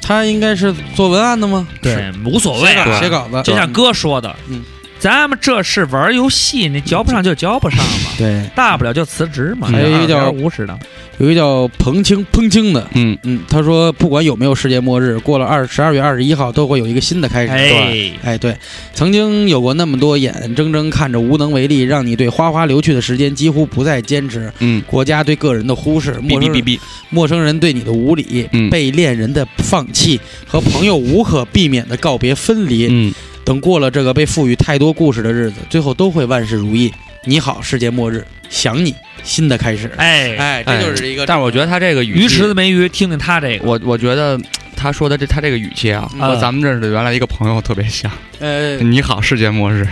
Speaker 1: 他应该是做文案的吗？
Speaker 6: 对，无所谓啊。
Speaker 9: 对
Speaker 1: 写稿子。
Speaker 6: 就像哥说的，
Speaker 1: 嗯，
Speaker 6: 咱们这是玩游戏，你交不上就交不上嘛，
Speaker 1: 对，
Speaker 6: 大不了就辞职嘛。
Speaker 1: 还有一个叫
Speaker 6: 无耻的，
Speaker 1: 有一个叫彭青彭青的，
Speaker 9: 嗯，
Speaker 1: 嗯，他说不管有没有世界末日，过了二十二月二十一号都会有一个新的开始。对。
Speaker 6: 哎，
Speaker 1: 哎，对，曾经有过那么多眼睁睁看着无能为力，让你对花花流去的时间几乎不再坚持。
Speaker 9: 嗯，
Speaker 1: 国家对个人的忽视，
Speaker 9: 哔
Speaker 1: 陌
Speaker 9: 哔哔
Speaker 1: 生人
Speaker 9: 哔，
Speaker 1: 陌生人对你的无礼，
Speaker 9: 嗯
Speaker 1: 被恋人的放弃和朋友无可避免的告别分离。
Speaker 9: 嗯，
Speaker 1: 等过了这个被赋予太多故事的日子，最后都会万事如意。你好，世界末日，想你，新的开始。
Speaker 6: 哎，
Speaker 1: 哎，这就是一个。
Speaker 9: 但是我觉得他这个语
Speaker 6: 鱼
Speaker 9: 气
Speaker 6: 池子没鱼，听听他这个，
Speaker 9: 我我觉得他说的这他这个语气啊，
Speaker 1: 嗯
Speaker 9: 和咱们认识的原来一个朋友特别像。
Speaker 1: 呃，
Speaker 9: 你好，世界末日，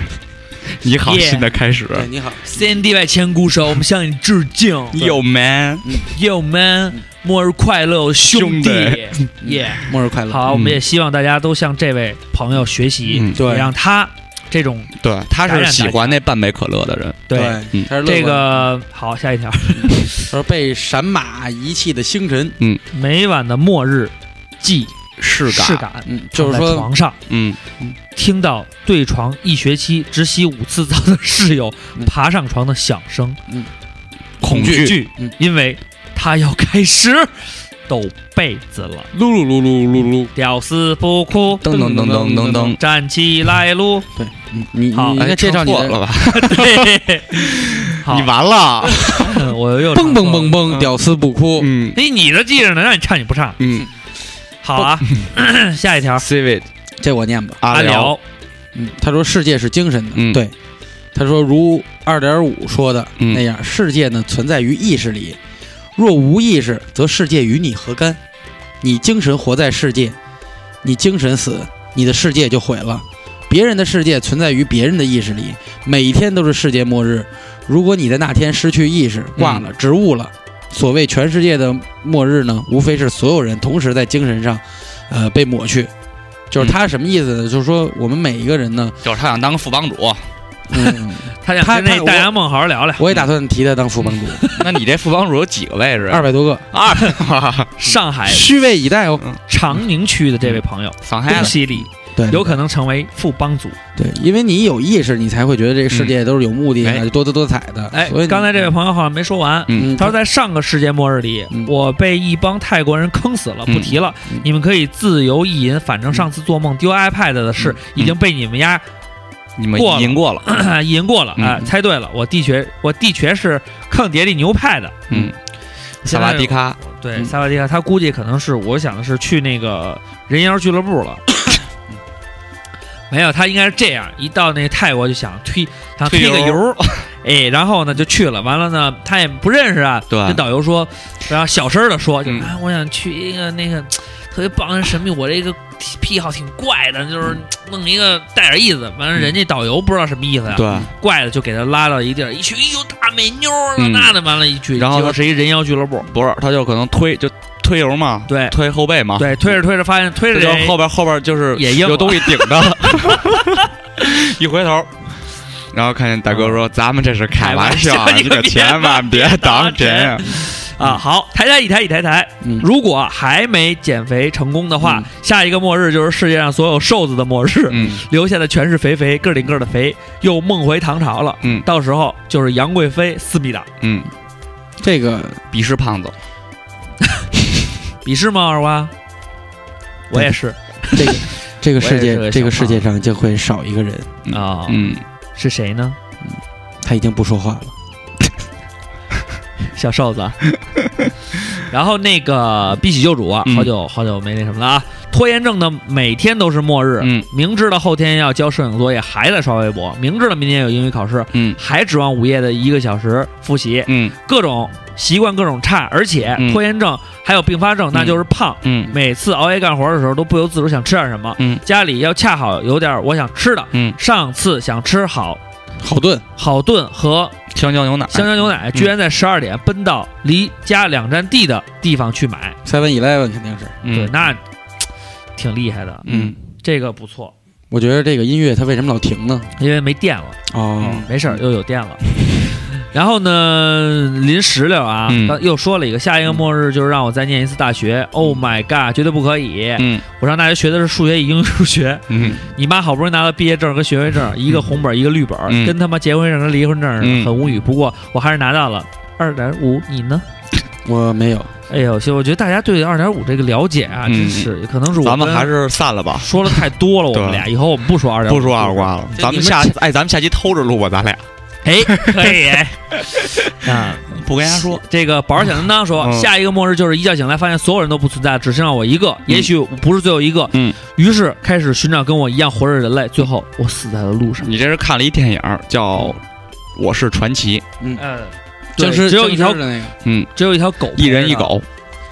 Speaker 9: 你好，
Speaker 6: Yeah
Speaker 9: 新的开始。
Speaker 1: 对，你好，
Speaker 6: CNDY 千古手，我们向你致敬
Speaker 9: Yo man，
Speaker 6: ，Yo man，末日快乐，兄弟
Speaker 9: 兄
Speaker 6: 耶！
Speaker 1: 末日快乐。
Speaker 6: 好，我们
Speaker 9: 嗯
Speaker 6: 也希望大家都向这位朋友学习
Speaker 9: 嗯，
Speaker 1: 对
Speaker 6: 也让他这种
Speaker 9: 对，他
Speaker 6: 感染
Speaker 9: 是喜欢那半杯可乐的人。
Speaker 1: 对，
Speaker 9: 嗯
Speaker 1: 他是乐观的
Speaker 6: 这个好，下一条，
Speaker 1: 他说被闪马遗弃的星辰，
Speaker 6: 每晚的末日即
Speaker 9: 是感，
Speaker 6: 视感，
Speaker 1: 嗯，就是
Speaker 6: 躺在
Speaker 1: 说
Speaker 6: 床上。
Speaker 9: 嗯，
Speaker 6: 听到对床一学期只洗五次澡的室友
Speaker 1: 嗯
Speaker 6: 爬上床的响声，
Speaker 9: 恐惧，
Speaker 6: 因为他要开始抖被子了。
Speaker 9: 噜噜噜噜噜噜，
Speaker 6: 屌丝不哭，
Speaker 9: 噔噔噔噔噔噔。
Speaker 6: 站起来撸。
Speaker 1: 对，嗯你你
Speaker 6: 好
Speaker 1: 应该
Speaker 9: 哎，
Speaker 1: 介绍你
Speaker 9: 唱错了
Speaker 1: 的。
Speaker 9: 吧？
Speaker 6: 对好
Speaker 9: 你，完了。
Speaker 6: 我又
Speaker 1: 蹦蹦蹦
Speaker 6: 蹦。
Speaker 1: 蹦，屌丝不
Speaker 4: 哦
Speaker 1: 哭。
Speaker 9: 嗯
Speaker 6: 哎，你的记着呢，让你唱你不唱。
Speaker 9: 嗯
Speaker 6: 好啊， 下
Speaker 4: 啊
Speaker 6: 一条，
Speaker 9: ，Civit
Speaker 1: 这我念吧。
Speaker 9: 阿
Speaker 6: 阿
Speaker 9: 辽，
Speaker 6: 辽，
Speaker 1: 嗯，他说世界是精神的，
Speaker 9: 嗯
Speaker 1: 对。他说如二点五说的
Speaker 9: 嗯
Speaker 4: 哎
Speaker 1: 那样，世界呢存在于意识里。若无意识，则世界与你何干？你精神活在世界，你精神死，你的世界就毁了。别人的世界存在于别人的意识里，每一天都是世界末日。如果你在那天失去意识，挂了，植物了，所谓全世界的末日呢，无非是所有人同时在精神上，呃，被抹去。就是他什么意思呢？就是说我们每一个人呢，
Speaker 4: 就是他想当个副帮主，
Speaker 1: 嗯，
Speaker 6: 他想
Speaker 1: 他
Speaker 6: 跟那
Speaker 1: 他
Speaker 6: 大牙梦好好聊聊。
Speaker 1: 我也打算提他当副帮主，
Speaker 4: 那你这副帮主有几个位置？啊
Speaker 1: 二百多个，
Speaker 4: 二，
Speaker 6: 上海
Speaker 1: 虚位以待哦。
Speaker 6: 长宁区的这位朋友，
Speaker 4: 放开
Speaker 6: 恭
Speaker 4: 了，
Speaker 6: 喜你，
Speaker 1: 对，
Speaker 6: 有可能成为副帮主。
Speaker 1: 对，因为你有意识，你才会觉得这个世界都是有目的
Speaker 4: 嗯
Speaker 1: 的、
Speaker 4: 哎
Speaker 1: 多姿多彩的。
Speaker 6: 哎
Speaker 1: 所以，你
Speaker 6: 刚才这位，朋友好像没说完，
Speaker 1: 嗯，
Speaker 6: 他说在上个世界末日里
Speaker 1: 嗯，
Speaker 6: 我被一帮泰国人坑死了，不提了
Speaker 1: 嗯嗯。
Speaker 6: 你们可以自由意淫，反正上次做梦丢 iPad 的
Speaker 1: 嗯
Speaker 6: 事已经被你们家
Speaker 4: 你们
Speaker 6: 过了
Speaker 4: 已经过了，
Speaker 6: 意淫过了。
Speaker 4: 嗯
Speaker 6: 哎，猜对了，我的确我的确是坑爹里牛派的。
Speaker 4: 嗯，萨
Speaker 6: 现在
Speaker 4: 瓦迪卡，
Speaker 6: 对
Speaker 1: 嗯
Speaker 6: 萨瓦迪卡，他估计可能是我想的是去那个人妖俱乐部了。没有，他应该是这样，一到那泰国就想推，想推个
Speaker 4: 推
Speaker 6: 油
Speaker 4: 油
Speaker 6: 儿，哎，然后呢就去了，完了呢他也不认识啊，
Speaker 4: 对
Speaker 6: 跟导游说，然后小声的说，就
Speaker 4: 嗯
Speaker 6: 啊我想去一个那个特别棒的神秘，我这个癖好挺怪
Speaker 4: 嗯
Speaker 6: 的，就是弄一个带点意思，完了人家导游不知道什么意思呀、
Speaker 4: 对，
Speaker 6: 怪的就给他拉到一个地儿，一去，哎呦大美妞儿，
Speaker 4: 嗯
Speaker 6: 那的完了，一去，
Speaker 4: 然后
Speaker 6: 结果
Speaker 4: 他
Speaker 6: 是一人妖俱乐部，
Speaker 4: 不是，他就可能推就推油嘛，
Speaker 6: 对
Speaker 4: 推后背嘛，
Speaker 6: 对，推着推着发现推
Speaker 4: 这
Speaker 6: 着
Speaker 4: 就
Speaker 6: 这
Speaker 4: 啊后边后边就是
Speaker 6: 也硬了
Speaker 4: 有东西顶着， 一回头，然后看见大哥说：“咱们这是嗯开玩笑，啊
Speaker 6: 开玩笑
Speaker 4: 你可千万别当真呀嗯
Speaker 6: 啊，好，抬抬一抬一抬抬。
Speaker 1: 嗯
Speaker 6: 如果还没减肥成功的话，
Speaker 1: 嗯
Speaker 6: 下一个末日就是世界上所有瘦子的末日！”，
Speaker 4: 嗯，
Speaker 6: 留下的全是肥肥个顶个的肥，又梦回唐朝了。
Speaker 4: 嗯
Speaker 6: 到时候就是杨贵妃思密达，
Speaker 4: 嗯，
Speaker 1: 这个
Speaker 4: 鄙视胖子，啊
Speaker 6: 鄙视吗？二瓜，我也是
Speaker 1: 这个这个世
Speaker 6: 我也是个
Speaker 1: 界，
Speaker 6: 小
Speaker 1: 这个世界上就会少一个人，
Speaker 4: 嗯
Speaker 6: 啊、
Speaker 4: 嗯，
Speaker 6: 是谁呢？
Speaker 1: 他已经不说话了。
Speaker 6: 小 瘦子。然后那个碧玺救主啊，
Speaker 4: 嗯
Speaker 6: 好久好久没那什么了啊！拖延症的每天都是末日，
Speaker 4: 嗯
Speaker 6: 明知道后天要交摄影作业还在刷微博，明知道明天有英语考试，
Speaker 4: 嗯
Speaker 6: 还指望午夜的一个小时复习，
Speaker 4: 嗯
Speaker 6: 各种习惯各种差，而且
Speaker 4: 嗯
Speaker 6: 拖延症还有并发症，那就是胖。
Speaker 4: 嗯
Speaker 6: 每次熬夜干活的时候，都不由自主想吃点什么。
Speaker 4: 嗯
Speaker 6: 家里要恰好有点我想吃的。
Speaker 4: 嗯，
Speaker 6: 上次想吃好
Speaker 1: 好顿，
Speaker 6: 好顿和
Speaker 4: 香蕉牛奶，
Speaker 6: 香蕉牛
Speaker 4: 嗯
Speaker 6: 奶，居然在十二点奔到离家两站地的地方去买，
Speaker 1: Seven Eleven 肯定是。
Speaker 6: 对，
Speaker 4: 嗯
Speaker 6: 那嘖挺厉害的，
Speaker 4: 嗯，
Speaker 6: 这个不错，
Speaker 1: 我觉得这个音乐它为什么老停呢？
Speaker 6: 因为没电了，
Speaker 1: 哦，
Speaker 6: 没事儿，又有电了。 然后呢，临石榴啊，
Speaker 4: 嗯
Speaker 6: 刚又说了一个，下一个末日就是让我再念一次大学。Oh my god，绝对不可以！
Speaker 4: 嗯
Speaker 6: 我上大学学的是数学与英语数学，
Speaker 4: 嗯
Speaker 6: 你妈好不容易拿到毕业证和学位证，一个红本儿一个绿本儿，
Speaker 4: 嗯
Speaker 6: 跟他妈结婚证跟离婚证似的，
Speaker 4: 嗯
Speaker 6: 很无语。不过我还是拿到了二点五，你呢？
Speaker 1: 我没有，
Speaker 6: 哎呦，其实我觉得大家对二点五这个了解啊，
Speaker 4: 嗯
Speaker 6: 真是可能是我
Speaker 4: 咱们
Speaker 6: 跟
Speaker 4: 还是散了吧，
Speaker 6: 说了太多了，我们俩以后我们不说二点五，
Speaker 4: 不说二。瓜了，
Speaker 1: 这
Speaker 4: 咱们
Speaker 1: 你们
Speaker 4: 下哎，咱们下期偷着录吧，咱俩
Speaker 6: 哎，可以 啊！
Speaker 4: 不跟人家说，
Speaker 6: 这个宝儿小叮当说，
Speaker 4: 嗯
Speaker 6: 下一个末日就是一觉醒来发现所有人都不存在，只剩下我一个，也许我不是最后一个。
Speaker 4: 嗯，
Speaker 6: 于是开始寻找跟我一样活着的人类，最后我死在了路上。
Speaker 4: 你这是看了一电影叫《我是传奇》，嗯
Speaker 6: 嗯，
Speaker 1: 就是
Speaker 6: 只有一条
Speaker 1: 的那个
Speaker 6: 只有一条狗，
Speaker 4: 一人一，狗，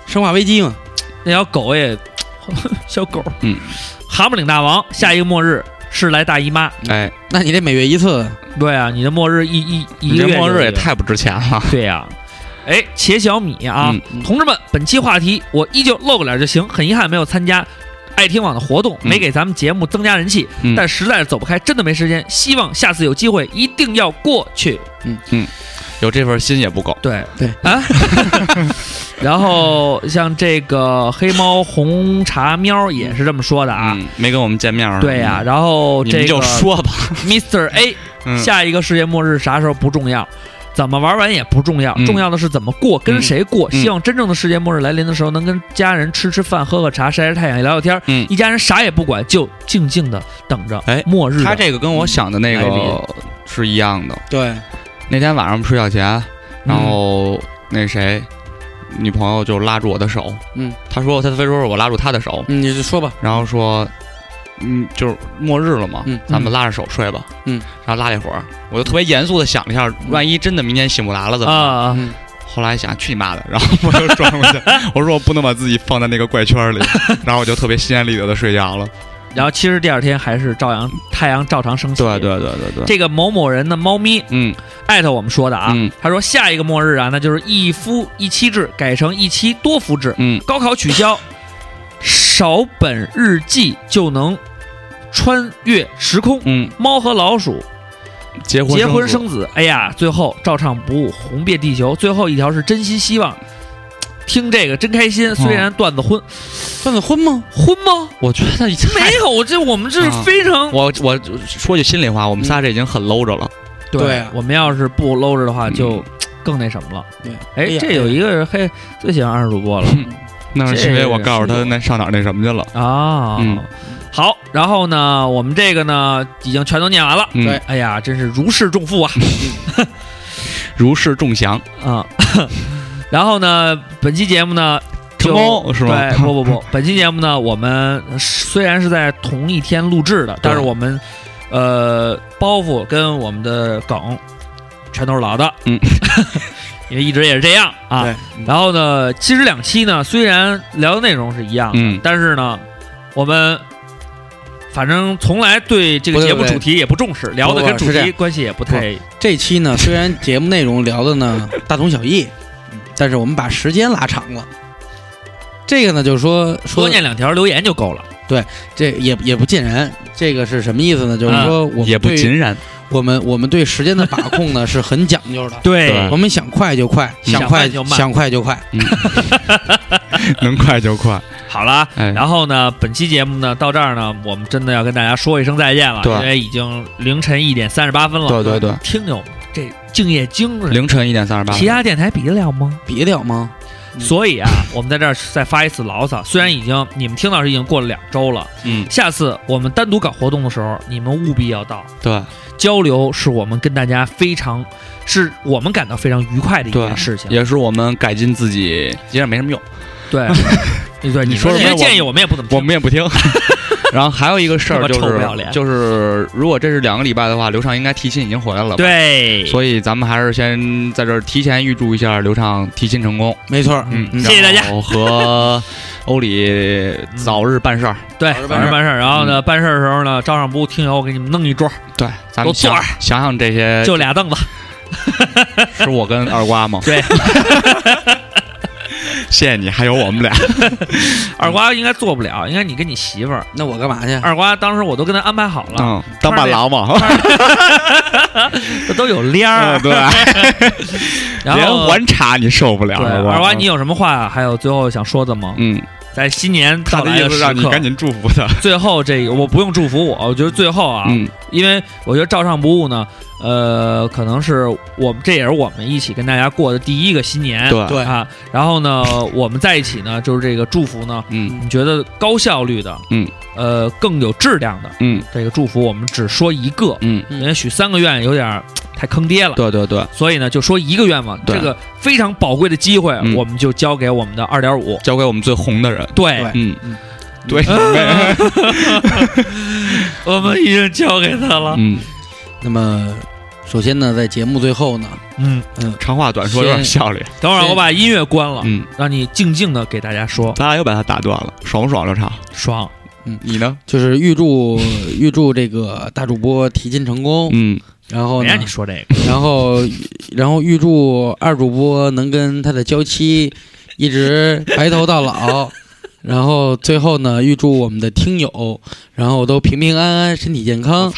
Speaker 1: 生化危机嘛。
Speaker 6: 那条狗也 小狗。
Speaker 4: 嗯，
Speaker 6: 蛤蟆岭大王，下一个末日是来大姨妈。
Speaker 4: 哎，
Speaker 1: 那你得每月一次，
Speaker 6: 对啊，你的末日一一一
Speaker 4: 你
Speaker 6: 个
Speaker 4: 这
Speaker 6: 月
Speaker 4: 末
Speaker 6: 就
Speaker 4: 日
Speaker 6: 一
Speaker 4: 也
Speaker 6: 个
Speaker 4: 太不值钱了，
Speaker 6: 对呀、哎，茄小米啊，
Speaker 4: 嗯
Speaker 1: 嗯
Speaker 6: 同志们，本期话题我依旧露个脸就行，很遗憾没有参加。爱听网的活动
Speaker 4: 嗯
Speaker 6: 没给咱们节目增加人气，
Speaker 4: 嗯
Speaker 6: 但实在是走不开，真的没时间。希望下次有机会一定要过去。
Speaker 4: 有这份心也不够。
Speaker 6: 对
Speaker 1: 对
Speaker 6: 啊， 然后像这个黑猫红茶喵也是这么说的啊，
Speaker 4: 嗯，没跟我们见面儿。
Speaker 6: 对呀、
Speaker 4: 嗯
Speaker 6: 然后
Speaker 4: 你
Speaker 6: 这
Speaker 4: 们就
Speaker 6: 个
Speaker 4: 说吧。
Speaker 6: Mr. A
Speaker 4: 嗯
Speaker 6: 下一个世界末日啥时候不重要，怎么玩完也不重要，
Speaker 4: 嗯
Speaker 6: 重要的是怎么过，跟谁过。
Speaker 4: 嗯
Speaker 6: 希望真正的世界末日来临的时候，能跟家人吃吃饭、喝喝茶、晒晒太阳、聊聊天儿，
Speaker 4: 嗯
Speaker 6: 一家人啥也不管，就静静的等着
Speaker 4: 哎
Speaker 6: 末日的。
Speaker 4: 他这个跟我想的那
Speaker 6: 来
Speaker 4: 个
Speaker 6: 临
Speaker 4: 是一样的。
Speaker 1: 对，
Speaker 4: 那天晚上我们睡觉前，然
Speaker 6: 嗯
Speaker 4: 后那谁，女朋友就拉住我的手，
Speaker 1: 嗯，
Speaker 4: 她说她非说是我拉住她的手，
Speaker 1: 嗯你就说吧。
Speaker 4: 然后说，嗯，就是末日了嘛，
Speaker 1: 嗯
Speaker 6: 啊
Speaker 4: 咱们拉着手睡吧，
Speaker 1: 嗯，
Speaker 4: 然后拉了一会儿，我就特别严肃的想了一下，万一真的明天醒不来了怎么办？
Speaker 6: 啊，
Speaker 1: 嗯
Speaker 4: 后后来想去你妈的， 然后我就转过去，我说我不能把自己放在那个怪圈里，然后我就特别心安理得的睡觉了。
Speaker 6: 然后其实第二天还是照样太阳照常升起。
Speaker 4: 对对对对对，
Speaker 6: 这个某某人的猫咪
Speaker 4: 嗯
Speaker 6: 艾特我们说的啊，
Speaker 4: 嗯
Speaker 6: 他说下一个末日啊，那就是一夫一妻制改成一妻多夫制，
Speaker 4: 嗯，
Speaker 6: 高考取消，少本日记就能穿越时空。
Speaker 4: 嗯，
Speaker 6: 猫和老鼠
Speaker 4: 结婚
Speaker 6: 结婚
Speaker 4: 生子
Speaker 6: 生子，哎呀，最后照唱不误，红遍地球。最后一条是珍惜希望，听这个真开心。虽然段子昏，
Speaker 1: 算子婚吗？
Speaker 6: 昏吗？
Speaker 4: 我觉得
Speaker 6: 没有，我这我们这是
Speaker 4: 啊
Speaker 6: 非常
Speaker 4: 我我说句心里话，我们仨这已经很搂着了。
Speaker 1: 对啊
Speaker 6: 我们要是不搂着的话，
Speaker 4: 嗯
Speaker 6: 就更那什么了。
Speaker 1: 对，
Speaker 6: 哎，
Speaker 1: 呀
Speaker 6: 这有一个人嘿，最喜欢二主播了
Speaker 4: 那嗯是因为我告诉他那上哪儿那什么去了。
Speaker 6: 啊。
Speaker 4: 嗯
Speaker 6: 好，然后呢，我们这个呢已经全都念完了。
Speaker 4: 嗯
Speaker 1: 对，
Speaker 6: 哎呀，真是如释重负啊！
Speaker 4: 如释重祥，
Speaker 6: 啊， 然后呢，本期节目呢。
Speaker 4: 成
Speaker 6: 就
Speaker 4: 功是吗
Speaker 6: 对，不不 不，本期节目呢，我们虽然是在同一天录制的，但是我们呃包袱跟我们的梗全都是老的，
Speaker 4: 嗯，
Speaker 6: 因为一直也是这样啊。
Speaker 1: 对
Speaker 6: 然后呢，其实两期呢，虽然聊的内容是一样的，
Speaker 4: 嗯
Speaker 6: 但是呢，我们反正从来对这个
Speaker 1: 不对
Speaker 6: 节
Speaker 1: 不
Speaker 6: 目
Speaker 1: 对
Speaker 6: 主题也不重视，聊的
Speaker 1: 不
Speaker 6: 跟
Speaker 1: 是
Speaker 6: 主
Speaker 1: 这
Speaker 6: 题
Speaker 1: 样
Speaker 6: 关系也不太
Speaker 1: 这期呢，虽然节目内容聊的 呢大同小异，嗯但是我们把时间拉长了。这个呢，就是说
Speaker 6: 多
Speaker 1: 说
Speaker 6: 念两条留言就够了。
Speaker 1: 这也也不尽然，这个是什么意思呢？就是说
Speaker 6: 啊
Speaker 1: 我们
Speaker 4: 也不
Speaker 1: 对
Speaker 4: 尽然。
Speaker 1: 我们我们对时间的把控 呢是很讲究的。
Speaker 6: 对
Speaker 4: 对
Speaker 1: 我们想快就快，
Speaker 6: 嗯想
Speaker 1: 快
Speaker 6: 慢就慢
Speaker 1: 想快就快。
Speaker 4: 嗯 能快就快。
Speaker 6: 好了，
Speaker 4: 哎，
Speaker 6: 然后呢，本期节目呢到这儿呢，我们真的要跟大家说一声再见了，
Speaker 4: 对
Speaker 6: 因为已经凌晨一点三十八分了。
Speaker 4: 对对对，
Speaker 6: 听听我们这敬业精神，
Speaker 4: 凌晨一点三十八。
Speaker 6: 其他电台比得了吗？
Speaker 1: 比得了吗？嗯
Speaker 6: 所以啊，我们在这儿再发一次牢骚，虽然已经你们听到是已经过了两周了，
Speaker 4: 嗯，
Speaker 6: 下次我们单独搞活动的时候，你们务必要到。
Speaker 4: 对
Speaker 6: 交流是我们跟大家非常，是我们感到非常愉快的一
Speaker 4: 对
Speaker 6: 件，事情。
Speaker 4: 也是我们改进自己，其实没什么用，
Speaker 6: 对，对，你
Speaker 4: 说
Speaker 6: 这
Speaker 4: 什么
Speaker 6: 些
Speaker 4: 我
Speaker 6: 建议我们也不怎么听
Speaker 4: 我们也 不听。然后还有一个事儿就
Speaker 6: 这么臭不要
Speaker 4: 是
Speaker 6: 脸，
Speaker 4: 就是如果这是两个礼拜的话，刘畅应该提亲已经回来了。。
Speaker 6: 对，
Speaker 4: 所以咱们还是先在这儿提前预祝一下刘畅提亲成功，
Speaker 1: 没错，
Speaker 4: 嗯，
Speaker 1: 嗯
Speaker 6: 谢谢大家
Speaker 4: 然后和欧里早日办事儿，嗯
Speaker 6: 对，
Speaker 1: 早日
Speaker 6: 反
Speaker 1: 办
Speaker 6: 正
Speaker 1: 事
Speaker 6: 办事儿。然后呢，办事儿的时候呢，招上不听友，我给你们弄一桌，
Speaker 4: 对，咱
Speaker 6: 都
Speaker 4: 们
Speaker 6: 坐
Speaker 4: 想
Speaker 6: 着
Speaker 4: 想想这些，
Speaker 6: 就俩凳子。
Speaker 4: 是我跟二瓜 吗？
Speaker 6: 对，
Speaker 4: 谢谢你，还有我们俩，嗯
Speaker 6: 二瓜应该做不了，应该你跟你媳妇儿。
Speaker 1: 那我干嘛
Speaker 4: 哎
Speaker 1: 去？
Speaker 6: 二瓜当时我都跟他安排好了，
Speaker 4: 嗯，当伴郎嘛，
Speaker 6: 这都有帘儿
Speaker 4: 嗯。对，
Speaker 6: 然
Speaker 4: 连
Speaker 6: 后
Speaker 4: 环茶你受不了，
Speaker 6: 对
Speaker 4: 好吧
Speaker 6: 二瓜，你有什么话还有最后想说的吗？
Speaker 4: 嗯，
Speaker 6: 在新年
Speaker 4: 他
Speaker 6: 到
Speaker 4: 的
Speaker 6: 来
Speaker 4: 意
Speaker 6: 的
Speaker 4: 思
Speaker 6: 时
Speaker 4: 让你
Speaker 6: 刻，啊
Speaker 4: 赶紧祝福他，
Speaker 6: 最后这个我不用祝福我，我觉得最后啊，
Speaker 4: 嗯，
Speaker 6: 因为我觉得照唱不误呢，呃，可能是我们这也是我们一起跟大家过的第一个新年，
Speaker 4: 对，
Speaker 1: 对
Speaker 6: 啊，然后呢，我们在一起呢，就是这个祝福呢，
Speaker 4: 嗯
Speaker 6: 你觉得高效率的，
Speaker 4: 嗯，
Speaker 6: 呃，更有质量的
Speaker 4: 嗯
Speaker 6: 这个祝福，我们只说一个，
Speaker 4: 嗯，
Speaker 1: 嗯
Speaker 6: 因为许三个愿有点儿太坑爹了。
Speaker 4: 对对对，
Speaker 6: 所以呢，就说一个愿望，
Speaker 4: 对
Speaker 6: 这个非常宝贵的机会，
Speaker 4: 嗯
Speaker 6: 我们就交给我们的二点五。
Speaker 4: 交给我们最红的人，
Speaker 6: 对，
Speaker 1: 对
Speaker 4: 嗯
Speaker 1: 嗯，
Speaker 4: 对，
Speaker 6: 我们已经交给他了。
Speaker 4: 嗯，
Speaker 1: 那么，首先呢，在节目最后呢，
Speaker 6: 嗯，
Speaker 4: 长话短说，有点效率，
Speaker 6: 等会儿我把音乐关了，
Speaker 4: 嗯，
Speaker 6: 让你静静的给大家说。
Speaker 4: 咱俩又把他打断了，爽不爽，刘畅？
Speaker 6: 爽，
Speaker 4: 你呢？
Speaker 1: 就是预祝预祝这个大主播提亲成功，
Speaker 4: 嗯，
Speaker 1: 然后
Speaker 6: 没
Speaker 1: 呢
Speaker 6: 哎让，你说这个。
Speaker 1: 然后然后预祝二主播能跟他的娇妻一直白头到老。然后最后呢，预祝我们的听友，然后都平平安安，身体健康。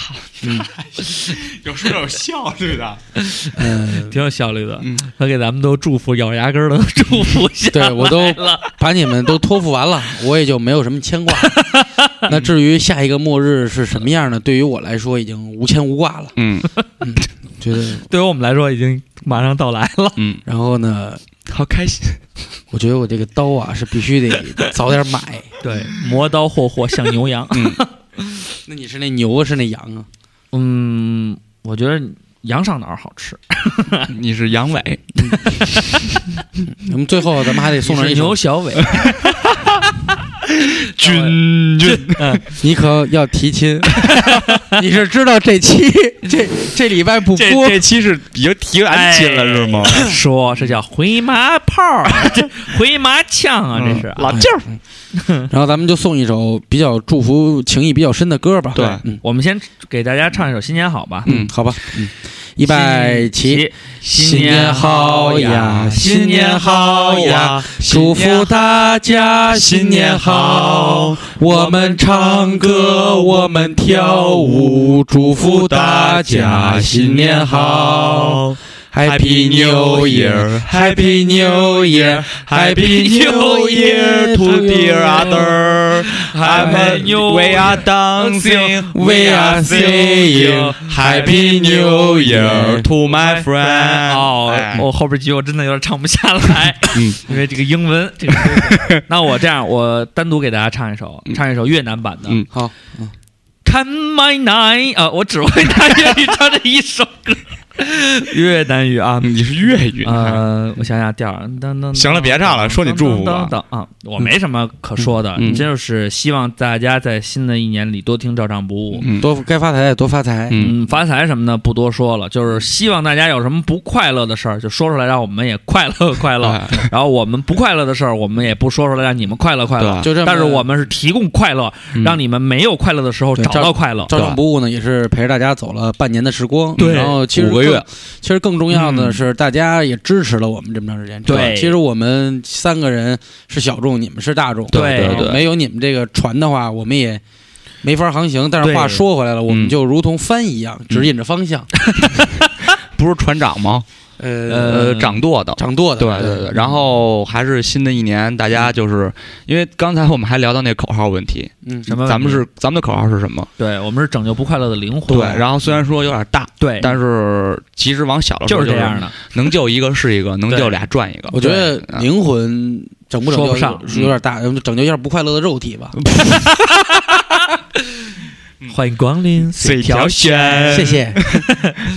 Speaker 4: 有时候有效率的，
Speaker 1: 嗯、
Speaker 6: 挺有效率的，
Speaker 4: 嗯
Speaker 6: 他给咱们都祝福，咬牙根儿的祝福下
Speaker 1: 对我都
Speaker 6: 来了。
Speaker 1: 把你们都托付完了， 我也就没有什么牵 挂。那至于下一个末日是什么样呢？对于我来说已经无牵无挂了，
Speaker 4: 嗯
Speaker 1: 觉得。
Speaker 6: 对于我们来说，已经马上到来了。
Speaker 4: 嗯，
Speaker 1: 然后呢，
Speaker 4: 好开 心，
Speaker 1: 我觉得我这个刀啊是必须得早点买。
Speaker 6: 对，磨刀霍霍向牛 羊。
Speaker 1: 那你是那牛啊，是那羊啊？
Speaker 6: 嗯，我觉得羊上脑儿好吃，
Speaker 4: 你是杨伟，
Speaker 1: 嗯我们最后咱们还得送上一
Speaker 6: 是
Speaker 1: 首
Speaker 6: 牛，小尾。
Speaker 4: 君君，
Speaker 1: 嗯，你可要提亲， 你是知道这期这这礼拜不播
Speaker 4: 这这期是已经提完亲了是吗？
Speaker 6: 哎说这叫回麻炮儿，啊这回麻枪啊，这是
Speaker 4: 嗯老舅儿，
Speaker 1: 然后咱们就送一首比较祝福情谊比较深的歌吧。
Speaker 4: 对
Speaker 1: 嗯
Speaker 6: 我们先给大家唱一首《新年好》吧。
Speaker 1: 嗯，好吧，嗯，一百七，
Speaker 6: 新年好呀，新年好呀，
Speaker 1: 祝福大家新年好！我们唱歌，我们跳舞，祝福大家新年好！Happy New Year，Happy New Year，Happy New Year to dear other。
Speaker 6: I'm a new
Speaker 4: We are dancing,
Speaker 1: We are singing
Speaker 4: Happy New Year to my friend。
Speaker 1: 哎
Speaker 4: 哎
Speaker 6: 哦，我后边几句我真的有点唱不下来， 因为这个英文。这个那我这样，我单独给大家唱一首，唱一首越南版的。
Speaker 4: 嗯
Speaker 1: 好，
Speaker 6: 看 my night 啊，我只会拿粤语唱这一首歌， 越南语啊。
Speaker 4: 哦你是粤语，
Speaker 1: 啊
Speaker 6: 呃，我想想调儿，当当。
Speaker 4: 行了别唱了说你祝福吧嗯
Speaker 6: 当当啊，我没什么可说的，
Speaker 4: 嗯嗯
Speaker 6: 就是希望大家在新的一年里多听照唱不误。
Speaker 4: 嗯
Speaker 1: 多该发财的多发财。
Speaker 4: 嗯
Speaker 6: 嗯，发财什么的不多说了，就是希望大家有什么不快乐的事儿就说出来，让我们也快乐快
Speaker 4: 哎
Speaker 6: 乐。然后我们不快乐的事儿，我们也不说出来，让你们快乐快乐。
Speaker 4: 对啊
Speaker 1: 就这么
Speaker 6: 但是我们是提供快乐，让你们没有快乐的时候
Speaker 1: 对
Speaker 6: 找到快乐。
Speaker 1: 照常不误呢，也是陪着大家走了半年的时光。
Speaker 6: 对
Speaker 1: 然后其实
Speaker 4: 五个月
Speaker 1: 更，其实更重要的是，大家也支持了我们这么长时间。
Speaker 6: 对
Speaker 1: 是吧其实我们三个人是小众，你们是大众。
Speaker 6: 对对
Speaker 1: 然后
Speaker 4: 对
Speaker 1: 没有你们这个船的话，我们也。没法航行，但是
Speaker 6: 对
Speaker 1: 话说回来了，我们
Speaker 4: 嗯
Speaker 1: 就如同帆一样，指引着方向。
Speaker 4: 不是船长吗？呃，掌舵的。
Speaker 1: 掌舵的，
Speaker 4: 对对对，然后还是新的一年，大家就是因为刚才我们还聊到那口号问题，
Speaker 1: 嗯，
Speaker 6: 什么问题？
Speaker 4: 咱们是咱们的口号是什么？
Speaker 6: 对，我们是拯救不快乐的灵魂。
Speaker 4: 对，然后虽然说有点大，
Speaker 6: 对，
Speaker 4: 但是其实往小了说
Speaker 6: 哎就是
Speaker 4: 是
Speaker 6: 这样的。
Speaker 4: 能救一个是一个，能
Speaker 6: 对
Speaker 4: 救俩赚一个。
Speaker 1: 我觉得
Speaker 4: 对嗯
Speaker 1: 灵魂拯不拯救
Speaker 6: 说不上
Speaker 1: 有点大，就拯救一下不快乐的肉体吧。
Speaker 6: 欢迎光临
Speaker 4: 嗯水条
Speaker 6: 轩
Speaker 1: 谢。谢。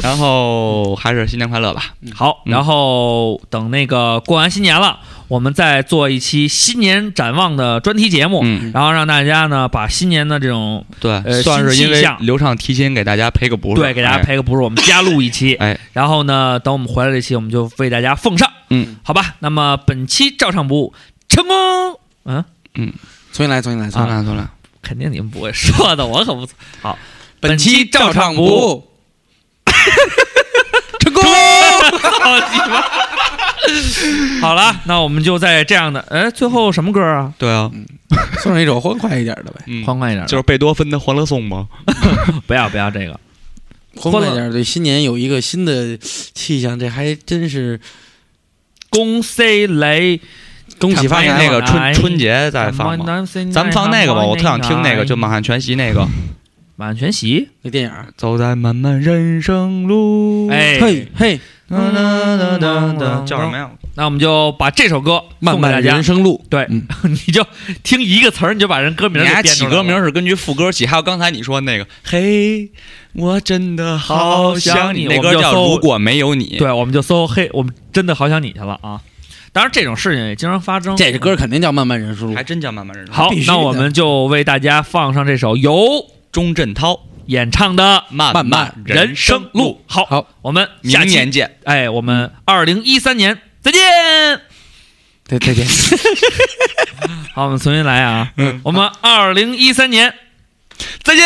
Speaker 4: 然后还是新年快乐吧，
Speaker 6: 好，
Speaker 4: 嗯
Speaker 6: 然后等那个过完新年了，我们再做一期新年展望的专题节目，
Speaker 4: 嗯
Speaker 6: 然后让大家呢把新年的这种呃
Speaker 4: 对，算是
Speaker 6: 新
Speaker 4: 因
Speaker 6: 气
Speaker 4: 为
Speaker 6: 象
Speaker 4: 刘畅提亲给大家赔个不是，哎
Speaker 6: 对给大家赔个不是，我们加录一期，
Speaker 4: 哎，哎，
Speaker 6: 然后呢，等我们回来这期，我们就为大家奉上，
Speaker 4: 嗯，
Speaker 6: 好吧？那么本期照唱不误成功，嗯，
Speaker 1: 重新来，重新来，重
Speaker 4: 算
Speaker 1: 新来。
Speaker 6: 啊
Speaker 4: 了算了。
Speaker 6: 肯定你们不会说的，我可不错。好，
Speaker 1: 本期照
Speaker 6: 唱
Speaker 1: 常不
Speaker 6: 误。
Speaker 1: 误， 成功。
Speaker 6: 好鸡 巴！好了，那我们就在这样的，哎，最后什么歌啊？
Speaker 4: 对啊，
Speaker 1: 送上一首欢快一点的呗，
Speaker 4: 嗯
Speaker 6: 欢快一点的，
Speaker 4: 就是贝多芬的《欢乐颂》吗？
Speaker 6: 不要不要这个，
Speaker 1: 欢快一点儿对新年有一个新的气象，这还真是
Speaker 6: 恭喜雷，
Speaker 1: 恭喜发财
Speaker 6: 哎呀
Speaker 1: 吧。
Speaker 4: 那个
Speaker 6: 哎
Speaker 4: 春春节再放吧，咱们放那个吧，我特想听那个，就满汉全席那个。
Speaker 6: 满全席，
Speaker 1: 那电影儿，
Speaker 4: 走在漫漫人生路，
Speaker 6: 哎，
Speaker 1: 嗯嘿嘿，
Speaker 4: 哒哒哒哒哒，叫什么呀？
Speaker 6: 那我们就把这首歌
Speaker 1: 漫
Speaker 6: 送给
Speaker 1: 漫
Speaker 6: 大家
Speaker 1: 人，生路，
Speaker 6: 对，
Speaker 1: 嗯
Speaker 6: 你就听一个词儿，你就把人歌名
Speaker 4: 你
Speaker 6: 给
Speaker 4: 还
Speaker 6: 编出
Speaker 4: 起
Speaker 6: 来
Speaker 4: 歌名
Speaker 6: 了，
Speaker 4: 是根据副歌起，还有刚才你说那个“嘿，我真的好
Speaker 6: 好
Speaker 4: 想
Speaker 6: 想
Speaker 4: 你”，
Speaker 6: 你
Speaker 4: 那歌
Speaker 6: 我们
Speaker 4: 叫
Speaker 6: 叫
Speaker 4: 《
Speaker 6: 搜
Speaker 4: 如果没有你》。
Speaker 6: 对，我们就搜嘿，我们真的好想你去了啊！当然这种事情也经常发生，
Speaker 1: 这个歌肯定叫漫漫人生路
Speaker 4: 还。真叫漫漫人生。
Speaker 6: 好
Speaker 1: 必须，的
Speaker 6: 那我们就为大家放上这首由
Speaker 4: 钟镇涛，
Speaker 6: 演唱的
Speaker 4: 漫
Speaker 1: 漫
Speaker 4: 漫
Speaker 1: 漫
Speaker 6: 人生路，。好，
Speaker 1: 好，
Speaker 6: 我们下
Speaker 4: 明
Speaker 6: 期
Speaker 4: 年见。
Speaker 6: 哎，我们二零一三年再见。
Speaker 1: 对对对，
Speaker 6: 好，我们重新来啊。
Speaker 1: 嗯
Speaker 6: 我们二零一三年再见。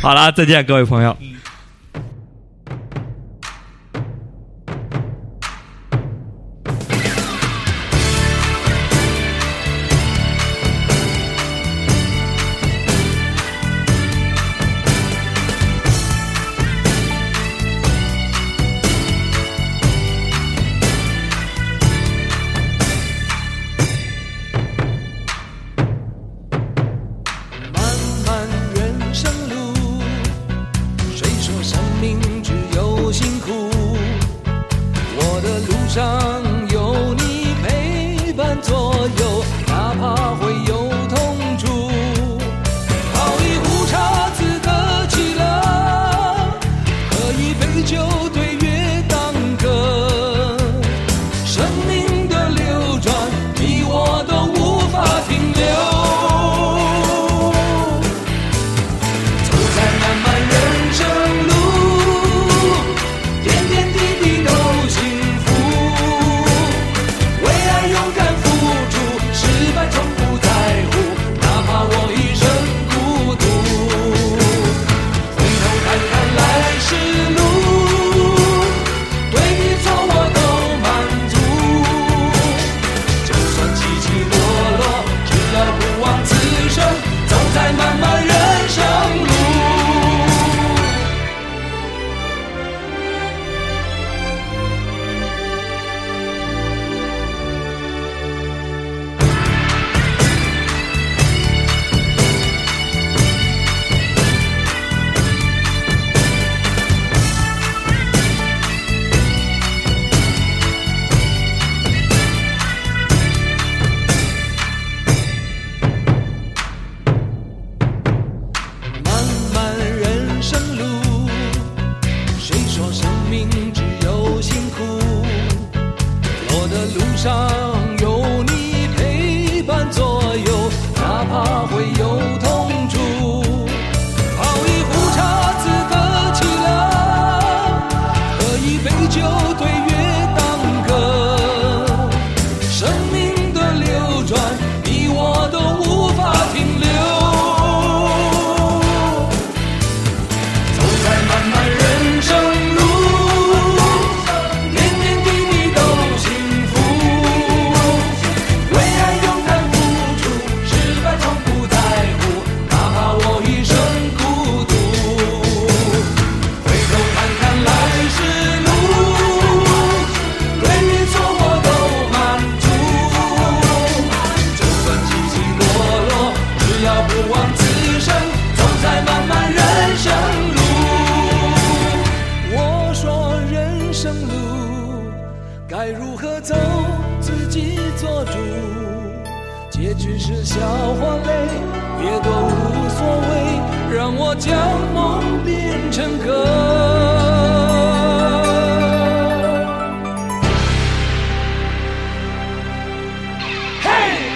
Speaker 6: 好了，再见，各位朋友。
Speaker 5: 漫漫人生路，谁说生命只有辛苦？我的路上有你陪伴左右，哪怕会有痛楚。泡一壶茶，自得其乐；喝一杯酒，对月当歌。生命的流转，你我上有你陪伴左右，哪怕会有痛楚，泡一壶茶自得其乐，喝一杯酒对月当歌。生命的流转，你我都无法停留。走在漫漫人生路，点点滴滴都幸福。为爱勇敢付出，失败从不在乎，哪怕我一生孤独。回头看看来时路，对与错我都满足。就算起起落落，只要不忘此生，走在漫漫人生路。我说人生路该如何走，自己做主。结局是笑话泪，别多无所谓，让我将梦变成歌。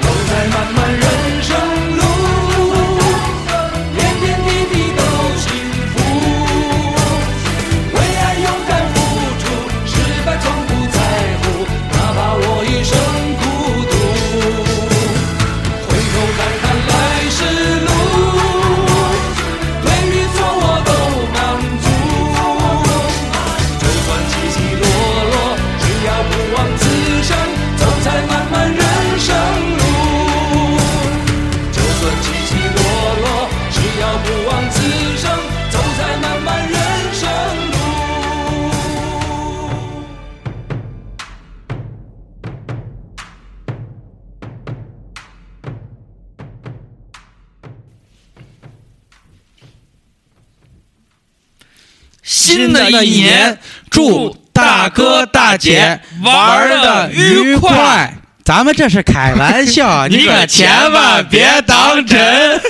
Speaker 5: 走在漫漫人生路，点点滴滴都幸福。为爱勇敢付出，失败从不在乎，哪怕我一生孤独。回头看看来时路，对与错我都满足。就算起起落落，只要不忘此生，走在漫漫人生路。就算起起落落，只要不忘此生，走在漫漫人生路。
Speaker 6: 新的一年，
Speaker 1: 祝大哥大姐玩的愉 快。咱们这是开玩笑，你可千万别当真。